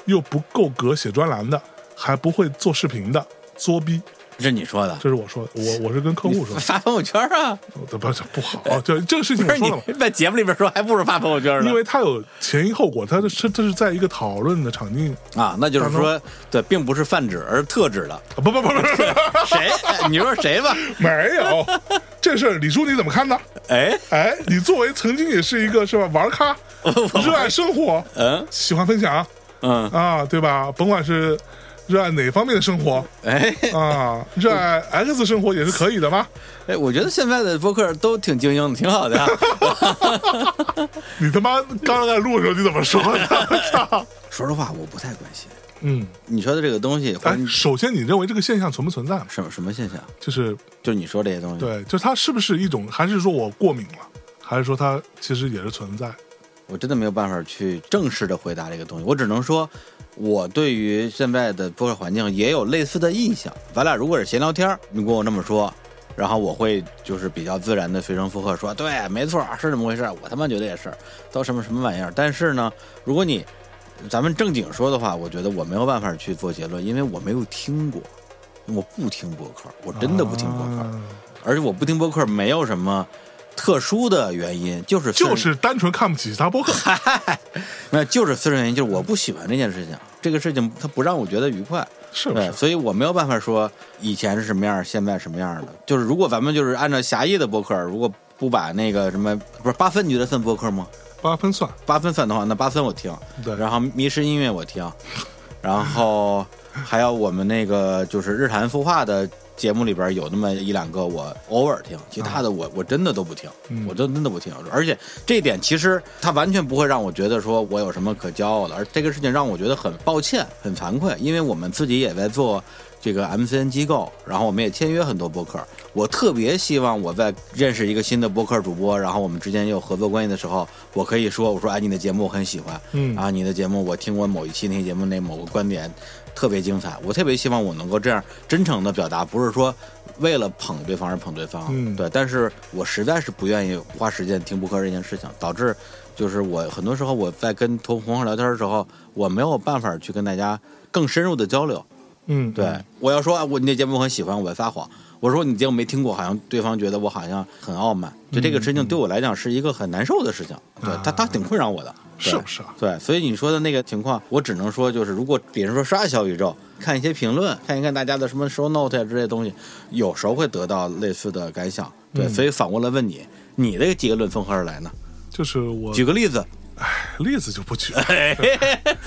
S1: 又不够格写专栏的，还不会做视频的，作逼。
S2: 这是你说的，
S1: 这是我说的，我我是跟客户说的，
S2: 发朋友圈啊，
S1: 不不是不好，啊就这个事情
S2: 不
S1: 我
S2: 是
S1: 说了嘛，
S2: 你在节目里边说，还不如发朋友圈呢。
S1: 因为它有前因后果，它是它是在一个讨论的场景，
S2: 啊，那就是
S1: 当
S2: 说，对，并不是泛指，而是特指的。
S1: 啊不不不不不，
S2: 谁？哎你说谁吧？
S1: 没有这事儿，李叔你怎么看呢？
S2: 哎，
S1: 哎，你作为曾经也是一个是吧玩 咖，热爱生活，
S2: 嗯
S1: 喜欢分享
S2: 嗯，
S1: 啊，对吧？甭管是热爱哪方面的生活
S2: 哎
S1: 啊，热爱 X 生活也是可以的吗？
S2: 哎，我觉得现在的播客都挺精英的，挺好的呀。
S1: 你他妈刚才录的时候你怎么说的？
S2: 说实话，我不太关心
S1: 嗯，
S2: 你说的这个东西，或
S1: 哎
S2: 者，你
S1: 首先你认为这个现象存不存在嘛？
S2: 什么什么现象？
S1: 就是
S2: 就你说这些东西，
S1: 对，就它是不是一种，还是说我过敏了，还是说它其实也是存在？
S2: 我真的没有办法去正式的回答这个东西，我只能说，我对于现在的播客环境也有类似的印象。咱俩如果是闲聊天儿，你跟我这么说，然后我会就是比较自然的随声附和说，对，没错，是这么回事儿，我他妈觉得也是，都什么什么玩意儿。但是呢，如果你咱们正经说的话，我觉得我没有办法去做结论，因为我没有听过，我不听播客，我真的不听播客，
S1: 啊
S2: 而且我不听播客没有什么特殊的原因，就是
S1: 就
S2: 分
S1: 是单纯看不起其他播客。
S2: 那就是私人原因，就是我不喜欢这件事情，这个事情它不让我觉得愉快，
S1: 是不
S2: 对，
S1: 是？
S2: 所以我没有办法说以前是什么样，现在什么样的。就是如果咱们就是按照狭义的播客，如果不把那个什么不是八分，你觉得算播客吗？
S1: 八分算，
S2: 八分算的话，那八分我听，
S1: 对，
S2: 然后迷失音乐我听，然后还有我们那个就是日坛孵化的节目里边有那么一两个我偶尔听，其他的我、我真的都不听，
S1: 啊嗯
S2: 我都真的不听。而且这一点其实它完全不会让我觉得说我有什么可骄傲的，而这个事情让我觉得很抱歉、很惭愧，因为我们自己也在做。这个 MCN 机构，然后我们也签约很多播客。我特别希望我在认识一个新的播客主播，然后我们之间也有合作关系的时候，我可以说，我说哎，你的节目我很喜欢，
S1: 嗯
S2: 啊，你的节目我听过某一期那个节目那某个观点特别精彩，我特别希望我能够这样真诚的表达，不是说为了捧对方而捧对方，
S1: 嗯
S2: 对，但是我实在是不愿意花时间听播客这件事情，导致就是我很多时候我在跟同同行聊天的时候，我没有办法去跟大家更深入的交流，
S1: 嗯，
S2: 对，我要说啊，我你这节目我很喜欢，我在撒谎。我说你节目没听过，好像对方觉得我好像很傲慢。就这个
S1: 嗯
S2: 事情对我来讲是一个很难受的事情，对他他挺困扰我的，对
S1: 啊是不是啊？
S2: 对，所以你说的那个情况，我只能说就是，如果比如说刷小宇宙，看一些评论，看一看大家的什么 show note 啊之类的东西，有时候会得到类似的感想。对，
S1: 嗯
S2: 所以反过来问你，你的结论从何而来呢？
S1: 就是我
S2: 举个例子，
S1: 例子就不 举，
S2: 哎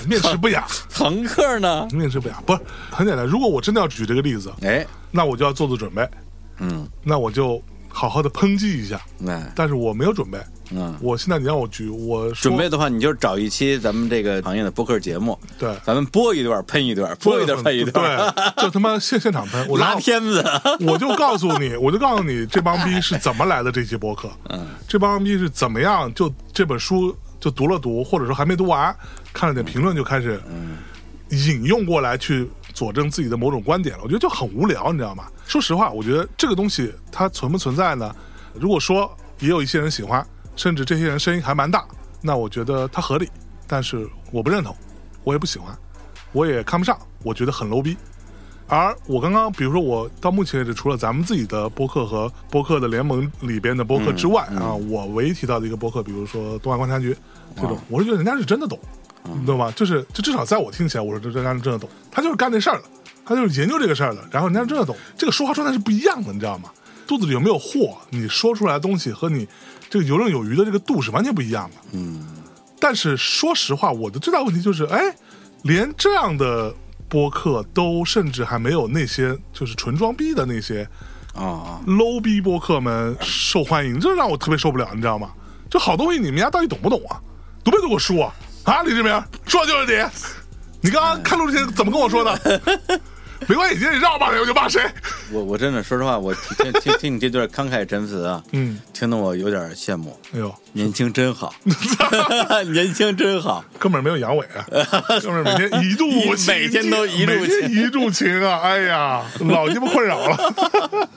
S1: 面试不雅，
S2: 朋克呢？
S1: 面试不雅，不是很简单。如果我真的要举这个例子，
S2: 哎，
S1: 那我就要做做准备，
S2: 嗯，
S1: 那我就好好的抨击一下。
S2: 那
S1: 但是我没有准备，
S2: 嗯。
S1: 我现在你让我举，我说
S2: 准备的话，你就找一期咱们这个行业的播客节目，
S1: 对
S2: 咱们播一段喷一段，播一段喷一段，
S1: 对，就他妈现现场 喷，我
S2: 拉
S1: 拉
S2: 片子。
S1: 我就告诉 你，我就告诉你这帮逼是怎么来的这期播客，嗯这帮逼是怎么样就这本书就读了读，或者说还没读完，看了点评论就开始引用过来去佐证自己的某种观点了。我觉得就很无聊，你知道吗？说实话，我觉得这个东西它存不存在呢？如果说也有一些人喜欢，甚至这些人声音还蛮大，那我觉得它合理，但是我不认同，我也不喜欢，我也看不上，我觉得很 low 逼。而我刚刚，比如说我到目前为止，除了咱们自己的播客和播客的联盟里边的播客之外、啊，我唯一提到的一个播客，比如说东亚观察局这种，我是觉得人家是真的懂，你懂吗？就是就至少在我听起来，我说这人家是真的懂，他就是干这事儿了。他就是研究这个事儿的，然后人家真的懂。这个说话状态是不一样的，你知道吗？肚子里有没有货，你说出来的东西和你这个游刃有余的这个度是完全不一样的。嗯，但是说实话，我的最大问题就是，哎，连这样的播客都甚至还没有那些就是纯装逼的那些
S2: 啊，
S1: low 逼播客们受欢迎，这让我特别受不了，你知道吗？这好东西你们家到底懂不懂啊？读没读过书啊？啊，李志明，说的就是你。你刚刚看录之前怎么跟我说的？ 没关系，今天你让我骂谁我就骂谁。
S2: 我我真的说实话，我听听听听你这段慷慨陈词啊，
S1: 嗯，
S2: 听得我有点羡慕，
S1: 哎呦，
S2: 年轻真 好，年轻真好，
S1: 哥们儿没有阳痿 啊，哥们儿每天一柱擎
S2: 每天都一柱
S1: 每天
S2: 擎
S1: 一柱擎啊！哎呀，老鸡巴困扰了。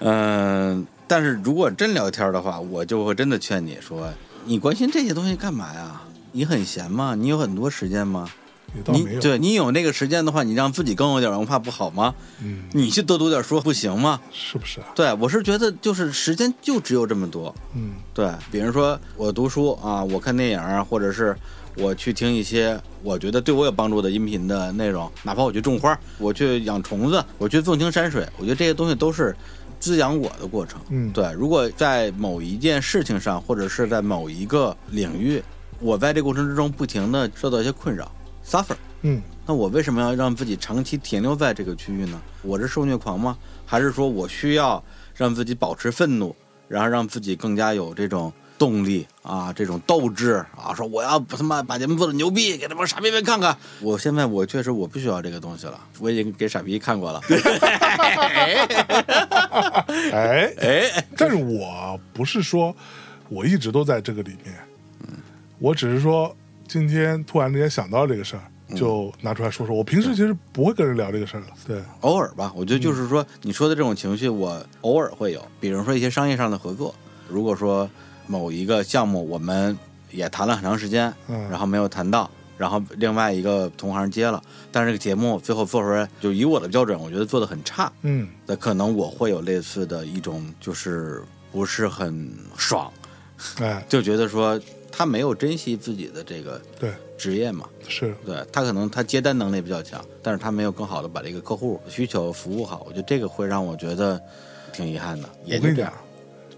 S2: 嗯、但是如果真聊天的话，我就会真的劝你说，你关心这些东西干嘛呀？你很闲吗？你有很多时间吗？
S1: 也倒没
S2: 你
S1: 有，
S2: 对你有那个时间的话，你让自己更有点文化不好吗？
S1: 嗯，
S2: 你去多读点书不行吗？
S1: 是不是啊？
S2: 对我是觉得就是时间就只有这么多，
S1: 嗯
S2: 对，比如说我读书啊，我看电影啊，或者是我去听一些我觉得对我有帮助的音频的内容，哪怕我去种花，我去养虫子，我去纵情山水，我觉得这些东西都是滋养我的过程。
S1: 嗯，
S2: 对，如果在某一件事情上，或者是在某一个领域，我在这过程之中不停的受到一些困扰，suffer，
S1: 嗯
S2: 那我为什么要让自己长期停留在这个区域呢？我是受虐狂吗？还是说我需要让自己保持愤怒，然后让自己更加有这种动力啊，这种斗志啊？说我要他妈把节目做的牛逼，给他们傻逼们看看。我现在我确实我不需要这个东西了，我已经给傻逼看过了。
S1: 哎，
S2: 哎，
S1: 但是我不是说我一直都在这个里面，
S2: 嗯
S1: 我只是说今天突然之间想到这个事儿，
S2: 嗯
S1: 就拿出来说说。我平时其实不会跟人聊这个事儿的，对，
S2: 偶尔吧，我觉得就是说，你说的这种情绪，我偶尔会有，比如说一些商业上的合作，如果说某一个项目我们也谈了很长时间，
S1: 嗯
S2: 然后没有谈到，然后另外一个同行接了，但是这个节目最后做出来，就以我的标准，我觉得做的很差，
S1: 嗯
S2: 那可能我会有类似的一种，就是不是很爽，
S1: 哎，
S2: 就觉得说他没有珍惜自己的这个
S1: 对，
S2: 职业嘛，
S1: 是，
S2: 对他可能他接单能力比较强，但是他没有更好的把这个客户需求服务好，我觉得这个会让我觉得挺遗憾的。
S1: 我
S2: 也
S1: 跟
S2: 就
S1: 你
S2: 这
S1: 讲
S2: 样，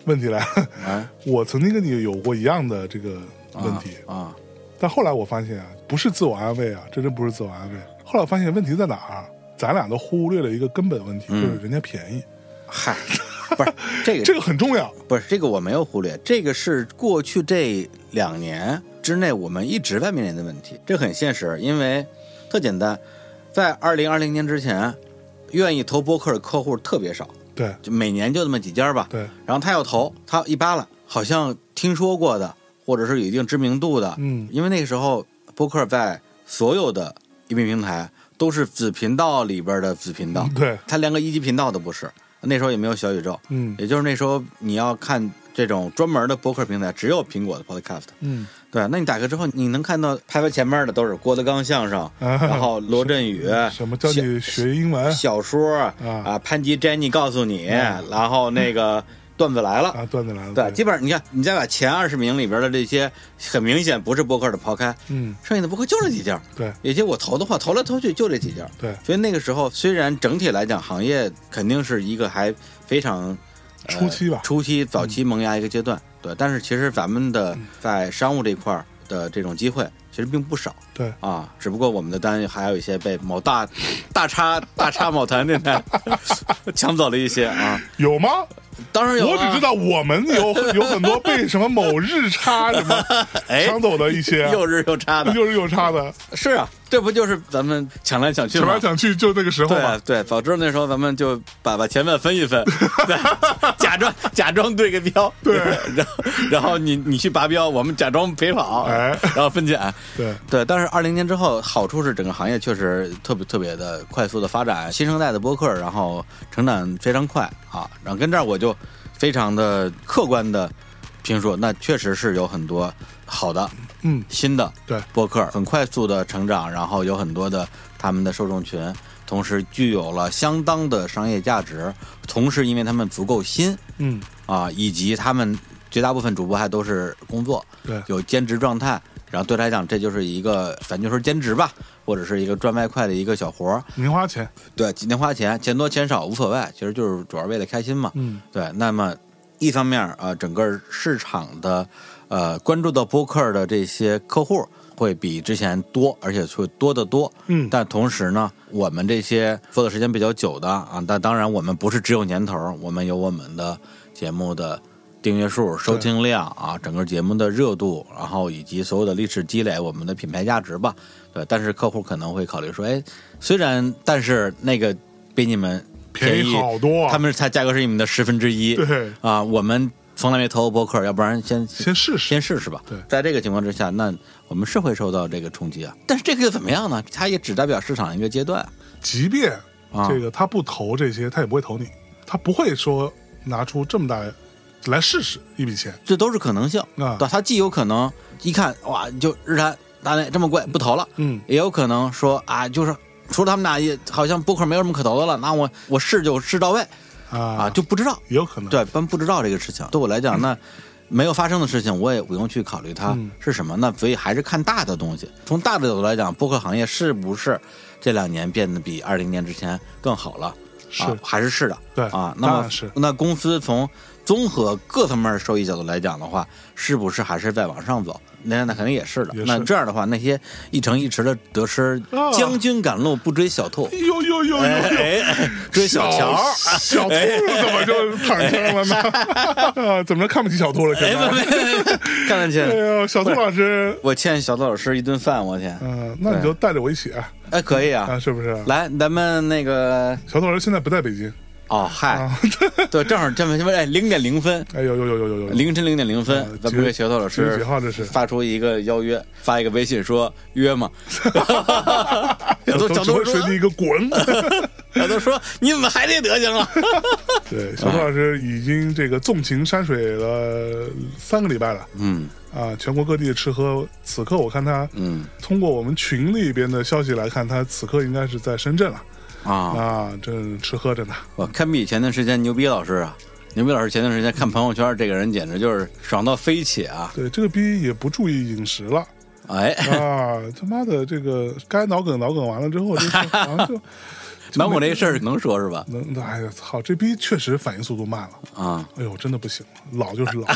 S1: 问题来了，
S2: 啊，
S1: 我曾经跟你有过一样的这个
S2: 啊
S1: 问题，
S2: 啊，
S1: 但后来我发现啊，不是自我安慰啊，这真不是自我安慰。后来我发现问题在哪儿，啊咱俩都忽略了一个根本问题，
S2: 嗯
S1: 就是人家便宜，
S2: 嗨， 不是 这个
S1: 这个很重要。
S2: 不是这个我没有忽略，这个是过去这两年之内我们一直在面临的问题，这很现实，因为特简单，在二零二零年之前，愿意投播客的客户特别少，
S1: 对
S2: 就每年就那么几家吧，
S1: 对，
S2: 然后他要投，他一扒拉，好像听说过的，或者是有一定知名度的，
S1: 嗯
S2: 因为那个时候播客在所有的音频平台都是子频道里边的子频道，
S1: 嗯对，
S2: 它连个一级频道都不是。那时候也没有小宇宙，
S1: 嗯
S2: 也就是那时候你要看这种专门的播客平台，只有苹果的 Podcast。
S1: 嗯
S2: 对，那你打开之后，你能看到排排前面的都是郭德纲相声，
S1: 啊
S2: 然后罗振宇，
S1: 什么教你学英文
S2: 小说啊、潘吉 Jenny 告诉你，然后那个段子来了。
S1: 嗯啊？段子来了，
S2: 对，基本上你看，你再把前二十名里边的这些很明显不是播客的刨开，
S1: 嗯，
S2: 剩下的播客就这几家。
S1: 对
S2: 也就我投的话，投来投去就这几家。
S1: 对，
S2: 所以那个时候，虽然整体来讲，行业肯定是一个还非常、呃
S1: 初期吧嗯
S2: 初期早期萌芽一个阶段，对。但是其实咱们的在商务这块儿的这种机会其实并不少，
S1: 对
S2: 啊，只不过我们的单还有一些被某大大叉大叉某团电台 抢走了一些啊。
S1: 有吗？
S2: 当然有、啊，
S1: 我只知道我们 有有很多被什么某日差什么
S2: 哎
S1: 抢走的一些，
S2: 又日又叉的，
S1: 又是有差 的，
S2: 是啊，这不就是咱们抢来抢去
S1: 想
S2: 吗
S1: 来？想去就那个时候
S2: 对
S1: 嘛
S2: 啊。对，早知道那时候咱们就把把前面分 一分，对，假装假装对个标，
S1: 对
S2: 然后然后你你去拔标，我们假装陪跑，
S1: 哎
S2: 然后分拣，
S1: 对，
S2: 对，但是二零年之后，好处是整个行业确实特别特别的快速的发展，新生代的播客，然后成长非常快啊。然后跟这儿我就非常的客观的评说，那确实是有很多好的
S1: 嗯，
S2: 新的
S1: 对
S2: 播客很快速的成长，然后有很多的他们的受众群，同时具有了相当的商业价值，同时因为他们足够新
S1: 嗯，
S2: 啊，以及他们绝大部分主播还都是工作，
S1: 对
S2: 有兼职状态，然后对他来讲，这就是一个咱就说兼职吧，或者是一个赚外快的一个小活儿。
S1: 零花钱，
S2: 对，零花钱，钱多钱少无所谓，其实就是主要为了开心嘛。
S1: 嗯
S2: 对，那么一方面啊、呃整个市场的呃关注到播客的这些客户会比之前多，而且会多得多。
S1: 嗯
S2: 但同时呢，我们这些做的时间比较久的啊，但当然我们不是只有年头儿，我们有我们的节目的。订阅数、收听量啊，整个节目的热度，然后以及所有的历史积累，我们的品牌价值吧，对。但是客户可能会考虑说，哎，虽然但是那个比你们
S1: 便
S2: 便
S1: 宜好多啊
S2: 他们才价格是你们的十分之一。
S1: 对
S2: 啊，我们从来没投过播客，要不然先
S1: 先试试。
S2: 先试试吧。
S1: 对
S2: 在这个情况之下，那我们是会受到这个冲击啊。但是这个又怎么样呢？它也只代表市场一个阶段。
S1: 即便
S2: 啊
S1: 这个他不投这些，他也不会投你，他不会说拿出这么大来试试一笔钱。
S2: 这都是可能性
S1: 啊
S2: 对，他既有可能一看哇，就日坛大内这么贵，不投了，
S1: 嗯
S2: 也有可能说啊，就是除了他们俩也好像播客没有什么可投的了，那我我试就试到位啊，
S1: 啊，
S2: 就不知道，
S1: 也有可能。
S2: 对，但不知道这个事情，对我来讲那。没有发生的事情，我也不用去考虑它
S1: 嗯
S2: 是什么。那所以还是看大的东西。从大的角度来讲，播客行业是不是这两年变得比二零年之前更好了？
S1: 是
S2: 啊、还是是的。
S1: 对
S2: 啊，那
S1: 当
S2: 么
S1: 然是
S2: 那公司从综合各方面收益角度来讲的话，是不是还是在往上走？那那肯定也是的。
S1: 也是
S2: 那这样的话，那些一城一池的得失，
S1: 啊
S2: 将军赶路不追小兔，
S1: 呦呦呦
S2: 哎
S1: 呦！
S2: 哎哎 追小乔儿。哎
S1: 小兔怎么就躺枪了呢？ 啊，怎么看不起小兔了？现
S2: 哎，
S1: 在，
S2: 没没没，没 看得
S1: 哎
S2: 见。
S1: 呦，小兔老师，
S2: 我欠小杜老师一顿饭，我天！
S1: 嗯，那你就带着我一起啊，
S2: 哎，可以啊，
S1: 是不是？
S2: 来，咱们那个
S1: 小兔老师现在不在北京
S2: 哦，嗨，
S1: 啊，
S2: 对，正好这么哎，零点零分，
S1: 哎呦呦呦呦呦呦！
S2: 凌晨零点零分
S1: 呃，
S2: 咱
S1: 几
S2: 们给小杜老
S1: 几月
S2: 师
S1: 几号这是
S2: 发出一个邀约，发一个微信说 约 吗？小杜小
S1: 只
S2: 杜
S1: 会随
S2: 说
S1: 你一个滚。
S2: 小杜说你怎么还这德行 啊？
S1: 对，小杜老师已经这个纵情山水了三个礼拜了
S2: 嗯
S1: 啊，全国各地的吃喝。此刻我看他，
S2: 嗯
S1: 通过我们群里边的消息来看，他此刻应该是在深圳了
S2: 啊，
S1: 啊，正吃喝着呢。
S2: 我堪比前段时间牛逼老师啊，牛逼老师前段时间看朋友圈，这个人简直就是爽到飞起啊！
S1: 对，这个逼也不注意饮食了。
S2: 哎，
S1: 啊，他妈的，这个该脑梗脑梗完了之后，这事儿好 像就
S2: 满我这事儿能说是吧？
S1: 能，哎呀，操，这逼确实反应速度慢了。
S2: 啊，
S1: 哎呦，真的不行了，老就是老。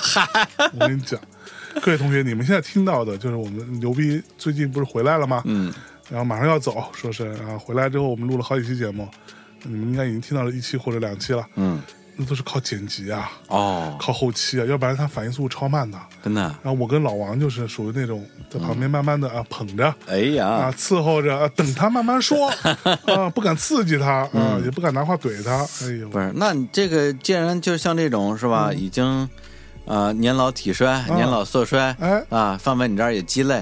S1: 我跟你讲， 各位同学，你们现在听到的就是我们牛逼最近不是回来了吗？
S2: 嗯，
S1: 然后马上要走，说是啊，回来之后我们录了好几期节目，你们应该已经听到了一期或者两期了。
S2: 嗯，
S1: 那都是靠剪辑啊，
S2: 哦，
S1: 靠后期啊，要不然它反应速度超慢的。
S2: 真的，
S1: 然后我跟老王就是属于那种在旁边慢慢的啊捧着。
S2: 哎呀
S1: 啊，，伺候着，啊等他慢慢说，啊，不敢刺激他，啊，也不敢拿话怼他。哎 呦，
S2: 不是，那你这个既然就像这种是吧，已经呃年老体衰、年老色衰，
S1: 哎
S2: 啊，放在你这儿也鸡肋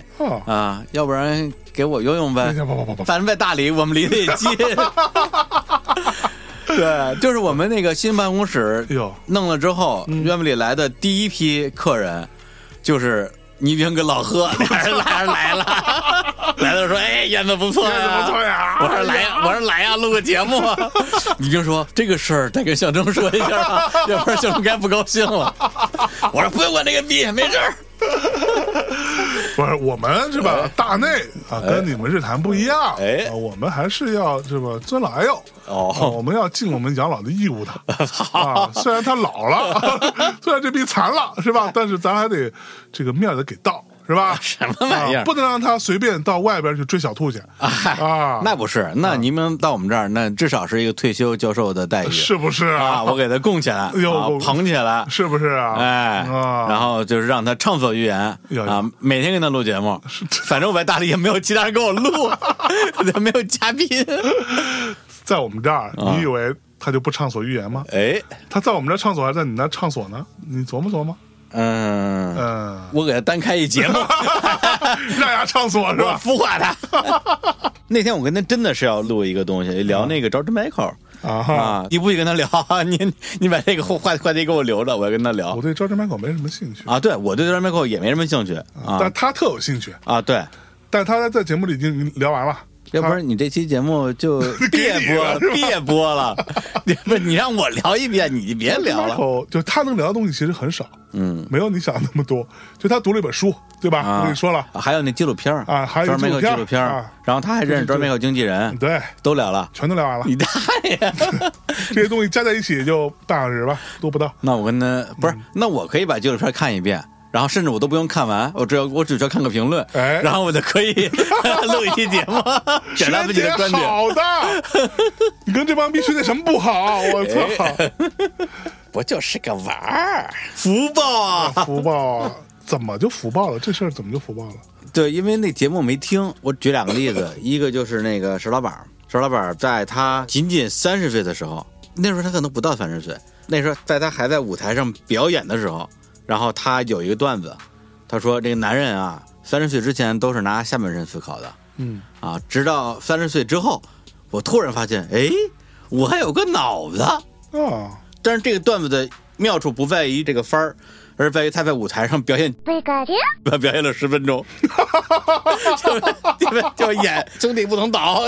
S1: 啊，
S2: 啊，要不然给我游泳
S1: 哎
S2: 呗
S1: 呀，，不不不不 不，
S2: 反正在大理，我们离得也近。对，就是我们那个新办公室
S1: 哎呦，
S2: 弄了之后，院子里来的第一批客人就是倪兵跟老贺，俩人俩人来了，来了说：“哎，院子不错
S1: 院子
S2: 呀，
S1: 不错呀
S2: 我说：“哎来呀，我说来呀，录个节 目啊。”倪兵说：“这个事儿得跟象征说一下 啊，要不然象征该不高兴了。”我说：“不用管这个逼，没事儿。
S1: 不是我们是吧？大内啊，跟你们日坛不一样，
S2: 哎
S1: 啊我们还是要是吧尊老爱幼。
S2: 哦
S1: 啊我们要尽我们养老的义务的啊！虽然他老了， 虽然这逼残了，是吧？但是咱还得这个面儿得给到，是吧？
S2: 什么玩意儿哎
S1: 啊不能让他随便到外边去追小兔去啊！
S2: 那不是，那您们到我们这儿，那至少是一个退休教授的待遇
S1: 是不是
S2: 啊！我给他供 起来，啊
S1: 呦我
S2: 捧起来，
S1: 是不是啊？
S2: 哎，
S1: 啊，
S2: 然后就是让他畅所欲言
S1: 呦
S2: 啊，每天跟他录节目。反正我在大理也没有其他人跟我录， 没有嘉 宾。
S1: 在我们这儿，
S2: 啊
S1: 你以为他就不畅所欲言吗？
S2: 哎，
S1: 他在我们这儿畅所，还在你那儿畅所呢？你琢磨琢磨，
S2: 嗯，
S1: 嗯，
S2: 我给他单开一节目，
S1: 让人家畅所是
S2: 我
S1: 吧？
S2: 孵化他。 那天我跟他真的是要录一个东西，聊那个 George Michael
S1: 啊哈，
S2: 啊，你不许跟他聊， 你你把这个话话题给我留着，我要跟他聊
S1: 我对 George Michael 没什么兴趣，
S2: 啊。对我对 George Michael 也没什么兴趣啊
S1: 但他特有兴趣。
S2: 啊，对
S1: 但他在节目里已经聊完了，
S2: 要不然你这期节目 就别播了，别播了。 你不，你让我聊一遍，你别聊了。
S1: 口就他能聊的东西其实很少，
S2: 嗯，
S1: 没有你想的那么多。就他读了一本书，对吧？
S2: 啊
S1: 我跟你说了，
S2: 还有那纪录片儿
S1: 啊还有
S2: 专门有
S1: 纪
S2: 纪
S1: 录片儿
S2: 录片儿
S1: 啊，
S2: 然后他还认识专门有经纪人，
S1: 对，
S2: 都 聊了。
S1: 全都聊完 了。
S2: 你大爷！
S1: 这些东西加在一起就半小时吧，多不到。
S2: 那我跟他不
S1: 嗯
S2: 是，那我可以把纪录片看一遍，然后甚至我都不用看完，我只要我只需要看个评论，
S1: 哎
S2: 然后我就 可以录一期节目，表达自己
S1: 学姐
S2: 的观点。
S1: 好 的，你跟这帮逼学姐什么不好？我
S2: 哎
S1: 操，
S2: 不就是个玩儿，福报啊！
S1: 福报啊！怎么就福报了？这事儿怎么就福报了？
S2: 对，因为那节目没听，我举两个例子，一个就是那个石老板儿，石老板儿在他仅仅三十岁的时候，那时候他可能不到三十岁，那时候在他还在舞台上表演的时候，然后他有一个段子，他说这个男人啊，三十岁之前都是拿下半身思考的，
S1: 嗯，
S2: 啊，直到三十岁之后，我突然发现，哎，我还有个脑子。
S1: 啊，
S2: 但是这个段子的妙处不在于这个番儿，而在于他在舞台上表演，表演了十分 钟，就就就演 兄弟不能倒，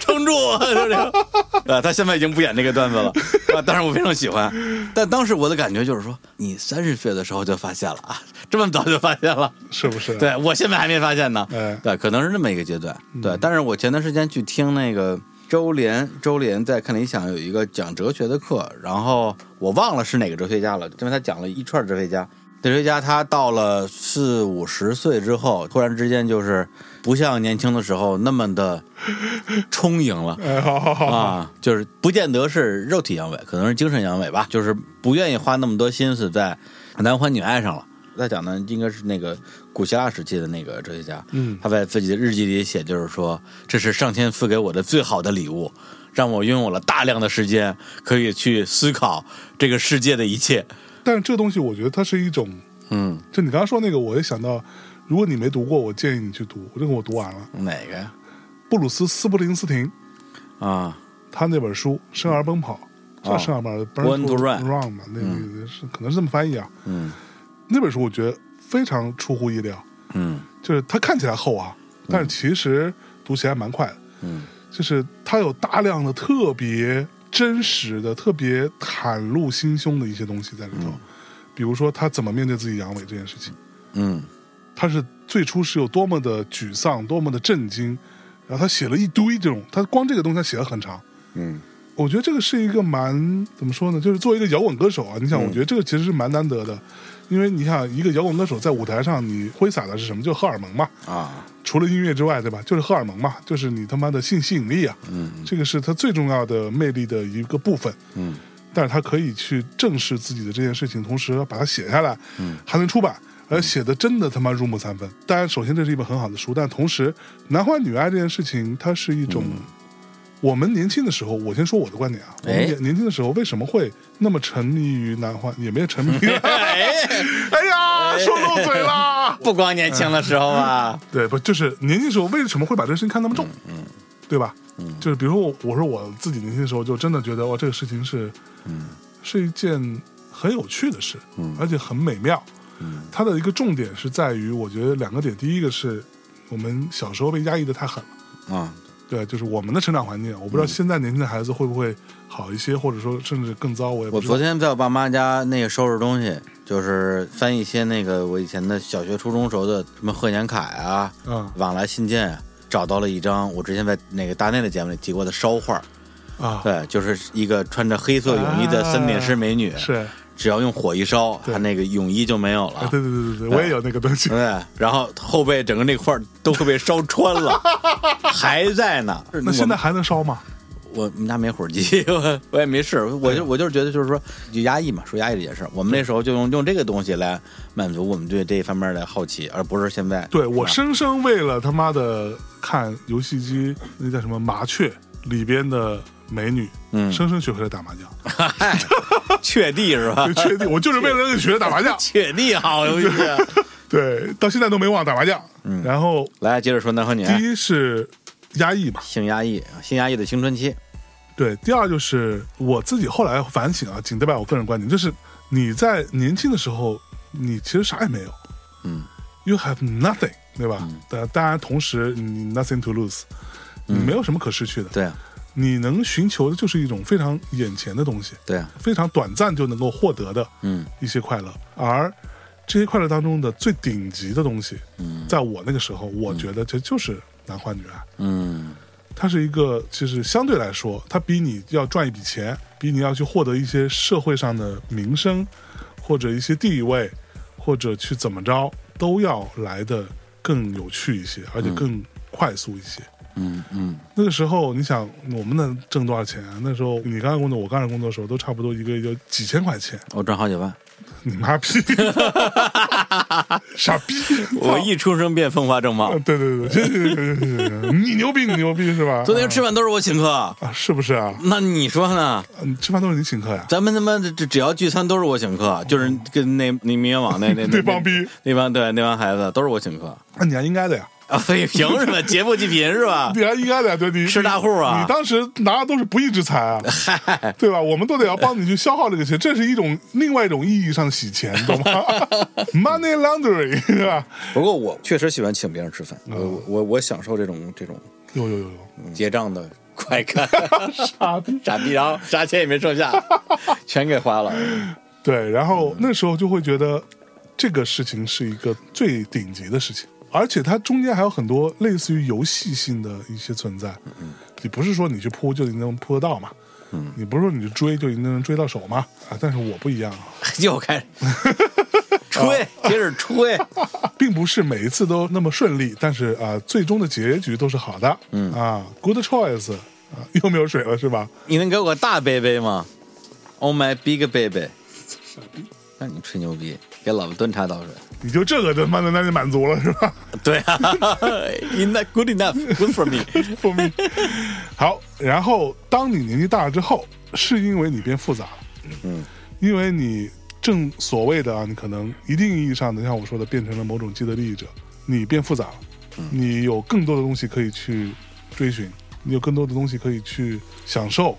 S2: 撑住，就这个。啊，他现在已经不演这个段子了，啊，但是我非常喜欢。但当时我的感觉就是说，你三十岁的时候就发现了啊，这么早就发现了。
S1: 是不是？，
S2: 对我现在还没发现呢。
S1: 哎嗯
S2: 对，可能是这么一个阶段。对，但是呃我前段时间去听那个周濂，周濂在看理想有一个讲哲学的课，然后我忘了是哪个哲学家了，因为他讲了一串哲学家。哲学家他到了四五十岁之后，突然之间就是不像年轻的时候那么的充盈了。
S1: 哎，好好好，
S2: 啊，就是不见得是肉体阳痿，可能是精神阳痿吧，就是不愿意花那么多心思在男欢女爱上了。他讲的应该是那个古希腊时期的那个哲学家，
S1: 嗯
S2: 他在自己的日记里写，就是说这是上天赐给我的最好的礼物，让我拥有了大量的时间可以去思考这个世界的一切。
S1: 但是这东西我觉得它是一种，
S2: 嗯，
S1: 就你刚刚说那个，我也想到，如果你没读过，我建议你去读。这个我读完了，
S2: 嗯哪个呀？
S1: 布鲁斯·斯普林斯廷
S2: 啊，
S1: 他那本书《生而奔跑》，叫
S2: 哦
S1: 《生而奔跑》
S2: Born to Run
S1: Run 嘛，那个是可能是这么翻译啊。
S2: 嗯
S1: 那本书我觉得非常出乎意料，
S2: 嗯
S1: 就是它看起来厚啊，但是其实读起来蛮快的。
S2: 嗯
S1: 就是它有大量的特别真实的、特别袒露心胸的一些东西在里头，比如说他怎么面对自己阳痿这件事情，
S2: 嗯
S1: 他是最初是有多么的沮丧、多么的震惊，然后他写了一堆这种，他光这个东西他写了很长。
S2: 嗯
S1: 我觉得这个是一个蛮怎么说呢？就是作为一个摇滚歌手啊，你想，我觉得这个其实是蛮难得的，因为你想，一个摇滚歌手在舞台上你挥洒的是什么？就荷尔蒙嘛，
S2: 啊
S1: 除了音乐之外，对吧？就是荷尔蒙嘛，就是你他妈的性吸引力啊，
S2: 嗯
S1: 这个是他最重要的魅力的一个部分。
S2: 嗯
S1: 但是他可以去正视自己的这件事情，同时把它写下来，
S2: 嗯
S1: 还能出版，而写的真的他妈入木三分。当然，首先这是一本很好的书，但同时男欢女爱这件事情，它是一种、我们年轻的时候，我先说我的观点啊，我
S2: 嗯哎
S1: 们年年轻的时候为什么会那么沉迷于男欢，也没有沉迷，
S2: 哎，
S1: 哎呀，说漏嘴啦，
S2: 不光年轻的时候啊，
S1: 对，不就是年轻时候为什么会把这个事情看那么重，嗯，对吧？嗯，就是比如说我，我说我自己年轻的时候，就真的觉得哇，这个事情是，
S2: 嗯，
S1: 是一件很有趣的事，
S2: 嗯
S1: 而且很美妙。
S2: 嗯
S1: 它的一个重点是在于，我觉得两个点，第一个是我们小时候被压抑的太狠了。
S2: 啊
S1: 对，就是我们的成长环境，我
S2: 嗯
S1: 不知道现在年轻的孩子会不会好一些，或者说甚至更糟。我也不
S2: 我
S1: 知道
S2: 昨天在我爸妈家那个收拾东西，就是翻一些那个我以前的小学、初中时候的什么贺年卡啊、
S1: 啊
S2: 往来信件，找到了一张我之前在那个大内的节目里提过的烧画，
S1: 啊，
S2: 对，就是一个穿着黑色泳衣的森林式美女，
S1: 啊是，
S2: 只要用火一烧，
S1: 对
S2: 她那个泳衣就没有
S1: 啊
S2: 了。
S1: 对对对对对，我也有那个东西。
S2: 对，然后后背整个那块儿都会被烧 穿了，还在呢。
S1: 那现在
S2: 我
S1: 还能烧吗？
S2: 我们家没火机，我 我也没试，我就我就是觉得就是说就压抑嘛，说压抑这件事儿，我们那时候就用用这个东西来满足我们对这一方面的好奇，而不是现在
S1: 对我
S2: 吧
S1: 生生为了他妈的看游戏机那叫什么麻雀里边的美女，
S2: 嗯
S1: 生生学会了打麻将，
S2: 嗨确地是吧，
S1: 就？确定我就是为了那个学的打麻将
S2: 确地好游戏，啊
S1: 对，到现在都没忘打麻将。
S2: 嗯
S1: 然后
S2: 来接着说男和女，
S1: 第一是压抑吧，
S2: 性压抑，性压抑的青春期，
S1: 对，第二就是我自己后来反省啊，仅代表我个人观点，就是你在年轻的时候，你其实啥也没有，
S2: 嗯
S1: ，you have nothing，对吧？但当然，同时你 nothing to lose，
S2: 嗯
S1: 你没有什么可失去的。
S2: 对啊，
S1: 你能寻求的就是一种非常眼前的东西，
S2: 对啊，
S1: 非常短暂就能够获得的
S2: 嗯
S1: 一些快乐。而这些快乐当中的最顶级的东西，
S2: 嗯
S1: 在我那个时候，我觉得这就是男欢女爱。
S2: 嗯
S1: 它是一个，就是相对来说，它比你要赚一笔钱，比你要去获得一些社会上的名声，或者一些地位，或者去怎么着，都要来的更有趣一些，而且更快速一些。
S2: 嗯嗯，
S1: 那个时候，你想我们能挣多少钱啊？那时候你刚才工作，我刚才工作的时候，都差不多一个月就几千块钱。
S2: 我挣好几万，
S1: 你妈 逼，傻逼！
S2: 我一出生便风华正茂
S1: 啊，，对对对对对对对，你牛逼，你牛逼是吧？
S2: 昨天吃饭都是我请客，
S1: 啊，是不是啊？
S2: 那你说呢？
S1: 嗯，吃饭都是你请客呀？
S2: 咱们他妈的只只要聚餐都是我请客，就是跟那那民源网那 那
S1: 那帮逼，
S2: 那帮对那帮孩子都是我请客
S1: 那你还应该的呀，
S2: 啊，所以凭什么劫富济贫 是吧？
S1: 你还应该的呀，对你
S2: 吃大户啊
S1: 你当时拿的都是不义之财 啊，对吧？我们都得要帮你去消耗这个钱，这是一种另外一种意义上的洗 钱，懂吗？Money laundering，对吧？
S2: 不过我确实喜欢请别人吃饭，我
S1: 嗯
S2: 我我享受这种这种
S1: 有有有有，
S2: 结账的快感，
S1: 嗯 傻逼！
S2: 傻逼， 然后啥钱也没剩下，全给花了。
S1: 对，然后那时候就会觉得这个事情是一个最顶级的事情，而且它中间还有很多类似于游戏性的一些存在。你不是说你去扑就一定能扑得到嘛？嗯，你不是说你去追就一定能追到手嘛？啊，但是我不一样啊，
S2: 又开始 吹，接着吹，
S1: 并不是每一次都那么顺利，但是啊、最终的结局都是好的。嗯啊，good choice 啊，又没有水了是吧？
S2: 你能给我个大杯杯吗？Oh my big baby，那你吹牛逼，给老子端茶倒水。
S1: 你就这个他妈的那就满足了是吧？
S2: 对啊 ，enough good enough good for me。
S1: 蜂蜜。 好，然后当你年纪大了之后，是因为你变复杂了，
S2: 嗯，
S1: 因为你正所谓的啊，你可能一定意义上的像我说的，变成了某种既得利益者，你变复杂了，
S2: 嗯
S1: 你有更多的东西可以去追寻，你有更多的东西可以去享受，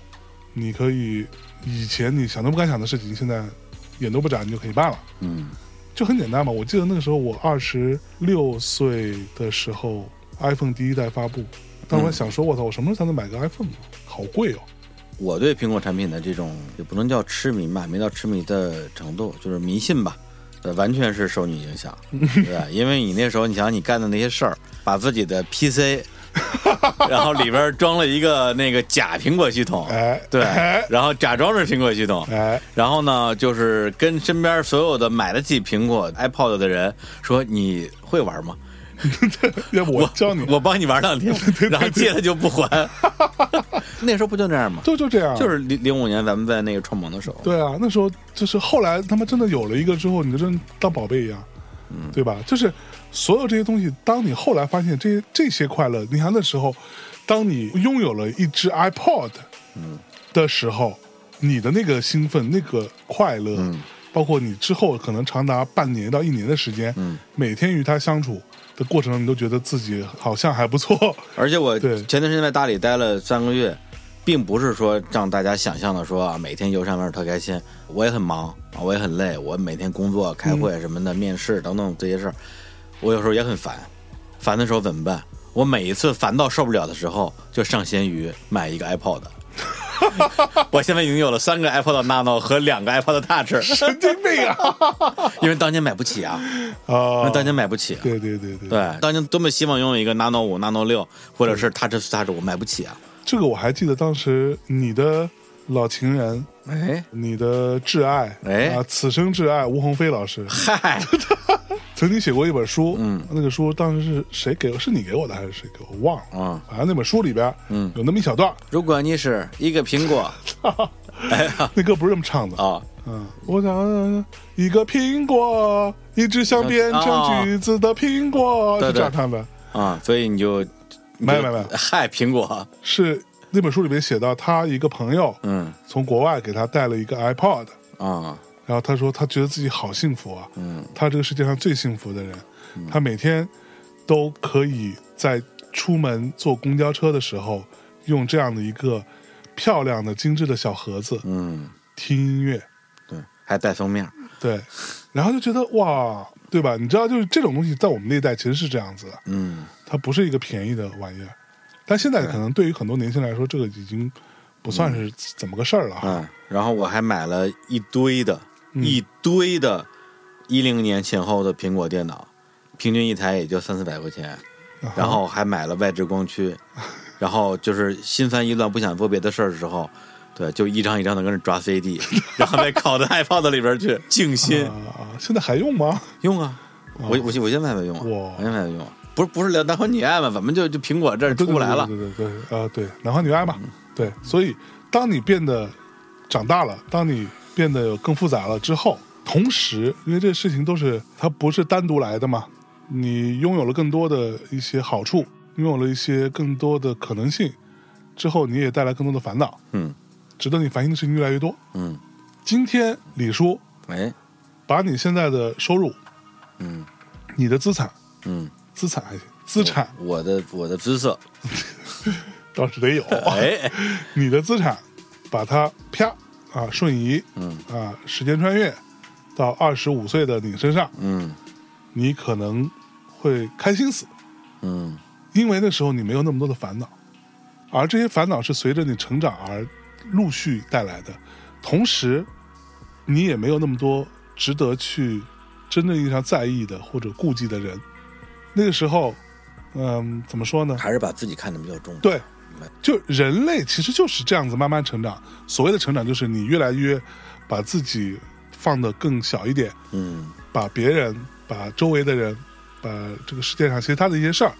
S1: 你可以以前你想都不敢想的事情，现在眼都不眨你就可以办了。
S2: 嗯
S1: 就很简单嘛。我记得那个时候我二十六岁的时候，iPhone 第一代发布，当时我还想说，我操，我什么时候才能买个 iPhone 啊？好贵哦！
S2: 我对苹果产品的这种也不能叫痴迷吧，没到痴迷的程度，就是迷信吧。呃，完全是受你 影响，对吧，因为你那时候你想你干的那些事儿，把自己的 PC，然后里边装了一个那个假苹果系统，
S1: 哎，
S2: 对
S1: 哎，，
S2: 然后假装是苹果系统，
S1: 哎，
S2: 然后呢，就是跟身边所有的买得起苹果 iPod 的人说：“你会玩吗？
S1: 要不我教你，
S2: 我帮你玩 两天，然后借了就不还。”那时候不就那样吗？
S1: 就就这样，啊
S2: 就是零零五年咱们在那个创盟的时候，
S1: 对啊。那时候就是后来他们真的有了一个之后，你就真当宝贝一样，对吧？就是所有这些东西，当你后来发现这这些快乐，你看那时候，当你拥有了一只 iPod，的时候，你的那个兴奋、那个快乐，包括你之后可能长达半年到一年的时间，每天与他相处的过程中，你都觉得自己好像还不错。
S2: 而且我
S1: 对
S2: 前段时间在大理待了三个月，并不是说让大家想象的说啊，每天游山玩水特开心。我也很忙啊，我也很累，我每天工作、开
S1: 嗯
S2: 会什么的，面试等等这些事儿，我有时候也很烦。烦的时候怎么办？我每一次烦到受不了的时候，就上闲鱼买一个 iPod。我现在已经有了三个 iPod Nano 和两个 iPod Touch，
S1: 神经病啊！
S2: 因为当年买不起啊，因
S1: 啊
S2: 为，当年买不起啊。
S1: 对对对对，
S2: 对，嗯当年多么希望拥有一个 Nano 五、Nano 六，或者是 Touch 四、Touch 五，买不起啊。
S1: 这个我还记得，当时你的老情人。
S2: 哎，
S1: 你的挚爱，
S2: 哎
S1: 啊，此生挚爱吴鸿飞老师
S2: 嗨，
S1: 曾经写过一本书，
S2: 嗯，
S1: 那个书当时是谁给我？是你给我的还是谁给我？我忘了。
S2: 嗯，
S1: 反正那本书里边，
S2: 嗯，
S1: 有那么一小段儿，
S2: 如果你是一个苹果
S1: 那歌不是这么唱的
S2: 啊，
S1: 嗯，我想呃一个苹果，一只想变成橘子的苹果，
S2: 啊对
S1: 是
S2: 对
S1: 这样唱的。
S2: 啊，所以你就
S1: 没有没有没有，
S2: 嗨，苹果，
S1: 是那本书里面写到，他一个朋友
S2: 嗯
S1: 从国外给他带了一个 iPod，
S2: 啊，
S1: 然后他说他觉得自己好幸福啊，
S2: 嗯
S1: 他这个世界上最幸福的人，他每天都可以在出门坐公交车的时候，用这样的一个漂亮的、精致的小盒子
S2: 嗯，
S1: 听音乐。
S2: 对，还带封面，
S1: 对，然后就觉得哇，对吧？你知道，就是这种东西在我们那一代其实是这样子的，
S2: 嗯
S1: 它不是一个便宜的玩意儿，但现在可能对于很多年轻人来说，这个已经不算是怎么个事儿了哈。
S2: 嗯，然后我还买了一堆的、
S1: 嗯
S2: 一堆的，一零年前后的苹果电脑，平均一台也就三四百块钱，
S1: 哦
S2: 然后还买了外置 光驱，然后就是心烦意乱不想做别的事儿的时候，对，就一张一张的跟着抓 CD，然后再拷到 iPod 里边去静心、
S1: 啊，现在还用吗？
S2: 用啊，我我我现在还在用啊，
S1: 哦哇
S2: 我现在还在用啊，不是不是聊男欢女爱嘛，咱们就就苹果这儿出不来了，
S1: 对
S2: 嗯
S1: 对对对对，呃，对，男欢女爱嘛，对，所以当你变得长大了，当你变得更复杂了之后，同时，因为这事情都是它不是单独来的嘛，你拥有了更多的一些好处，拥有了一些更多的可能性，之后你也带来更多的烦恼，
S2: 嗯
S1: 值得你烦心的事情越来越多。
S2: 嗯，
S1: 今天李叔
S2: 哎，
S1: 把你现在的收入、
S2: 嗯
S1: 你的资产、
S2: 嗯，
S1: 资产还行，资产
S2: 我的我的姿色，
S1: 倒是得 有，
S2: 哎，
S1: 你的资产，把它啪啊瞬移
S2: 嗯
S1: 啊时间穿越到二十五岁的你身上，
S2: 嗯
S1: 你可能会开心死，
S2: 嗯。
S1: 因为那时候你没有那么多的烦恼，而这些烦恼是随着你成长而陆续带来的，同时你也没有那么多值得去真正意义上在意的或者顾忌的人。那个时候，嗯，怎么说呢？
S2: 还是把自己看得比较重。，
S1: 对
S2: 白，
S1: 就人类其实就是这样子慢慢成长。所谓的成长，就是你越来越把自己放得更小一点，
S2: 嗯
S1: 把别人、把周围的人、把这个世界上其他的一些事儿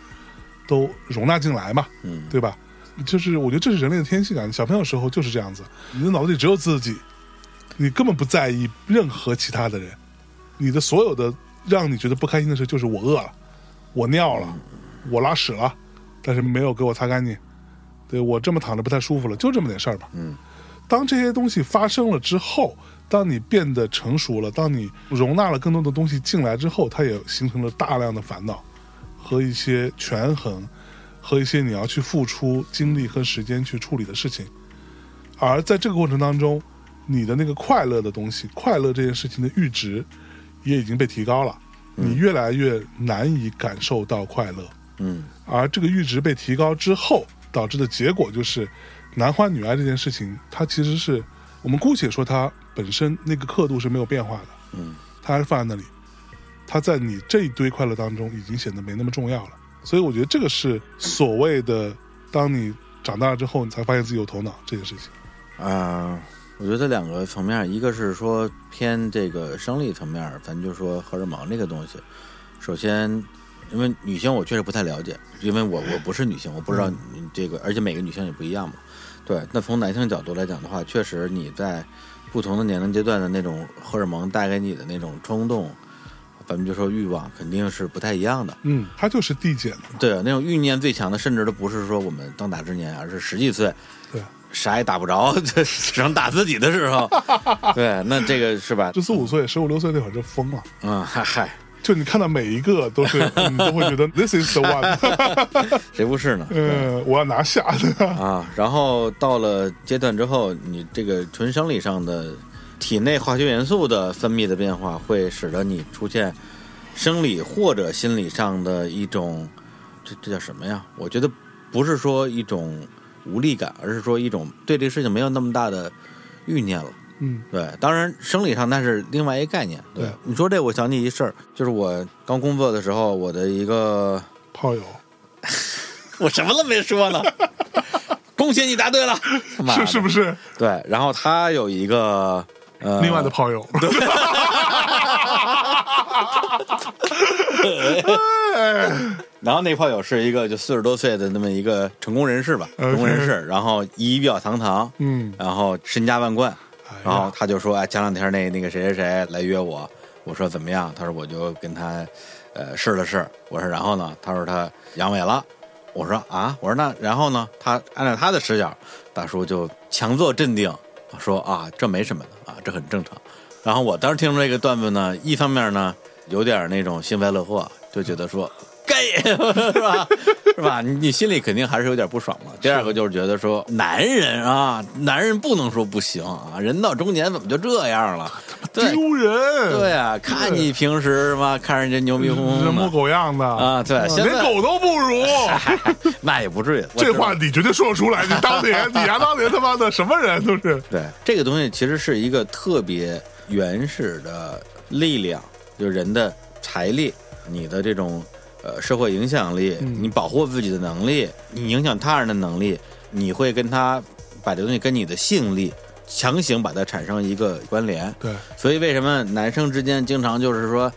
S1: 都容纳进来嘛，
S2: 嗯，
S1: 对吧？就是我觉得这是人类的天性啊，小朋友的时候就是这样子，你的脑子里只有自己，你根本不在意任何其他的人，你的所有的让你觉得不开心的事就是我饿了，我尿了，我拉屎了，但是没有给我擦干净，对我这么躺着不太舒服了，就这么点事儿吧。
S2: 嗯，
S1: 当这些东西发生了之后，当你变得成熟了，当你容纳了更多的东西进来之后，它也形成了大量的烦恼和一些权衡，和一些你要去付出精力和时间去处理的事情。而在这个过程当中，你的那个快乐的东西，快乐这件事情的阈值也已经被提高了，你越来越难以感受到快乐。
S2: 嗯
S1: 而这个阈值被提高之后，导致的结果就是男欢女爱这件事情，它其实是我们姑且说它本身那个刻度是没有变化的，
S2: 嗯
S1: 它还是放在那里，它在你这一堆快乐当中已经显得没那么重要了。所以我觉得这个是所谓的，当你长大之后，你才发现自己有头脑这件事情。
S2: 啊、我觉得两个层面，一个是说偏这个生理层面，咱就说荷尔蒙这个东西。首先，因为女性我确实不太了解，因为我我不是女性，我不知道你这个，而且每个女性也不一样嘛。对，那从男性角度来讲的话，确实你在不同的年龄阶段的那种荷尔蒙带给你的那种冲动，咱们就说欲望，肯定是不太一样的。
S1: 嗯，它就是递减的嘛。
S2: 对，啊那种欲念最强的，甚至都不是说我们当打之年，啊而是十几岁，
S1: 对，
S2: 啥也打不着， 就只能打自己的时候。对，那这个是吧？
S1: 十四五岁、十五六岁那会儿就疯了，
S2: 嗯，嗨嗨，
S1: 就你看到每一个都是，你都会觉得 this is the one，
S2: 谁不是呢？
S1: 呃， 我要拿下的。
S2: 啊，然后到了阶段之后，你这个纯生理上的体内化学元素的分泌的变化，会使得你出现生理或者心理上的一种，这这叫什么呀？我觉得不是说一种无力感，而是说一种对这个事情没有那么大的欲念了。
S1: 嗯
S2: 对，当然生理上那是另外一个概念。
S1: 对
S2: 你说这我想起一事儿，就是我刚工作的时候，我的一个
S1: 炮友，
S2: 我什么都没说呢，恭喜你答 对了，他妈的
S1: 是是不是？
S2: 对，然后他有一个呃，
S1: 另外的炮友，
S2: 然后那炮友是一个就四十多岁的那么一个成功人士吧，
S1: OK
S2: 成功人士，然后仪表堂堂，
S1: 嗯
S2: 然后身家万贯，
S1: 哎呀
S2: 然后他就说，哎，前两天那那个谁谁谁来约我，我说怎么样？他说我就跟他呃试了试，我说然后呢？他说他阳痿了，我说啊，我说那然后呢？他按照他的视角，大叔就强作镇定，说啊这没什么的啊，这很正常。然后我当时听出这个段子呢，一方面呢有点那种幸灾乐祸，就觉 得说该 是吧是吧？你你心里肯定还是有点不爽嘛。第二个就是觉得说男人啊，男人不能说不行啊，人到中年怎么就这样了？对
S1: 丢人，
S2: 对啊，看你平时什么，看人家牛逼
S1: 人
S2: 哄哄
S1: 模
S2: 的，
S1: 狗样的
S2: 啊对现在
S1: 连狗都不如。
S2: 那也不至于。我
S1: 这
S2: 知道
S1: 话你绝对说得出来，你当年你呀当年他妈的什么人都是，
S2: 对，这个东西其实是一个特别原始的力量，就是人的财力，你的这种呃社会影响力，
S1: 嗯
S2: 你保护自己的能力，你影响他人的能力，你会跟他把这东西跟你的性力强行把它产生一个关联。
S1: 对，
S2: 所以为什么男生之间经常就是说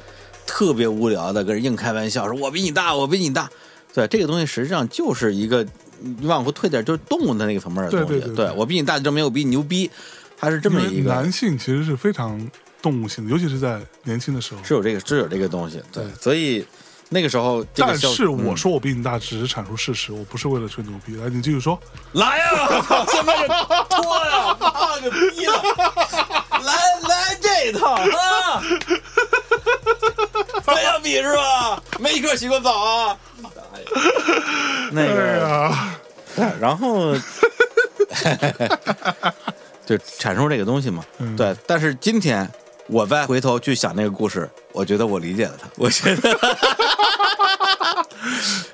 S2: 特别无聊的跟人硬开玩笑，说我比你大，我比你大。对，这个东西实际上就是一个你往后退点，就是动物的那个层面的东西。
S1: 对对对对
S2: 我比你大就证明我比你牛逼，它是这么一
S1: 因为
S2: 个
S1: 男性其实是非常动物性的，尤其是在年轻的时候。
S2: 是有这个是有这个东西。对，
S1: 对
S2: 所以那个时候这个
S1: 但
S2: 笑
S1: 是我
S2: 嗯
S1: 说我比你大，只是阐述事实，我不是为了吹牛逼。来，你继续说，
S2: 来呀、 啊，现在就脱呀，操个 逼了，来来这一套啊！咱要比是吧？没一个洗过澡啊？那
S1: 哎
S2: 个，
S1: 呀，
S2: 然后就阐述这个东西嘛。
S1: 嗯
S2: 对，但是今天我再回头去想那个故事，我觉得我理解了他，我觉 得，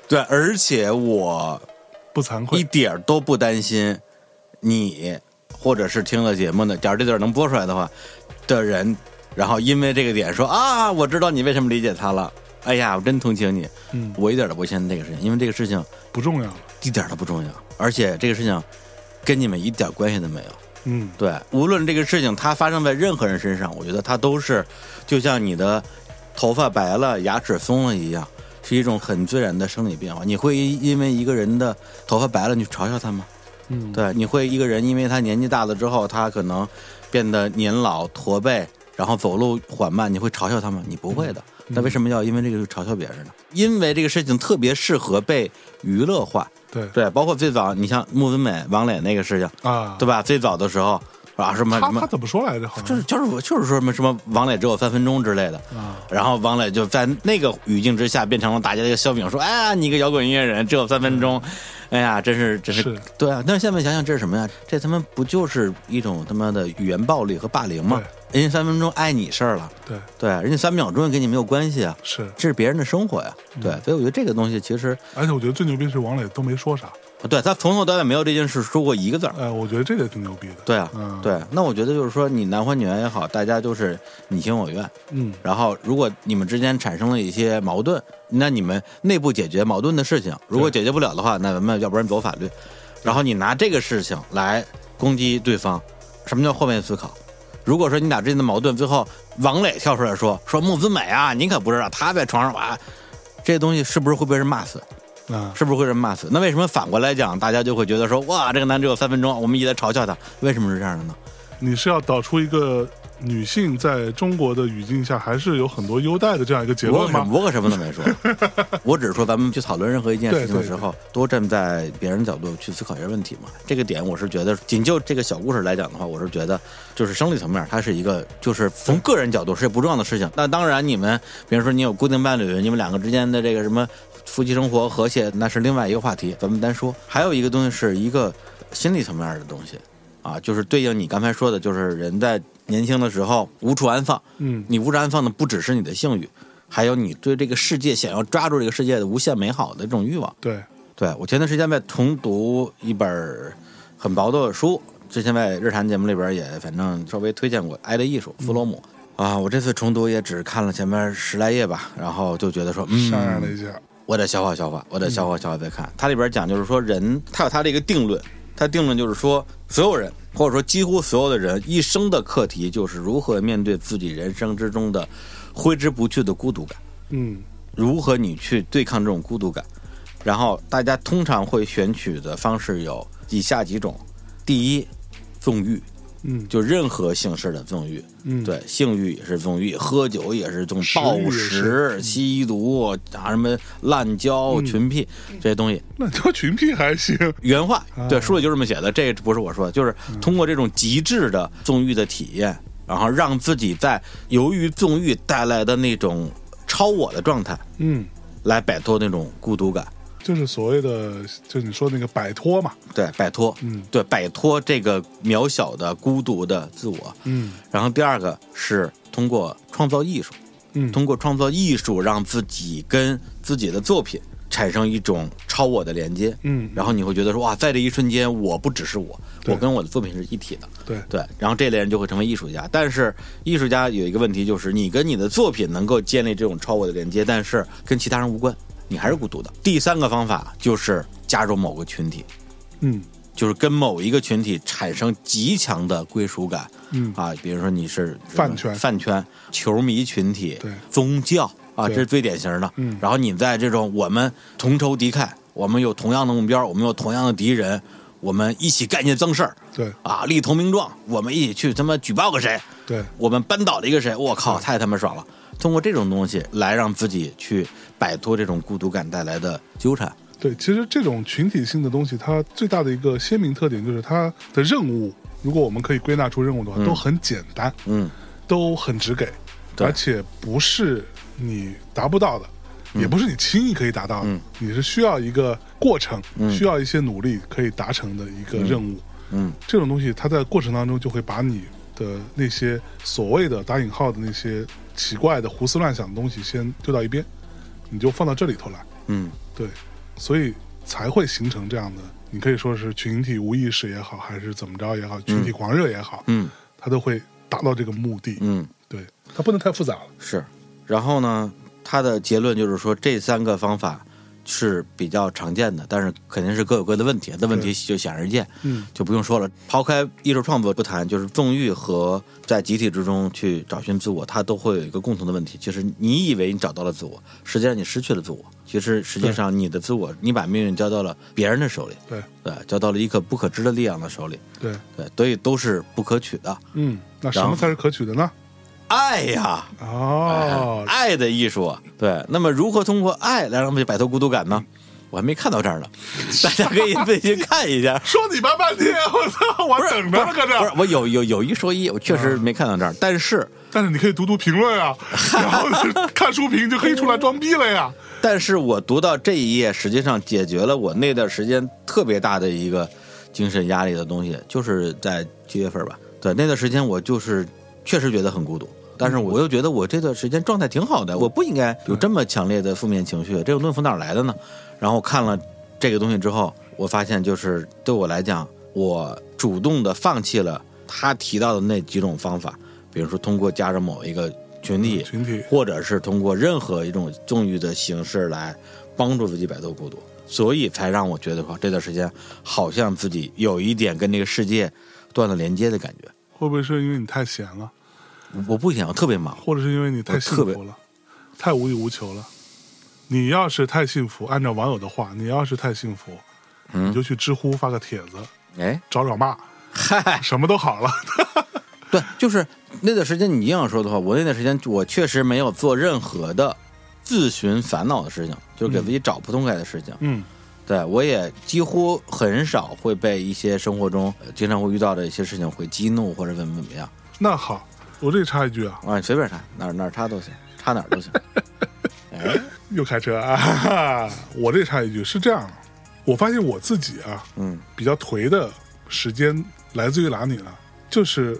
S2: 对，而且我
S1: 不惭
S2: 一
S1: 愧，
S2: 点儿都不担心你或者是听了节目的，假如这段能播出来的话的人，然后因为这个点说啊，我知道你为什么理解他了，哎呀，我真同情你，
S1: 嗯，
S2: 我一点儿都不相信这个事情，因为这个事情
S1: 不重要了，
S2: 一点儿都不重要，而且这个事情跟你们一点儿关系都没有。
S1: 嗯，
S2: 对，无论这个事情它发生在任何人身上，我觉得它都是，就像你的头发白了、牙齿松了一样，是一种很自然的生理变化。你会因为一个人的头发白了，你去嘲笑他吗？
S1: 嗯
S2: 对，你会一个人因为他年纪大了之后，他可能变得年老驼背，然后走路缓慢，你会嘲笑他吗？你不会的。
S1: 嗯
S2: 那为什么要因为这个去嘲笑别人呢？因为这个事情特别适合被娱乐化。
S1: 对
S2: 对，包括最早你像穆文美、王磊那个事情，
S1: 啊，
S2: 对吧？最早的时候啊，什么
S1: 他
S2: 什
S1: 他
S2: 么，
S1: 怎么说来着？好
S2: 就
S1: 像
S2: 是就是我就是说什么什么王磊只有三分钟之类的。
S1: 啊，
S2: 然后王磊就在那个语境之下变成了大家的一个笑柄，说：“哎呀，你个摇滚音乐人，只有三分钟，哎呀，真是真是，
S1: 嗯是
S2: 对啊。”但是现在想想，这是什么呀？这他妈不就是一种他妈的语言暴力和霸凌吗？人家三分钟碍你事儿了，
S1: 对，
S2: 对，人家三秒钟跟你没有关系啊，
S1: 是，
S2: 这是别人的生活呀，
S1: 嗯
S2: 对。所以我觉得这个东西其实，
S1: 而且我觉得最牛逼是王磊都没说啥，
S2: 对他从头到尾没有这件事说过一个字儿。
S1: 呃，我觉得这点挺牛逼的，
S2: 对啊，
S1: 嗯
S2: 对，那我觉得就是说，你男欢女爱也好，大家就是你情我愿，
S1: 嗯，
S2: 然后，如果你们之间产生了一些矛盾，那你们内部解决矛盾的事情，如果解决不了的话，那咱们要不然走法律。然后你拿这个事情来攻击对方，什么叫换位思考？如果说你俩之间的矛盾，最后王磊跳出来说说穆子美啊，你可不知道他在床上玩，这东西是不是会被人骂死？
S1: 啊，
S2: 是不是会被人骂死？那为什么反过来讲，大家就会觉得说哇，这个男只有三分钟，我们一直在嘲笑他，为什么是这样的呢？
S1: 你是要导出一个女性在中国的语境下还是有很多优待的这样一个结
S2: 我
S1: 论
S2: 可
S1: 吗？
S2: 我可什么都没 说，我只是说咱们去讨论任何一件事情的时候，多站在别人角度去思考一些问题嘛。这个点我是觉得，仅就这个小故事来讲的话，我是觉得就是生理层面，它是一个就是从个人角度是不重要的事情。那当然，你们比如说你有固定伴侣，你们两个之间的这个什么夫妻生活和谐，那是另外一个话题，咱们单说。还有一个东西是一个心理层面的东西。啊，就是对应你刚才说的，就是人在年轻的时候无处安放，
S1: 嗯
S2: 你无处安放的不只是你的性欲，还有你对这个世界想要抓住这个世界的无限美好的这种欲望。
S1: 对，
S2: 对我前段时间在重读一本很薄的书，之前在日坛节目里边也反正稍微推荐过《爱的艺术》弗洛姆。啊，我这次重读也只看了前面十来页吧，然后就觉得说，嗯，
S1: 商量了一下，
S2: 我得消化消化，我得消化消化再看。它里边讲就是说人，它有它的一个定论，它定论就是说所有人或者说几乎所有的人一生的课题就是如何面对自己人生之中的挥之不去的孤独感，
S1: 嗯，
S2: 如何你去对抗这种孤独感。然后大家通常会选取的方式有以下几种：第一，纵欲，
S1: 嗯，
S2: 就任何形式的纵欲，
S1: 嗯
S2: 对，性欲也是纵欲，喝酒也是纵欲，
S1: 食欲
S2: 暴
S1: 也是嗯
S2: 食、吸毒啊，什么滥交、群癖这些东西，
S1: 那你说群批还行，
S2: 原话
S1: 啊嗯
S2: 对书里就这么写的，这个不是我说的，就是通过这种极致的纵欲的体验，然后让自己在由于纵欲带来的那种超我的状态，
S1: 嗯，
S2: 来摆脱那种孤独感。
S1: 就是所谓的，就你说那个摆脱嘛，
S2: 对，摆脱，
S1: 嗯
S2: 对，摆脱这个渺小的、孤独的自我。
S1: 嗯
S2: 然后第二个是通过创造艺术，
S1: 嗯，
S2: 通过创造艺术让自己跟自己的作品产生一种超我的连接。
S1: 嗯
S2: 然后你会觉得说哇，在这一瞬间，我不只是我，
S1: 对
S2: 我跟我的作品是一体的。
S1: 对
S2: 对，然后这类人就会成为艺术家。但是艺术家有一个问题，就是你跟你的作品能够建立这种超我的连接，但是跟其他人无关，你还是孤独的。第三个方法就是加入某个群体，
S1: 嗯
S2: 就是跟某一个群体产生极强的归属感
S1: 嗯
S2: 啊，比如说你是
S1: 饭圈
S2: 饭圈、球迷群体
S1: 对、
S2: 宗教啊，
S1: 对
S2: 这是最典型的。
S1: 嗯
S2: 然后你在这种我们同仇敌忾，我们有同样的目标，我们有同样的敌人，我们一起干件脏事儿
S1: 对
S2: 啊，立投名状，我们一起去他妈举报个谁，
S1: 对
S2: 我们扳倒了一个谁，我靠，太他妈爽了！通过这种东西来让自己去摆脱这种孤独感带来的纠缠。
S1: 对，其实这种群体性的东西，它最大的一个鲜明特点就是它的任务，如果我们可以归纳出任务的话，都很简单，
S2: 嗯，
S1: 都很直给，
S2: 对
S1: 而且不是你达不到的，也不是你轻易可以达到的，
S2: 嗯
S1: 你是需要一个过程，需要一些努力可以达成的一个任务。
S2: 嗯嗯
S1: 这种东西它在过程当中就会把你的那些所谓的打引号的那些奇怪的胡思乱想的东西先丢到一边，你就放到这里头来。
S2: 嗯，
S1: 对，所以才会形成这样的，你可以说是群体无意识也好，还是怎么着也好，群体狂热也好，
S2: 嗯，
S1: 它都会达到这个目的。
S2: 嗯，
S1: 对，它不能太复杂了。
S2: 是。然后呢，他的结论就是说，这三个方法是比较常见的，但是肯定是各有各的问题，那问题就显而易见，
S1: 嗯，
S2: 就不用说了。抛开艺术创作不谈，就是纵欲和在集体之中去找寻自我，它都会有一个共同的问题，就是你以为你找到了自我，实际上你失去了自我。其实实际上你的自我，你把命运交到了别人的手里，
S1: 对
S2: 对，交到了一个不可知的力量的手里，
S1: 对，
S2: 对，所以都是不可取的。
S1: 嗯，那什么才是可取的呢？
S2: 爱呀，
S1: 嗯哦，
S2: 爱的艺术。对，那么如何通过爱来让我们摆脱孤独感呢？我还没看到这儿呢，大家可以自己去看一下。
S1: 说你妈半天，我操，我等着呢，搁这
S2: 不是
S1: 儿。，
S2: 我有有有一说一，我确实没看到这儿，但是
S1: 但是你可以读读评论 啊，然后看书评就可以出来装逼了呀。
S2: 但是我读到这一页，实际上解决了我那段时间特别大的一个精神压力的东西，就是在七月份吧。对，那段时间我就是确实觉得很孤独，但是我又觉得我这段时间状态挺好的，我不应该有这么强烈的负面情绪，这种东西从哪儿来的呢？然后看了这个东西之后，我发现就是对我来讲，我主动的放弃了他提到的那几种方法，比如说通过加入某一个群体，
S1: 嗯群体，
S2: 或者是通过任何一种纵欲的形式来帮助自己摆脱孤独，所以才让我觉得说这段时间好像自己有一点跟这个世界断了连接的感觉。
S1: 会不会是因为你太闲了，
S2: 我不想，我特别忙，
S1: 或者是因为你太
S2: 我
S1: 幸
S2: 特别
S1: 福了，太无欲无求了？你要是太幸福，按照网友的话，你要是太幸福，
S2: 嗯
S1: 你就去知乎发个帖子，
S2: 哎，
S1: 找找骂，
S2: 嗨，
S1: 什么都好了。
S2: 对，就是那段时间你硬要说的话，我那段时间我确实没有做任何的自寻烦恼的事情，就是给自己找不痛快的事情。
S1: 嗯
S2: 对我也几乎很少会被一些生活中呃经常会遇到的一些事情会激怒或者怎么怎么样。
S1: 那好，我这里插一句啊，
S2: 啊，你随便插，哪儿哪儿插都行，插哪儿都行。哎，
S1: 又开车啊， 哈哈我这里插一句是这样的，我发现我自己啊
S2: 嗯
S1: 比较颓的时间来自于哪里呢？就是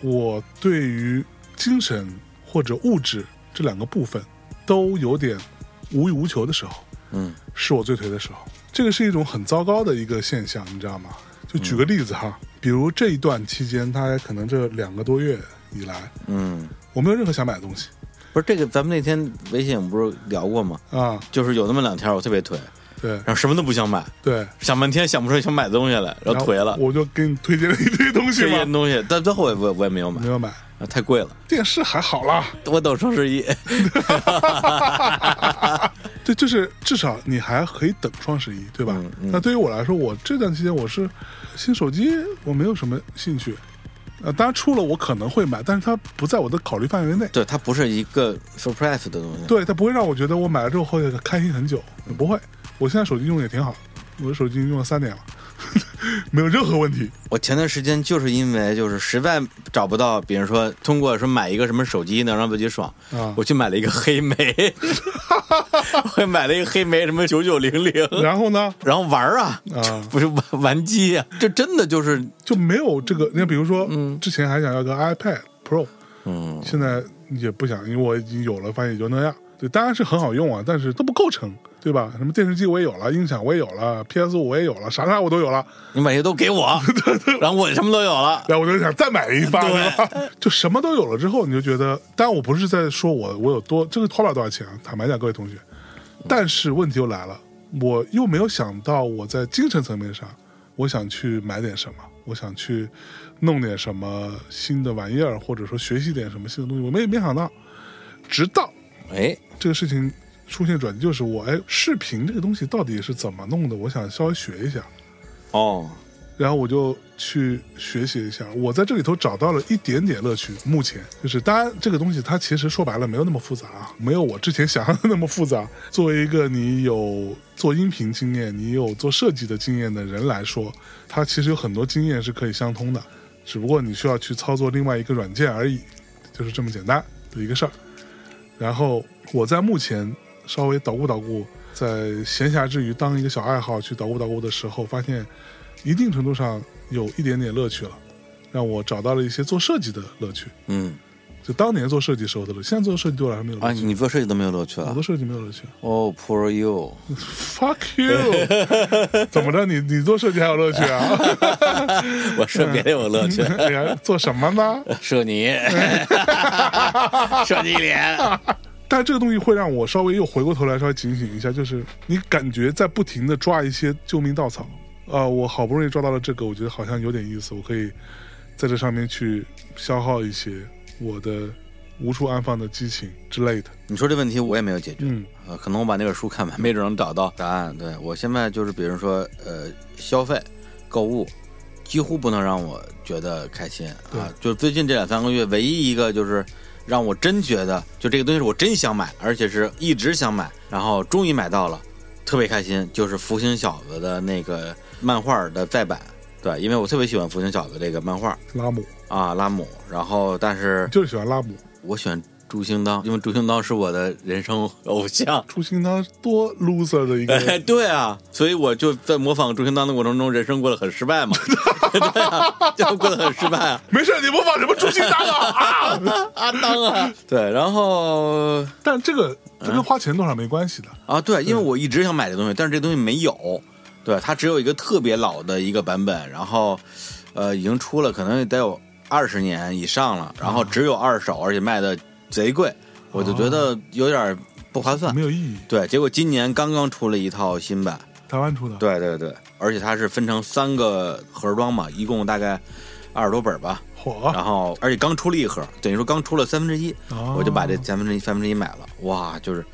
S1: 我对于精神或者物质这两个部分都有点无欲无求的时候，
S2: 嗯
S1: 是我最颓的时候。这个是一种很糟糕的一个现象，你知道吗？就举个例子哈，
S2: 嗯
S1: 比如这一段期间，大概可能这两个多月以来，
S2: 嗯，
S1: 我没有任何想买的东西
S2: 不是这个，咱们那天微信不是聊过吗？
S1: 啊，
S2: 就是有那么两天我特别颓，
S1: 对
S2: 然后什么都不想买，
S1: 对，
S2: 想半天想不出来想买的东西来，然后颓了，
S1: 我就给你推荐了一堆东西
S2: 这些
S1: 嘛，
S2: 东西，但最后我也我我也没有买
S1: 没，有买。
S2: 啊太贵了，
S1: 电视还好啦，
S2: 我等双十一。
S1: 对，就是至少你还可以等双十一，对吧？
S2: 嗯嗯
S1: 那对于我来说，我这段期间我是新手机我没有什么兴趣，呃，当然出了我可能会买，但是它不在我的考虑范围内。
S2: 对，它不是一个 surprise 的东西。
S1: 对，它不会让我觉得我买了之后会开心很久，不会。我现在手机用的也挺好，我的手机用了三年了， 没有任何问题。
S2: 我前段时间就是因为就是实在找不到，比如说通过说买一个什么手机能让自己爽，
S1: 啊
S2: 我去买了一个黑莓， 我买了一个黑莓什么九九零零，
S1: 然后呢，
S2: 然后玩儿啊，
S1: 啊，
S2: 不是玩玩机 啊，这真的就是
S1: 就没有这个。那比如说，之前还想要个 iPad Pro，
S2: 嗯，
S1: 现在也不想，因为我已经有了，发现也就那样。对，当然是很好用啊，但是都不构成，对吧？什么电视机我也有了，音响我也有了，PS 五我也有了，啥啥我都有了。
S2: 你把这些都给我， 然后我什么都有了，
S1: 哎然后我就想再买一发，
S2: 对
S1: 是吧？ 就什么都有了之后，你就觉得，但我不是在说我我有多这个花不了多少钱啊，坦白讲，各位同学，但是问题又来了，我又没有想到我在精神层面上，我想去买点什么，我想去弄点什么新的玩意儿，或者说学习点什么新的东西，我没没想到，直到
S2: 哎，
S1: 这个事情出现转机，就是我哎，视频这个东西到底是怎么弄的，我想稍微学一下。
S2: 哦，
S1: 然后我就去学习一下，我在这里头找到了一点点乐趣。目前就是，当然这个东西它其实说白了没有那么复杂啊，没有我之前想象的那么复杂。 作为一个你有做音频经验、你有做设计的经验的人来说，它其实有很多经验是可以相通的，只不过你需要去操作另外一个软件而已，就是这么简单的一个事儿。然后我在目前稍微捣鼓捣鼓，在闲暇之余当一个小爱好去捣鼓捣鼓的时候，发现一定程度上有一点点乐趣了，让我找到了一些做设计的乐趣。
S2: 嗯
S1: 就当年做设计时候的乐趣，现在做设计对我来说没有
S2: 啊，
S1: 乐趣。
S2: 你做设计都没有乐趣
S1: 我
S2: 了
S1: 做，设计没有乐趣
S2: 哦，poor you，
S1: ，fuck you！怎么着你你做设计还有乐趣啊？
S2: 我设别的有 乐趣，
S1: 哎呀，做什么呢？
S2: 射 你，射你 脸，
S1: 但这个东西会让我稍微又回过头来稍微警醒一下，就是你感觉在不停的抓一些救命稻草。啊，我好不容易抓到了这个，我觉得好像有点意思，我可以在这上面去消耗一些我的无处安放的激情之类的。
S2: 你说这问题我也没有解决，
S1: 嗯
S2: 呃，可能我把那本书看完，没准能找到答案。对我现在就是，比如说，呃，消费、购物，几乎不能让我觉得开心
S1: 对
S2: 啊。就最近这两三个月，唯一一个就是让我真觉得，就这个东西是我真想买，而且是一直想买，然后终于买到了，特别开心。就是《福星小子》的那个漫画的再版，对，因为我特别喜欢《福星小子》这个漫画
S1: 嗯拉姆
S2: 啊，拉姆。然后，但是
S1: 就是喜欢拉姆，
S2: 我选朱星当，因为朱星当是我的人生偶像。
S1: 出行他多 loser 的一个
S2: 哎，
S1: 人，
S2: 对啊，所以我就在模仿朱星当的过程中，人生过得很失 败嘛，对啊，就过得很失败啊，
S1: 没事，你模仿什么出行他啊？ 啊
S2: 阿当啊，对，然后
S1: 但这个这跟花钱多少没关系的，
S2: 啊，对，因为我一直想买这东西，但是这东西没有，对，它只有一个特别老的一个版本，然后呃，已经出了，可能也得有二十年以上了，然后只有二手，而且卖的贼贵，我就觉得有点不划算
S1: 没。有意义。
S2: 对，结果今年刚刚出了一套新版，
S1: 台湾出的，
S2: 对对对，而且它是分成三个盒装嘛，一共大概二十多本吧。
S1: 火，
S2: 然后，而且刚出了一盒，等于说刚出了三分之一，
S1: 哦
S2: 我就把这三分之一三分之一买了。哇，就是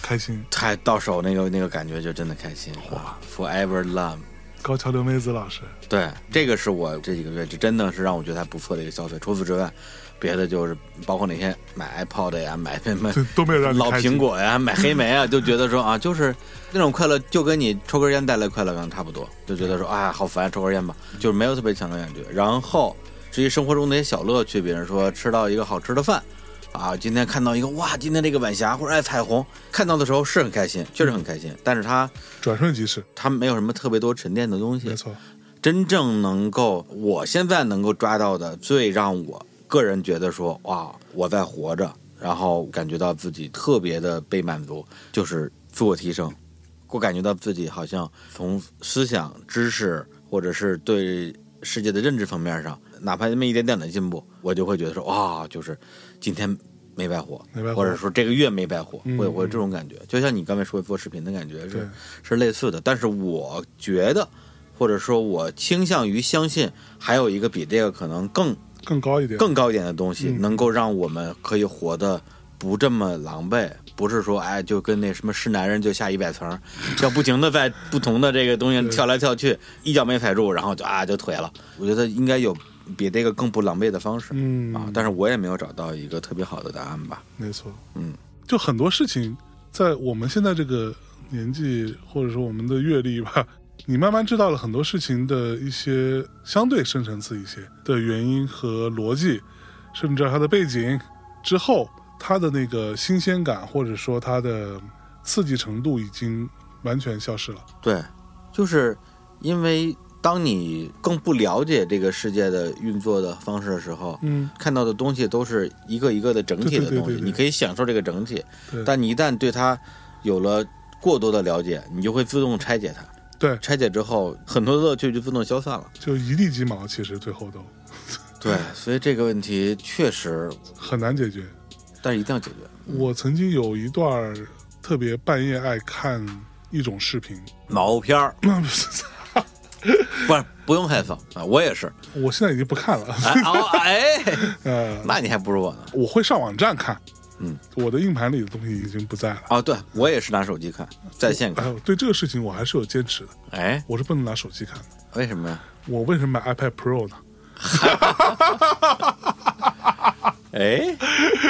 S1: 开心。
S2: 太到手那个那个感觉就真的开心。哇，Forever Love。
S1: 高桥留美子老师，
S2: 对，这个是我这几个月这真的是让我觉得还不错的一个消费。除此之外，别的就是包括那些买 iPod 呀，买什么
S1: 这都没有让你
S2: 老
S1: 开心
S2: 苹果呀，买黑莓 啊，就觉得说啊，就是那种快乐，就跟你抽根烟带来快乐感差不多，就觉得说啊，好烦，抽根烟吧，就是没有特别强的感觉。然后至于生活中那些小乐趣，比如说吃到一个好吃的饭。啊，今天看到一个哇，今天这个晚霞或者哎彩虹，看到的时候是很开心，确实很开心。但是它
S1: 转瞬即逝，
S2: 它没有什么特别多沉淀的东西
S1: 没，错。
S2: 真正能够我现在能够抓到的，最让我个人觉得说哇，我在活着，然后感觉到自己特别的被满足，就是自我提升。我感觉到自己好像从思想、知识或者是对世界的认知方面上，哪怕那么一点点的进步，我就会觉得说哇，就是今天没白活，
S1: 没白活
S2: 或者说这个月没白活，
S1: 嗯
S2: 会会有这种感觉。就像你刚才说做视频的感觉是是类似的，但是我觉得，或者说我倾向于相信，还有一个比这个可能更
S1: 更高一点，
S2: 更高一点的东西，
S1: 嗯
S2: 能够让我们可以活得不这么狼狈，不是说哎就跟那什么是男人就下一百层，要不停的在不同的这个东西
S1: 对
S2: 跳来跳去，一脚没踩住，然后就啊就颓了。我觉得应该有比这个更不狼狈的方式、
S1: 嗯
S2: 啊，但是我也没有找到一个特别好的答案吧。
S1: 没错，
S2: 嗯，
S1: 就很多事情在我们现在这个年纪，或者说我们的阅历吧， 你慢慢知道了很多事情的一些相对深层次一些的原因和逻辑，甚至它的背景之后，它的那个新鲜感或者说它的刺激程度已经完全消失了。
S2: 对，就是因为当你更不了解这个世界的运作的方式的时候，
S1: 嗯，
S2: 看到的东西都是一个一个的整体的
S1: 对对对
S2: 东西，
S1: 对对
S2: 你可以享受这个整体
S1: 对，
S2: 但你一旦对它有了过多的了解，你就会自动拆解它。
S1: 对，
S2: 拆解之后，很多乐趣就自动消散了。
S1: 就一地鸡毛，其实最后都
S2: 对，所以这个问题确实，
S1: 很难解决。
S2: 但是一定要解决。
S1: 我曾经有一段儿特别半夜爱看一种视频，
S2: 毛片儿不是不用害臊啊，我也是。
S1: 我现在已经不看了，
S2: 哎，哦 哎，
S1: 呃，
S2: 那你还不如我呢。
S1: 我会上网站看，
S2: 嗯，
S1: 我的硬盘里的东西已经不在了。
S2: 哦，对我也是拿手机看，在线
S1: 哎
S2: 看。
S1: 呦，对这个事情我还是有坚持的，
S2: 哎，
S1: 我是不能拿手机看的。
S2: 为什么呀？
S1: 我为什么买 iPad Pro 呢？
S2: 哎，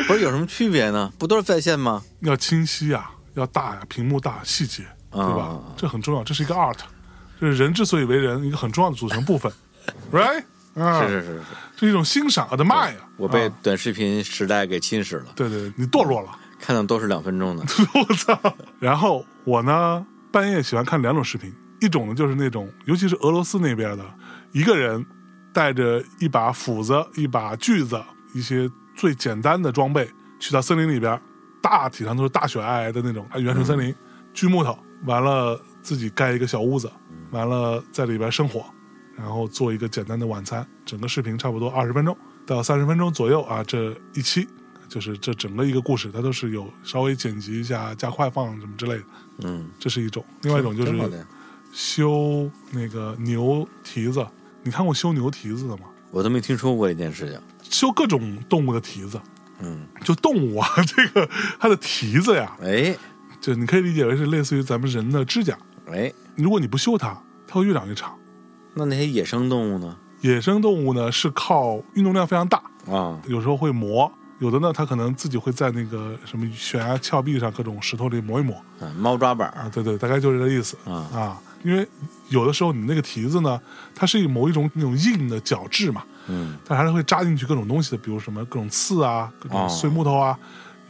S2: 不是有什么区别呢？不都是在线吗？
S1: 要清晰呀、要大呀、屏幕大、细节，对吧？
S2: 啊
S1: 这很重要，这是一个 art，这是人之所以为人一个很重要的组成部分，right？啊，
S2: 是是是是，
S1: 这是一种欣赏。我的妈呀！
S2: 我被
S1: 啊
S2: 短视频时代给侵蚀了，
S1: 对对，对你堕落了，
S2: 啊看的都是两分钟的。
S1: 我操！然后我呢，半夜喜欢看两种视频，一种呢就是那种，尤其是俄罗斯那边的，一个人带着一把斧子、一把锯子、一些最简单的装备，去到森林里边，大体上都是大雪皑皑的那种啊原始森林，锯木头，完了自己盖一个小屋子，完了在里边生火，然后做一个简单的晚餐。整个视频差不多二十分钟到三十分钟左右啊，这一期就是这整个一个故事，它都是有稍微剪辑一下、加快放什么之类的，
S2: 嗯，
S1: 这是一种。另外一种就
S2: 挺好
S1: 是
S2: 的
S1: 修那个牛蹄子，你看过修牛蹄子的吗？
S2: 我都没听说过这件事情。
S1: 修各种动物的蹄子，
S2: 嗯，
S1: 就动物啊，这个它的蹄子呀，
S2: 哎
S1: 就你可以理解为是类似于咱们人的指甲，
S2: 哎，
S1: 如果你不修它，它会越长越长。
S2: 那那些野生动物呢？
S1: 野生动物呢是靠运动量非常大，
S2: 啊，
S1: 有时候会磨，有的呢，它可能自己会在那个什么悬崖峭壁上各种石头里磨一磨
S2: 啊猫抓板儿
S1: 啊，对对，大概就是这个意思
S2: 啊
S1: 啊。因为有的时候你那个蹄子呢，它是以某一种那种硬的角质嘛，
S2: 嗯，
S1: 它还是会扎进去各种东西的，比如什么各种刺啊、各
S2: 哦
S1: 种碎木头啊，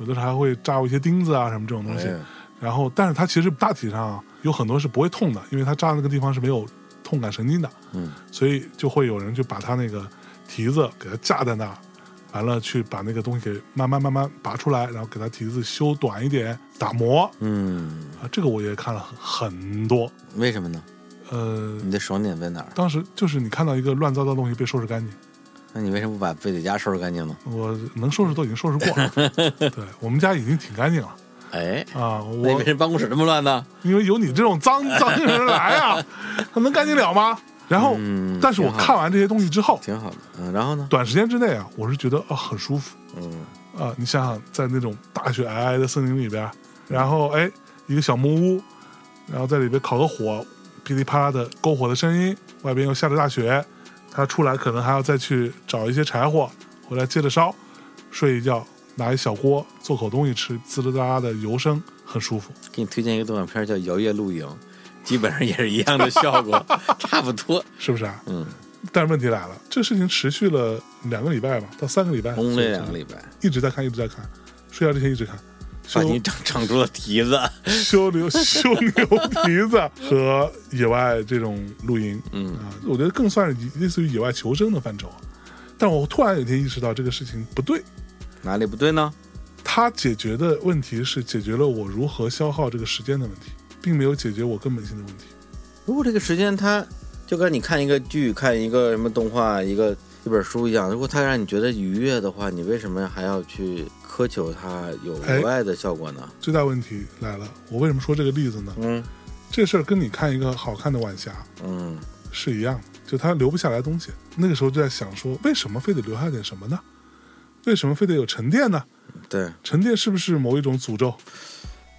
S1: 有的时候还会扎入一些钉子啊什么这种东西。
S2: 哎
S1: 然后，但是它其实大体上啊有很多是不会痛的，因为它扎的那个地方是没有痛感神经的。
S2: 嗯，
S1: 所以就会有人去把它那个蹄子给它架在那儿，完了去把那个东西给慢慢慢慢拔出来，然后给它蹄子修短一点，打磨
S2: 嗯，
S1: 啊。这个我也看了很很多，
S2: 为什么呢？
S1: 呃，
S2: 你的爽点在哪儿？
S1: 当时就是你看到一个乱糟糟的东西被收拾干净。
S2: 那你为什么不把自己家收拾干净呢？
S1: 我能收拾都已经收拾过了， 对我们家已经挺干净了
S2: 哎，
S1: 啊！
S2: 那你
S1: 我
S2: 为什么办公室这么乱呢？
S1: 因为有你这种脏脏的人来 啊，他能干净了吗？然后，
S2: 嗯
S1: 但是我
S2: 挺好的
S1: 看完这些东西之后，
S2: 挺好的，嗯，然后呢？
S1: 短时间之内啊，我是觉得啊很舒服
S2: 嗯，
S1: 啊。你想想，在那种大雪皑皑的森林里边，然后哎一个小木屋，然后在里边烤个火，噼里啪啦的篝火的声音，外边又下着大雪，他出来可能还要再去找一些柴火回来接着烧，睡一觉拿一小锅做口东西吃，滋啦啦的油声很舒服。
S2: 给你推荐一个动画片儿叫《摇曳露营》，基本上也是一样的效 果，差不多。
S1: 是不是啊？
S2: 嗯，
S1: 但是问题来了，这事情持续了两个礼拜吧，到三个礼拜，
S2: 轰啊了两个礼拜，
S1: 一直在看，一直在看，睡觉之前一直看，修
S2: 把你长长出了蹄子。
S1: 修 牛修牛蹄子和野外这种露营，
S2: 嗯
S1: 啊，我觉得更算是类似于野外求生的范畴。但我突然有一天意识到这个事情不对，
S2: 哪里不对呢？
S1: 它解决的问题是解决了我如何消耗这个时间的问题，并没有解决我根本性的问题。
S2: 如果这个时间它就跟你看一个剧、看一个什么动画、一个一本书一样，如果它让你觉得愉悦的话，你为什么还要去苛求它有
S1: 哎
S2: 额外的效果呢？
S1: 最大问题来了，我为什么说这个例子呢？
S2: 嗯
S1: 这事儿跟你看一个好看的晚霞，
S2: 嗯，
S1: 是一样的，就他留不下来东西。那个时候就在想说，为什么非得留下点什么呢？为什么非得有沉淀呢？
S2: 嗯对，
S1: 沉淀是不是某一种诅咒？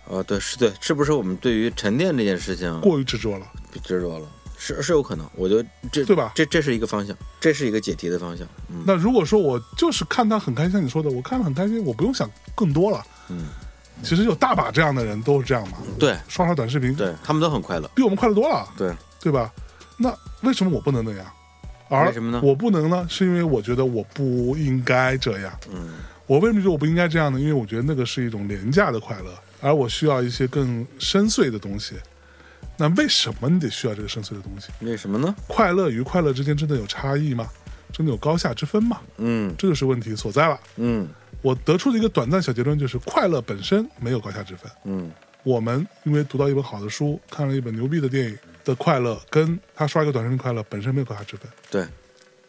S2: 哦对，是对，是不是我们对于沉淀这件事情
S1: 过于执着了，
S2: 执着了？是是有可能，我觉得这
S1: 对吧
S2: 这这是一个方向，这是一个解题的方向。嗯
S1: 那如果说我就是看他很开心，像你说的，我看了很开心，我不用想更多了。
S2: 嗯，
S1: 其实有大把这样的人都是这样嘛，
S2: 对
S1: 刷刷短视频，
S2: 对，他们都很快乐。
S1: 比我们快乐多了。
S2: 对
S1: 对吧？那为什么我不能那样？而
S2: 为什么呢
S1: 我不能呢，是因为我觉得我不应该这样。
S2: 嗯
S1: 我为什么觉得我不应该这样呢？因为我觉得那个是一种廉价的快乐，而我需要一些更深邃的东西。那为什么你得需要这个深邃的东西？
S2: 为什么呢？
S1: 快乐与快乐之间真的有差异吗？真的有高下之分吗？
S2: 嗯
S1: 这就是问题所在了。
S2: 嗯
S1: 我得出的一个短暂小结论就是，快乐本身没有高下之分。
S2: 嗯
S1: 我们因为读到一本好的书，看了一本牛逼的电影的快乐，跟他刷一个短视频快乐本身没有高下之分，
S2: 对，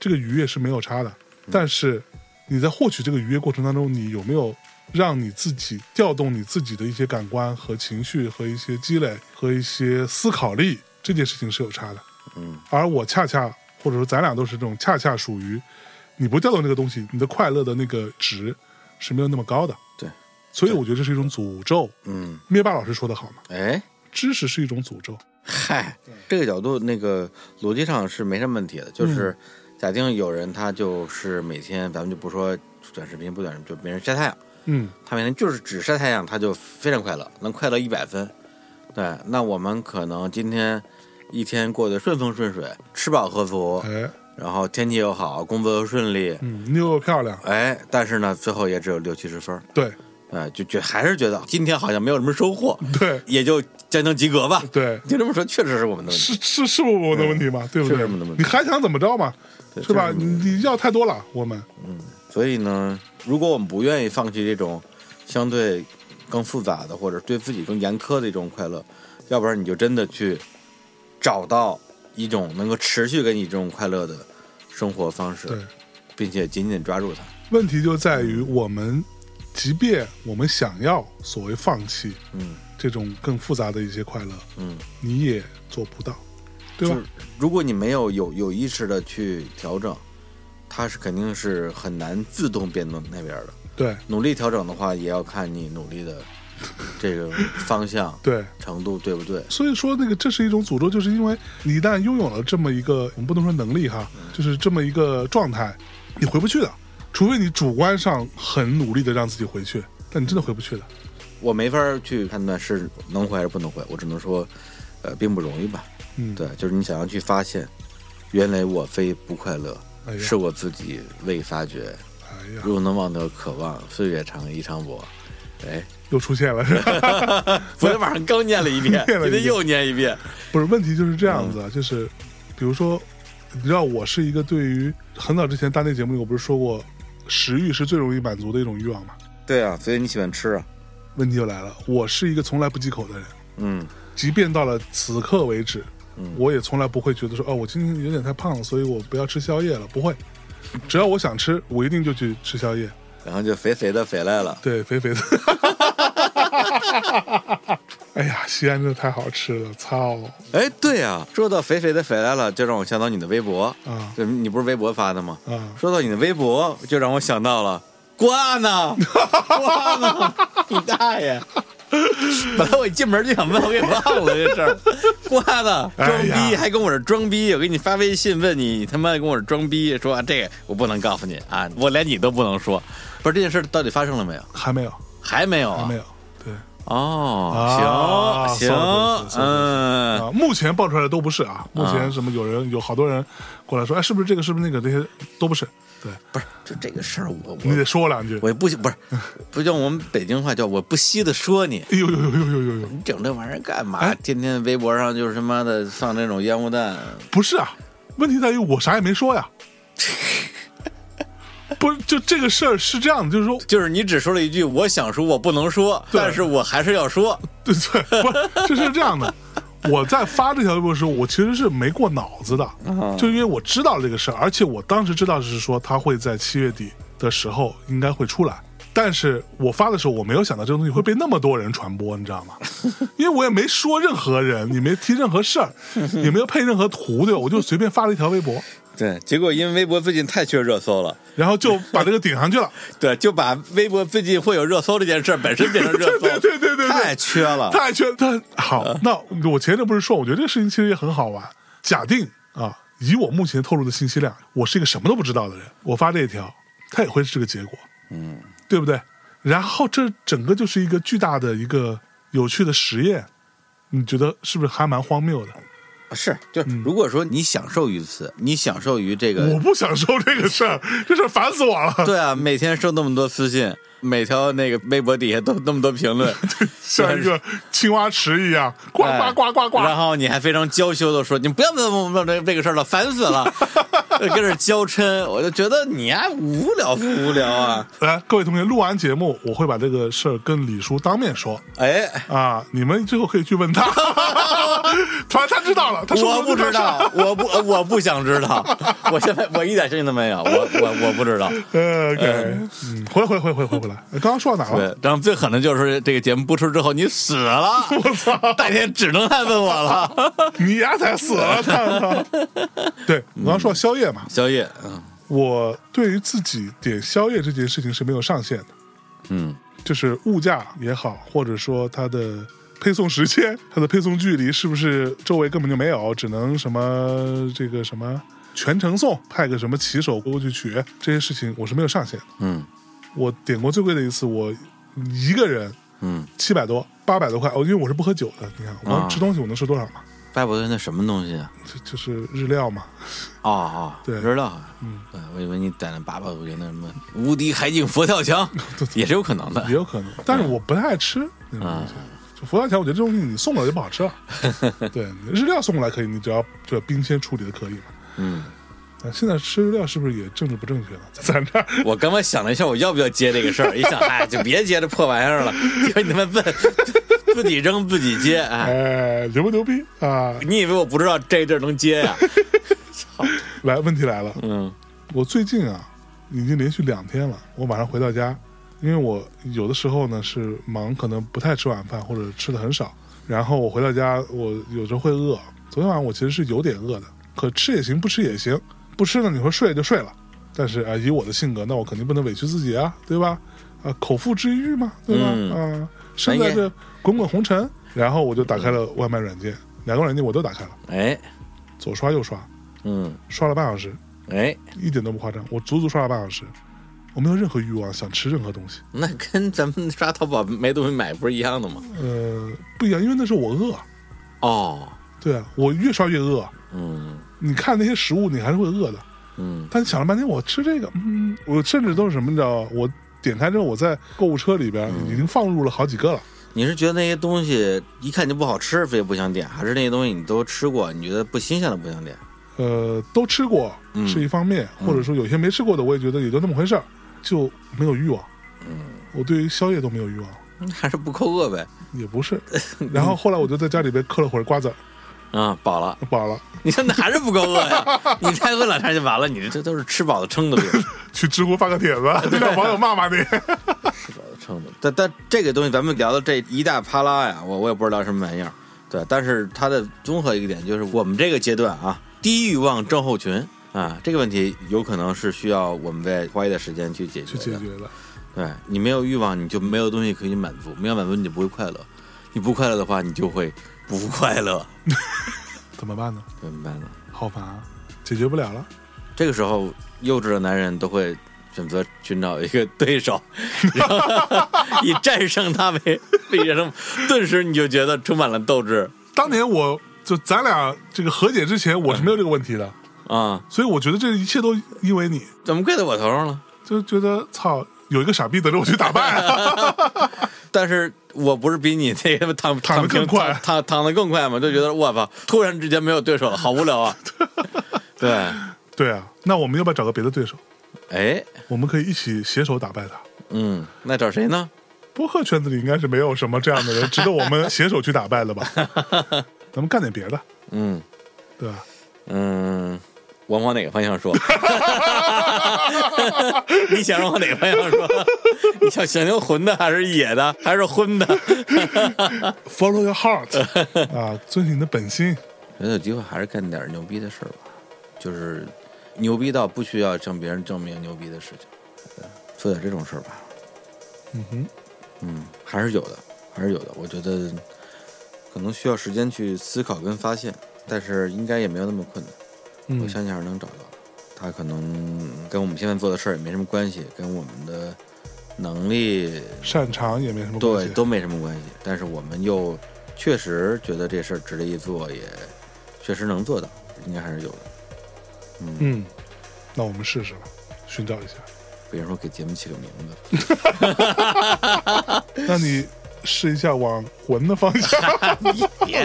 S1: 这个愉悦是没有差的。
S2: 嗯
S1: 但是你在获取这个愉悦过程当中，你有没有让你自己调动你自己的一些感官和情绪和一些积累和一些思考力，这件事情是有差的。
S2: 嗯，
S1: 而我恰恰或者说咱俩都是这种恰恰属于你不调动这个东西，你的快乐的那个值是没有那么高的。
S2: 对，
S1: 所以我觉得这是一种诅咒。
S2: 嗯，
S1: 灭霸老师说的好嘛，
S2: 哎，
S1: 知识是一种诅咒。
S2: 嗨，这个角度那个逻辑上是没什么问题的，
S1: 嗯
S2: 就是假定有人他就是每天，咱们就不说短视频不短视频，就每人晒太阳，
S1: 嗯，
S2: 他每天就是只晒太阳，他就非常快乐，能快乐一百分。对，那我们可能今天一天过得顺风顺水，吃饱喝足，
S1: 哎，
S2: 然后天气又好，工作又顺利，
S1: 嗯，妞又漂亮，
S2: 哎，但是呢，最后也只有六七十分儿，
S1: 对
S2: 哎，就觉还是觉得今天好像没有什么收获，
S1: 对
S2: 也就将将及格吧。
S1: 对，
S2: 就这么说，确实是我们的问题。
S1: 是是是我们的问题吗？对不
S2: 是
S1: 对
S2: 我们的问？题
S1: 你还想怎么着嘛？
S2: 对
S1: 是吧？
S2: 这是
S1: 你
S2: 我们
S1: 你要太多了，我们
S2: 所以呢，如果我们不愿意放弃这种相对更复杂的，或者对自己更严苛的一种快乐，要不然你就真的去找到一种能够持续给你这种快乐的生活方
S1: 对
S2: 式，。并且紧紧抓住它。
S1: 问题就在于我们，即便我们想要所谓放弃
S2: 嗯
S1: 这种更复杂的一些快乐，
S2: 嗯，
S1: 你也做不到，对
S2: 就
S1: 吧
S2: 是？如果你没有有有意识的去调整，它是肯定是很难自动变动那边的。
S1: 对
S2: 努力调整的话，也要看你努力的这个方向
S1: 对。
S2: 程度对不对。
S1: 所以说，那个这是一种诅咒，就是因为你一旦拥有了这么一个，我们不能说能力哈，就是这么一个状态，你回不去的，除非你主观上很努力的让自己回去，但你真的回不去的。
S2: 我没法儿去判断是能回还是不能回，我只能说，呃，并不容易吧。
S1: 嗯，，
S2: 对，就是你想要去发现，原来我非不快乐，
S1: 哎呀，
S2: 是我自己未发觉。
S1: 哎呀，
S2: 若能忘掉渴望，岁月长一场我。 哎，
S1: 又出现了， 是吧？，
S2: 昨天晚上刚念了一遍
S1: 念了一
S2: 今
S1: 遍
S2: 天又念一遍。
S1: 不是，问题就是这样子，啊，就是比如说，你知道我是一个对于很早之前大内节目里我不是说过，食欲是最容易满足的一种欲望嘛？
S2: 对啊，所以你喜欢吃啊？
S1: 问题就来了，我是一个从来不忌口的人，
S2: 嗯
S1: 即便到了此刻为止，
S2: 嗯
S1: 我也从来不会觉得说哦，我今天有点太胖了，所以我不要吃宵夜了。不会，只要我想吃，我一定就去吃宵夜。
S2: 然后就肥肥的肥来了。
S1: 对，肥肥 的。哎呀，西安真的太好吃了，操
S2: 哎，对啊，说到肥肥的肥来了，就让我想到你的微博。
S1: 啊
S2: 对你不是微博发的吗？
S1: 啊！
S2: 说到你的微博，就让我想到了瓜呢，瓜呢，你大爷！本来我一进门就想问，我给忘了这 事儿。瓜呢，装逼、
S1: 哎呀
S2: 还跟我这装逼，我给你发微信问你，你他妈跟我这装逼，说、啊、这个我不能告诉你啊，我连你都不能说。不是这件事到底发生了没有？
S1: 还没有，
S2: 还没有啊？
S1: 还没有。对啊
S2: 哦，行
S1: 算了算了
S2: 行，
S1: 算
S2: 嗯，
S1: 啊，目前爆出来的都不是啊。目
S2: 啊
S1: 前什么有人有好多人过来说，哎，是不是这个，是不是那个，这些都不是。对，
S2: 不是，就这个事儿，我
S1: 你
S2: 我
S1: 得说我两句。
S2: 我也不不是，不用我们北京话叫我不惜的说你。
S1: 哎呦呦呦呦呦呦呦！
S2: 你整这玩意儿干嘛？
S1: 哎
S2: 天天微博上就是他妈的放那种烟雾弹，
S1: 不是啊，问题在于我啥也没说呀。不是，就这个事儿是这样的，就是说，
S2: 就是你只说了一句“我想说，我不能说”，
S1: 对
S2: 但是我还是要说。
S1: 对对，不是，这是这样的。我在发这条微博的时候，我其实是没过脑子的，就因为我知道这个事儿，而且我当时知道是说他会在七月底的时候应该会出来，但是我发的时候，我没有想到这个东西会被那么多人传播，你知道吗？因为我也没说任何人，也没提任何事儿，也没有配任何图，对吧？我就随便发了一条微博，
S2: 对，结果因为微博最近太缺热搜了，
S1: 然后就把这个顶上去了。
S2: 对，就把微博最近会有热搜这件事儿本身变成热搜，
S1: 对对对对对
S2: 太嗯缺了。
S1: 太缺他好。那我前阵不是说，我觉得这个事情其实也很好玩。假定啊，以我目前透露的信息量，我是一个什么都不知道的人，我发这一条，它也会是这个结果，
S2: 嗯，
S1: 对不对？然后这整个就是一个巨大的一个有趣的实验，你觉得是不是还蛮荒谬的？
S2: 是，就是如果说你享受于此，你享受于这
S1: 我
S2: 个，
S1: 不享受这个事 儿，这事儿烦死我了。
S2: 对啊，每天收那么多私信，每条那个微博底下都那么多评 论，
S1: 像一个青蛙池一样，呱
S2: 哎
S1: 呱呱呱 呱。
S2: 然后你还非常娇羞的说：“你不要问我们这这个事儿了，烦死 了，跟这儿娇嗔。”我就觉得你还无聊不无聊啊？
S1: 来，各位同学，录完节目，我会把这个事儿跟李叔当面说
S2: 哎，
S1: 啊，你们最后可以去 问他。反正他知道了，他说
S2: 我
S1: 出
S2: 不
S1: 这件
S2: 知
S1: 事儿。
S2: 道，我不我不想知道， 我现在我一点兴趣都没有，我我我不知道。
S1: 呃 OK，嗯，回来回来回来回来回来，刚刚说到哪了？
S2: 哎对，然后最狠的就是这个节目播出之后，你死了，我操，大天只能来问我了。
S1: 你丫才死了！看看，对，我刚刚说到宵夜嘛，
S2: 宵夜，嗯
S1: 我对于自己点宵夜这件事情是没有上限的，
S2: 嗯，
S1: 就是物价也好，或者说它的配送时间、它的配送距离是不是周围根本就没有，只能什么这个什么全程送，派个什么骑手过去取，这些事情我是没有上限的。
S2: 嗯
S1: 我点过最贵的一次，我一个人
S2: 嗯，
S1: 七百多、八百多块，哦，因为我是不喝酒的，你看我
S2: 啊
S1: 吃东西我能吃多少嘛？
S2: 拜不得那什么东西啊？
S1: 就就是日料嘛，
S2: 哦哦，
S1: 对
S2: 知道。嗯，对，我以为你点了八百多那什么无敌海景佛跳 墙，也是有可能的
S1: 也。有可能，但是我不太爱吃那种东西。就佛跳墙，我觉得这东西你送过来就不好吃了。 对，日料送过来可以，你只要就冰鲜处理的可以嘛。
S2: 嗯，
S1: 啊，现在吃日料是不是也政治不正确了？在咱这儿，
S2: 我刚刚想了一下，我要不要接这个事儿？一想，哎，就别接这破玩意儿了，就你他妈问，自己扔自己接，哎，
S1: 哎，牛不牛逼啊？
S2: 你以为我不知道这阵儿能接呀、
S1: 来，问题来了，
S2: 嗯
S1: 我最近啊，已经连续两天了，我晚上回到家，因为我有的时候呢是忙，可能不太吃晚饭或者吃的很少，然后我回到家，我有时候会饿。昨天晚上我其实是有点饿的，可吃也行，不吃也行，不吃呢你说睡就睡了，但是啊、以我的性格，那我肯定不能委屈自己啊，对吧？啊、口腹之欲嘛，对吧？
S2: 嗯
S1: 啊、身在
S2: 哎
S1: 这滚滚红尘，然后我就打开了外卖软件，两个软件我都打开了，
S2: 哎，
S1: 左刷右刷，
S2: 嗯，
S1: 刷了半小时，
S2: 哎，
S1: 一点都不夸张，我足足刷了半小时，我没有任何欲望想吃任何东西。
S2: 那跟咱们刷淘宝没东西买不是一样的吗？
S1: 呃，不一样，因为那时候我饿，
S2: 哦，
S1: 对啊，我越刷越饿。
S2: 嗯
S1: 你看那些食物，你还是会饿的。
S2: 嗯
S1: 但想了半天，我吃这个，嗯，我甚至都是什么，你知道吗？我点开之后，我在购物车里边
S2: 嗯
S1: 已经放入了好几个了。
S2: 你是觉得那些东西一看就不好吃，所以不想点，还是那些东西你都吃过，你觉得不新鲜的不想点？
S1: 呃，都吃过
S2: 嗯
S1: 是一方面，或者说有些没吃过的，我也觉得也就那么回事儿，就没有欲望。
S2: 嗯，
S1: 我对于宵夜都没有欲望，
S2: 还是不够饿呗？
S1: 也不 是。然后后来我就在家里边嗑了会儿瓜子儿，
S2: 啊、饱了。
S1: 饱了，
S2: 你看，那还是不够饿呀！你再饿两天就完了，你这都是吃饱了撑的病，
S1: 去知乎发个帖 子，就让网友骂骂你。
S2: 吃饱了撑的。但但这个东西，咱们聊的这一大啪啦呀，我我也不知道什么玩意儿。对，但是它的综合一个点就是，我们这个阶段啊，低欲望症候群啊，这个问题有可能是需要我们再花一点时间去解
S1: 去
S2: 决
S1: 解
S2: 的。
S1: 决的。
S2: 对你没有欲望，你就没有东西可以满足，没有满足你就不会快乐，你不快乐的话，你就会不快乐，
S1: 怎么办呢？
S2: 怎么办呢？
S1: 好烦啊，解决不了了。
S2: 这个时候，幼稚的男人都会选择寻找一个对 手，然后以战胜他为为人生，顿时你就觉得充满了斗志
S1: 当年我就咱俩这个和解之前，我是没有这个问题的，
S2: 啊！
S1: 所以我觉得这一切都因为你，
S2: 怎么怪在我头上了？
S1: 就觉得操，有一个傻逼等着我去打败、啊
S2: 但是我不是比你那个躺
S1: 躺得
S2: 平
S1: 更快
S2: 躺躺躺的更快吗？就觉得我操，突然之间没有对手了，好无聊 啊！对，
S1: 对啊，那我们要不要找个别的对手？
S2: 哎，
S1: 我们可以一起携手打败他。
S2: 嗯，那找谁呢？
S1: 播客圈子里应该是没有什么这样的人值得我们携手去打败的 吧？咱们干点别的，
S2: 嗯
S1: 对吧？
S2: 嗯，我往哪个方向说？你想让我哪个方向说？你想想听浑的还是野的，还是荤的？
S1: Follow your heart 啊，遵循你的本心。
S2: 觉得有机会还是干点牛逼的事儿吧，就是牛逼到不需要向别人证明牛逼的事情，嗯做点这种事儿吧。
S1: 嗯哼，
S2: 嗯，还是有的，还是有的。我觉得可能需要时间去思考跟发现，但是应该也没有那么困难。我
S1: 嗯
S2: 相信还是能找到的。他可能跟我们现在做的事儿也没什么关系，跟我们的能力
S1: 擅长也没什么关
S2: 对
S1: 系。
S2: 都没什么关系。但是我们又确实觉得这事儿值得一做，也确实能做到，应该还是有的。嗯，
S1: 嗯，那我们试试吧，寻找一下。
S2: 别人说给节目起个名字，
S1: 那你试一下往魂的方向，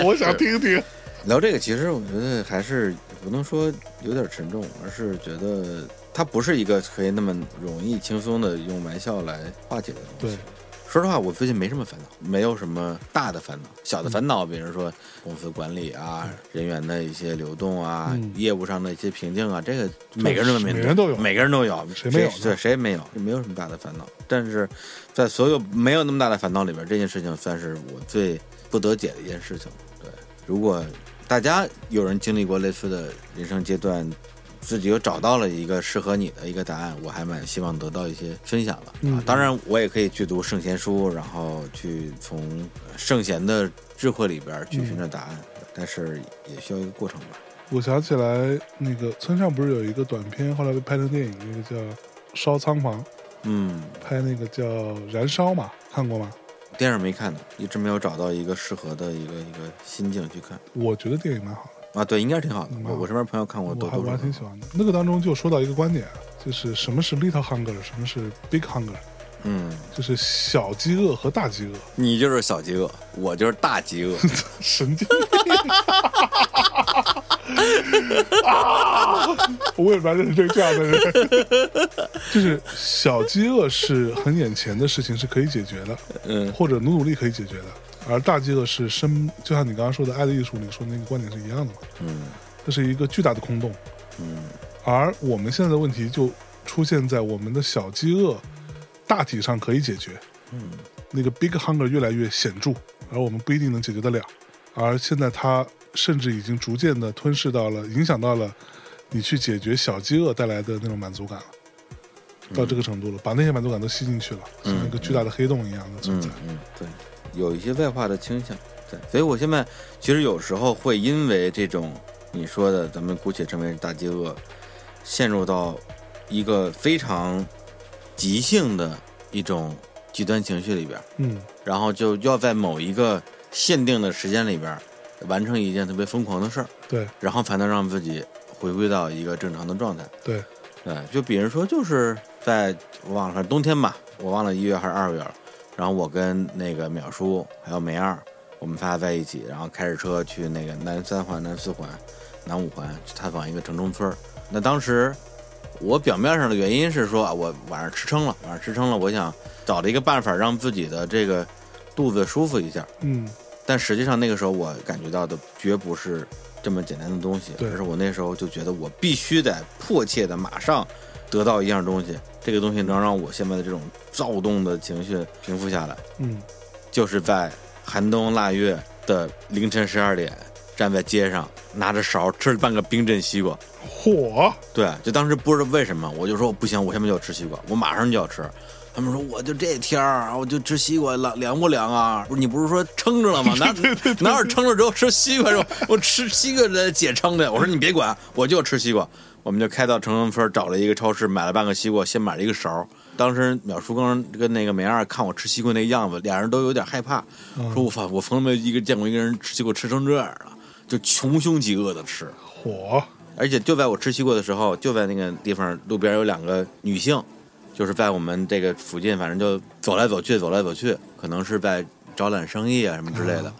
S1: 我想听听。
S2: 聊这个，其实我觉得还是不能说有点沉重，而是觉得它不是一个可以那么容易轻松的用玩笑来化解的东
S1: 对
S2: 西。，说实话，我最近没什么烦恼，没有什么大的烦恼，小的烦恼，比如说公司管理啊、人员的一些流动啊、
S1: 嗯
S2: 业务上的一些瓶颈啊，这个每个人都
S1: 每
S2: 面对，
S1: 人都有
S2: 每个人都有，
S1: 谁没有呢
S2: 对，谁也没有，没有什么大的烦恼。但是在所有没有那么大的烦恼里边，这件事情算是我最不得解的一件事情。对，如果大家有人经历过类似的人生阶段，自己又找到了一个适合你的一个答案，我还蛮希望得到一些分享的、
S1: 嗯
S2: 啊。当然，我也可以去读圣贤书，然后去从圣贤的智慧里边去寻找答案，但是也需要一个过程吧。
S1: 我想起来，那个村上不是有一个短片，后来被拍成电影，那个叫《烧仓房》，
S2: 嗯，
S1: 拍那个叫《燃烧》嘛，看过吗？
S2: 电影没看呢，一直没有找到一个适合的一个一个心境去看
S1: 我觉得电影蛮好的，
S2: 啊。对，应该是挺好的。
S1: 嗯
S2: 我我身边朋友看过都
S1: 我还
S2: 都
S1: 我还
S2: 说
S1: 挺喜欢的。那个当中就说到一个观点，就是什么是 little hunger，什么是 big hunger，
S2: 嗯，
S1: 就是小饥饿和大饥饿。
S2: 你就是小饥饿，我就是大饥饿。
S1: 神经病！啊！我也蛮认成这样的人，就是小饥饿是很眼前的事情，是可以解决的，
S2: 嗯
S1: 或者努努力可以解决的。而大饥饿是深，就像你刚刚说的《爱的艺术》里说的那个观点是一样的嘛，
S2: 嗯
S1: 这是一个巨大的空洞。
S2: 嗯
S1: 而我们现在的问题就出现在我们的小饥饿大体上可以解决，
S2: 嗯
S1: 那个 big hunger 越来越显著，而我们不一定能解决得了。而现在它甚至已经逐渐的吞噬到了，影响到了你去解决小饥饿带来的那种满足感了，到这个程度了，把那些满足感都吸进去了，
S2: 嗯
S1: 像一个巨大的黑洞一样的存
S2: 嗯
S1: 在。
S2: 嗯，对，有一些外化的倾向。对，所以我现在其实有时候会因为这种你说的，咱们姑且称为大饥饿，陷入到一个非常急性的一种极端情绪里边。
S1: 嗯
S2: 然后就要在某一个限定的时间里边儿完成一件特别疯狂的事儿，
S1: 对
S2: 然后才能让自己回归到一个正常的状态。
S1: 对，
S2: 对，嗯就比如说，就是在我忘了，反正冬天吧，我忘了一月还是二月了。然后我跟那个淼叔还有梅二，我们仨在一起，然后开着车去那个南三环、南四环、南五环去探访一个城中村儿。那当时我表面上的原因是说，啊，我晚上吃撑了，晚上吃撑了，我想找了一个办法让自己的这个肚子舒服一下。
S1: 嗯
S2: 但实际上那个时候我感觉到的绝不是这么简单的东西，
S1: 对
S2: 而是我那时候就觉得我必须得迫切的马上得到一样东西，这个东西能让我现在的这种躁动的情绪平复下来，
S1: 嗯，
S2: 就是在寒冬腊月的凌晨十二点，站在街上拿着勺吃了半个冰镇西瓜。
S1: 火
S2: 对，就当时不知道为什么，我就说不行，我现在就要吃西瓜，我马上就要吃。他们说我就这天儿，我就吃西瓜，凉凉不凉啊？不是你不是说撑着了吗？哪哪有撑着之后吃西瓜？说我吃西瓜来解撑的。我说你别管，我就要吃西瓜。我们就开到城中村找了一个超市，买了半个西瓜，先买了一个勺儿。当时淼叔刚跟那个梅二看我吃西瓜那样子，俩人都有点害怕，说我操，我从来没一个见过一个人吃西瓜吃成这样啊，就穷凶极恶的吃。
S1: 火，
S2: 而且就在我吃西瓜的时候，就在那个地方路边有两个女性，就是在我们这个附近，反正就走来走去，走来走去，可能是在招揽生意啊什么之类的。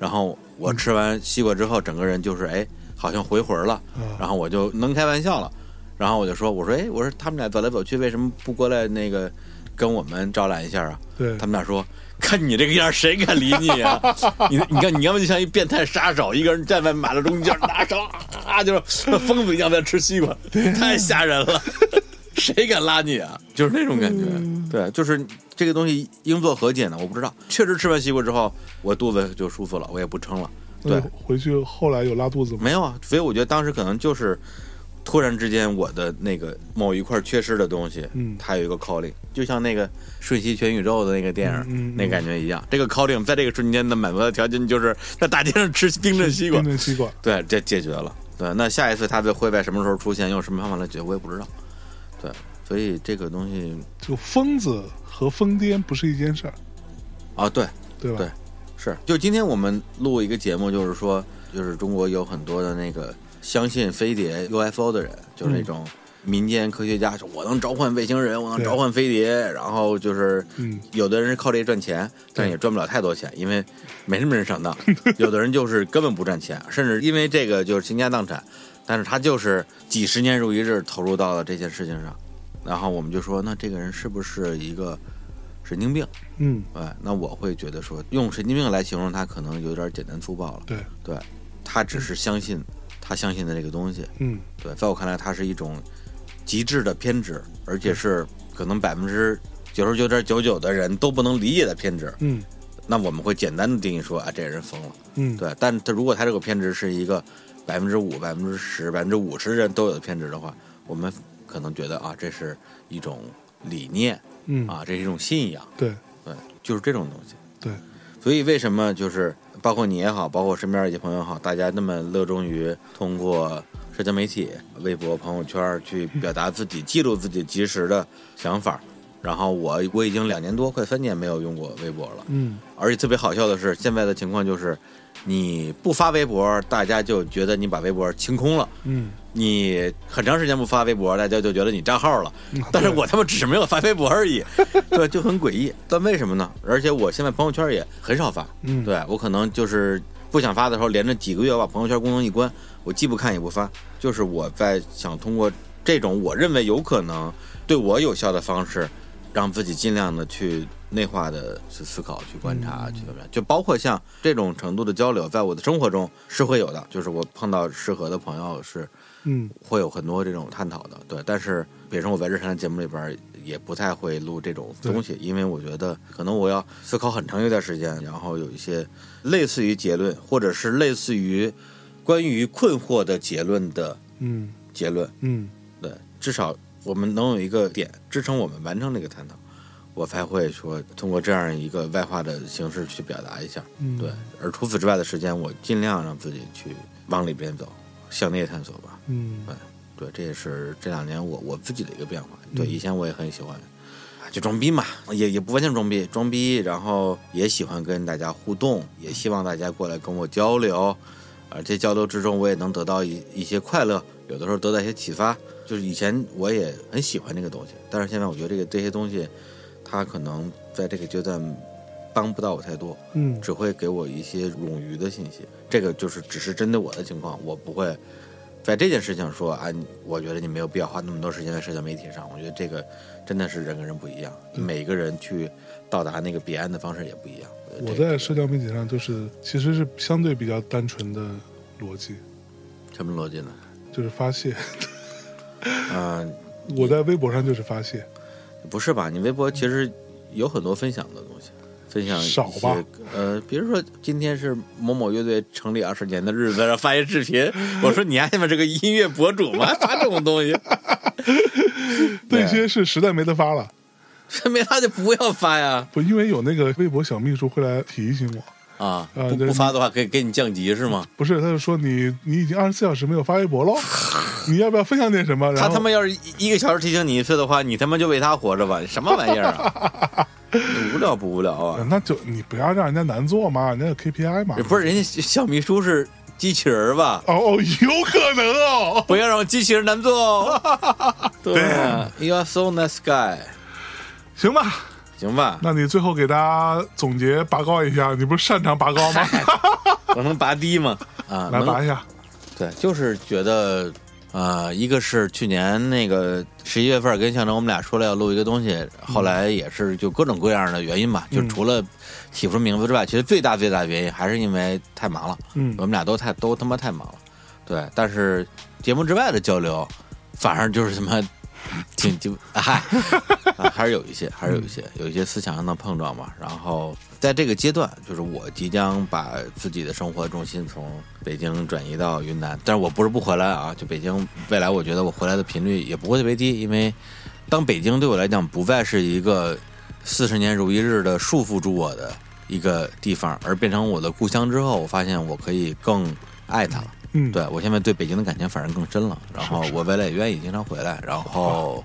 S2: 然后我吃完西瓜之后，整个人就是哎，好像回魂了
S1: 嗯，
S2: 然后我就能开玩笑了。然后我就说，我说哎，我说他们俩走来走去，为什么不过来那个跟我们招揽一下啊？
S1: 对
S2: 他们俩说。看你这个样儿，谁敢理你啊？你你看，你要么就像一变态杀手，一个人站在马路中间拿勺啊，就是疯子一样在吃西瓜，太吓人了， 谁敢拉你啊？就是那种感觉。对，就是这个东西应做何解呢？我不知道。确实吃完西瓜之后，我肚子就舒服了，我也不撑了。
S1: 那
S2: 对，
S1: 回去后来有拉肚子吗？
S2: 没有啊，所以我觉得当时可能就是突然之间我的那个某一块缺失的东西，
S1: 嗯
S2: 它有一个 calling，就像那个《瞬息全宇宙》的那个电影、
S1: 嗯嗯嗯
S2: 那感觉一样。这个 calling 在这个瞬间的满足的条件就是在大街上吃冰镇西瓜
S1: 冰，镇西瓜，
S2: 对，这解决了。对，那下一次它会在什么时候出现，用什么方法来解决，我也不知道。对，所以这个东西
S1: 就疯子和疯癫不是一件事儿，
S2: 啊，对，
S1: 对吧？
S2: 对是，就今天我们录一个节目，就是说就是中国有很多的那个相信飞碟 UFO 的人，就是
S1: 嗯
S2: 那种民间科学家，说我能召唤外星人，我能
S1: 对
S2: 召唤飞碟，然后就是
S1: 嗯
S2: 有的人是靠这赚钱，但也赚不了太多钱，因为没什么人上当；有的人就是根本不赚钱，甚至因为这个就是倾家荡产，但是他就是几十年如一日投入到了这件事情上。然后我们就说，那这个人是不是一个神经病？
S1: 嗯，
S2: 对，哎那我会觉得说，用神经病来形容他，可能有点简单粗暴了。
S1: 对，
S2: 对他只是相信他相信的这个东西。
S1: 嗯，
S2: 对，在我看来，它是一种极致的偏执，而且是可能百分之九十九点九九的人都不能理解的偏执。
S1: 嗯，
S2: 那我们会简单的定义说，啊，这人疯了。
S1: 嗯，
S2: 对，但他如果他这个偏执是一个百分之五、百分之十、百分之五十人都有的偏执的话，我们可能觉得啊，这是一种理念
S1: 嗯，
S2: 啊，这是一种信仰。
S1: 对，
S2: 对，就是这种东西。
S1: 对，
S2: 所以为什么就是包括你也好，包括身边的一些朋友也好，大家那么热衷于通过社交媒体、微博、朋友圈去表达自己、记录自己及时的想法。然后我我已经两年多，快三年没有用过微博了。
S1: 嗯，
S2: 而且特别好笑的是，现在的情况就是，你不发微博，大家就觉得你把微博清空了；
S1: 嗯，
S2: 你很长时间不发微博，大家就觉得你账号了。
S1: 嗯
S2: 但是我他妈只是没有发微博而 已，对，就很诡异。但为什么呢？而且我现在朋友圈也很少发，
S1: 嗯
S2: 对我可能就是不想发的时候，连着几个月我把朋友圈功能一关，我既不看也不发，就是我在想通过这种我认为有可能对我有效的方式，让自己尽量的去内化的去思考、去观
S1: 嗯
S2: 察、去怎么样，就包括像这种程度的交流，在我的生活中是会有的，就是我碰到适合的朋友是。
S1: 嗯，
S2: 会有很多这种探讨的，对。但是，比如说我在日常的节目里边儿也不太会录这种东西，因为我觉得可能我要思考很长一段时间，然后有一些类似于结论，或者是类似于关于困惑的结论的
S1: 嗯，
S2: 结论，
S1: 嗯，
S2: 对。至少我们能有一个点支撑我们完成这个探讨，我才会说通过这样一个外化的形式去表达一下，
S1: 嗯，
S2: 对。而除此之外的时间，我尽量让自己去往里边走，向内探索吧。
S1: 嗯，
S2: 对，这也是这两年我我自己的一个变化。对，
S1: 嗯
S2: 以前我也很喜欢，啊就装逼嘛，也也不完全装逼，装逼，然后也喜欢跟大家互动，也希望大家过来跟我交流，而这交流之中我也能得到一一些快乐，有的时候得到一些启发。就是以前我也很喜欢这个东西，但是现在我觉得这个这些东西，它可能在这个阶段帮不到我太多。
S1: 嗯，
S2: 只会给我一些冗余的信息。这个就是只是针对我的情况，我不会在这件事情说啊，你我觉得你没有必要花那么多时间在社交媒体上。我觉得这个真的是人跟人不一样，
S1: 嗯
S2: 每个人去到达那个彼岸的方式也不一样。觉得
S1: 我
S2: 这个
S1: 在社交媒体上就是其实是相对比较单纯的逻辑，
S2: 什么逻辑呢？
S1: 就是发泄。
S2: 嗯、
S1: 我在微博上就是发泄，
S2: 不是吧？你微博其实有很多分享的东西。分享一些
S1: 少吧？
S2: 呃，比如说今天是某某乐队成立二十年的日子，然后发一视频，我说你还他妈是个音乐博主吗？还发这种东西？
S1: 那些是实在没得发了，
S2: 这没他就不要发呀
S1: 不因为有那个微博小秘书会来提醒我，
S2: 啊！
S1: 啊
S2: 不
S1: 对
S2: 不发的话，可以给你降级是吗？
S1: 不是，他就说你你已经二十四小时没有发微博喽，你要不要分享点什么？然
S2: 他
S1: 后
S2: 他妈要是一一个小时提醒你一次的话，你他妈就为他活着吧！什么玩意儿啊？ 你无聊不无聊
S1: 呃
S2: 啊？
S1: 那就你不要让人家难做嘛，人家有 KPI 嘛。
S2: 不是，人家小秘书是机器人吧？
S1: 哦哦，有可能哦。
S2: 不要让机器人难做哦。 对 啊，You are so nice guy，
S1: 行吧，
S2: 行吧？
S1: 那你最后给大家总结拔高一下，你不是擅长拔 高吗？
S2: 哎我能拔低吗？啊，
S1: 来
S2: 能
S1: 拔一下。
S2: 对，就是觉得，呃，一个是去年那个十一月份跟向征我们俩说了要录一个东西，后来也是就各种各样的原因吧，就除了起不出名字之外，其实最大最大的原因还是因为太忙了，
S1: 嗯
S2: 我们俩都太都他妈太忙了，对，但是节目之外的交流，反而就是他妈。挺 就嗨、啊还是有一些，还是有一些，有一些思想上的碰撞吧。然后在这个阶段，就是我即将把自己的生活重心从北京转移到云南，但是我不是不回来啊，就北京未来，我觉得我回来的频率也不会特别低，因为当北京对我来讲不再是一个四十年如一日的束缚住我的一个地方，而变成我的故乡之后，我发现我可以更爱它了。
S1: 嗯，
S2: 对我现在对北京的感情反而更深了。然后我未来也愿意经常回来，然后。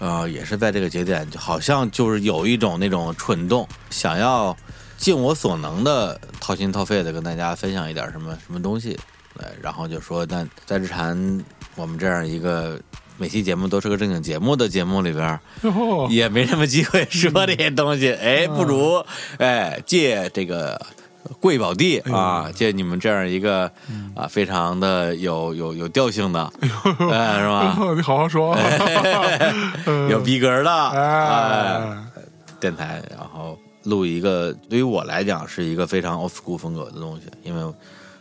S2: 呃，也是在这个节点，就好像就是有一种那种蠢动，想要尽我所能的掏心掏肺的跟大家分享一点什么什么东西，对，然后就说，那在日坛我们这样一个每期节目都是个正经节目的节目里边儿，
S1: 然后
S2: 也没什么机会说这些东西，哎，不如哎借这个。贵宝地啊，借你们这样一个啊，非常的有有有调性的， 哎，是吧？
S1: 你好好说， 嗯
S2: 有哎逼格的，哎，
S1: 哎，
S2: 电台，然后录一个，对于我来讲是一个非常 old school 风格的东西，因为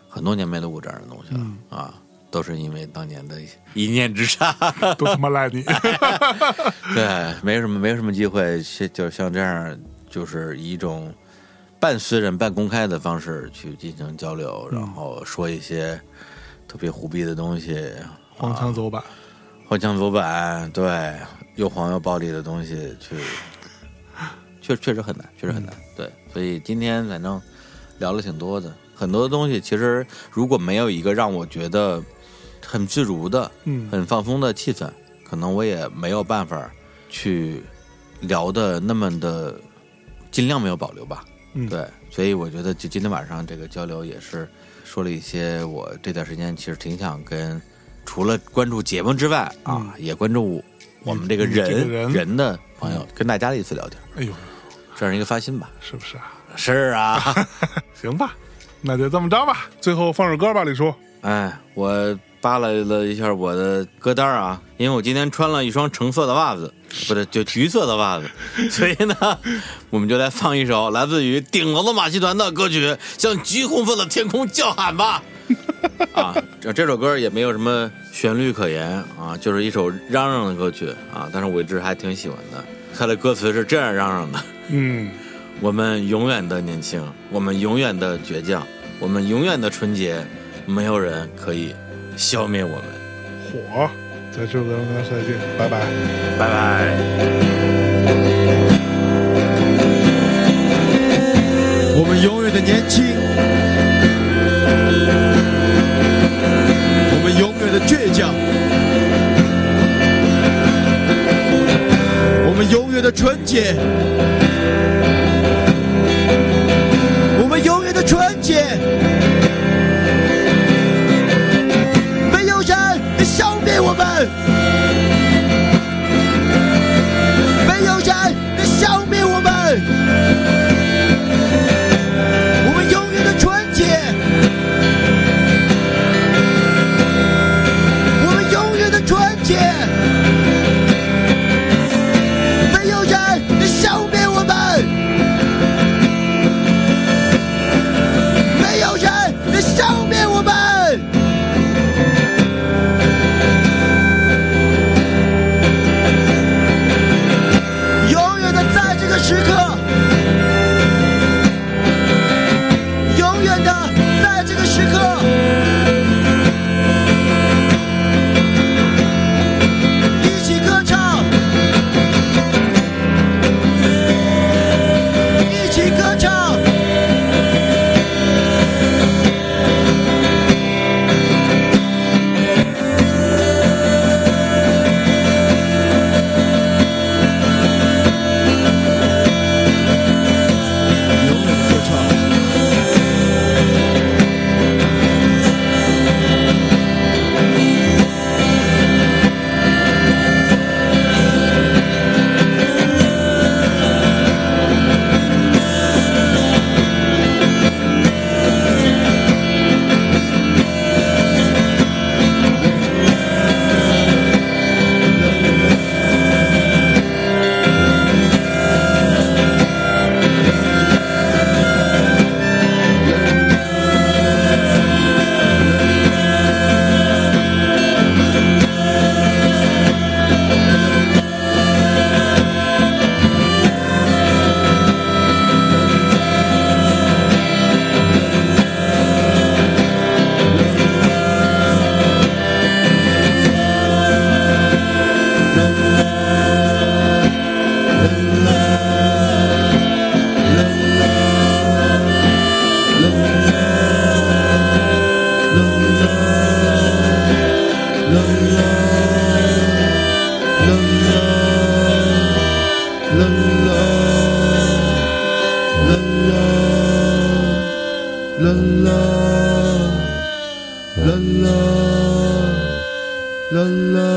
S2: 很多年没录过这样的东西了、啊，都是因为当年的一念之差，
S1: 都他妈赖你，
S2: 哎对，没什么没什么机会，像就像这样，就是以一种半私人半公开的方式去进行交流，然后说一些特别胡逼的东西，
S1: 荒腔走
S2: 啊
S1: 板，
S2: 荒腔走板，对，又黄又暴力的东西去，确确实很难，确实很难。对，所以今天反正聊了挺多的，很多东西其实如果没有一个让我觉得很自如的、
S1: 嗯
S2: 很放松的气氛，可能我也没有办法去聊的那么的，尽量没有保留吧。
S1: 嗯
S2: 对，所以我觉得就今天晚上这个交流也是说了一些我这段时间其实挺想跟除了关注节目之外啊，也关注我我们这个
S1: 嗯你这
S2: 人
S1: 个人嗯
S2: 的朋友，跟大家的一次聊天，
S1: 哎呦，
S2: 这样一个发心吧。
S1: 是不是啊？
S2: 是 啊，
S1: 行吧，那就这么着吧，最后放首歌吧，李叔，
S2: 哎，我扒拉了一下我的歌单啊，因为我今天穿了一双橙色的袜子，不对，就橘色的袜子，所以呢，我们就来放一首来自于顶楼的马戏团的歌曲《向橘红色的天空叫喊吧》。啊，这这首歌也没有什么旋律可言啊，就是一首嚷嚷的歌曲啊，但是我一直还挺喜欢的。它的歌词是这样嚷嚷的。
S1: 嗯，
S2: 我们永远的年轻，我们永远的倔强，我们永远的纯洁，没有人可以消灭我们。
S1: 火，在这跟大家再见，拜拜。
S2: 拜拜。
S3: 我们永远的年轻，我们永远的倔强，我们永远的纯洁，我们永远的纯洁，没有人能消灭我们，没有人能消灭我们。我们永远的纯洁，我们永远的纯洁，没有人能消灭我们，没有人能消灭我们。永远的在这个时刻。永远的在这个时刻。一起歌唱，一起歌唱。永远的歌唱。La la la la la 啦啦啦啦啦啦。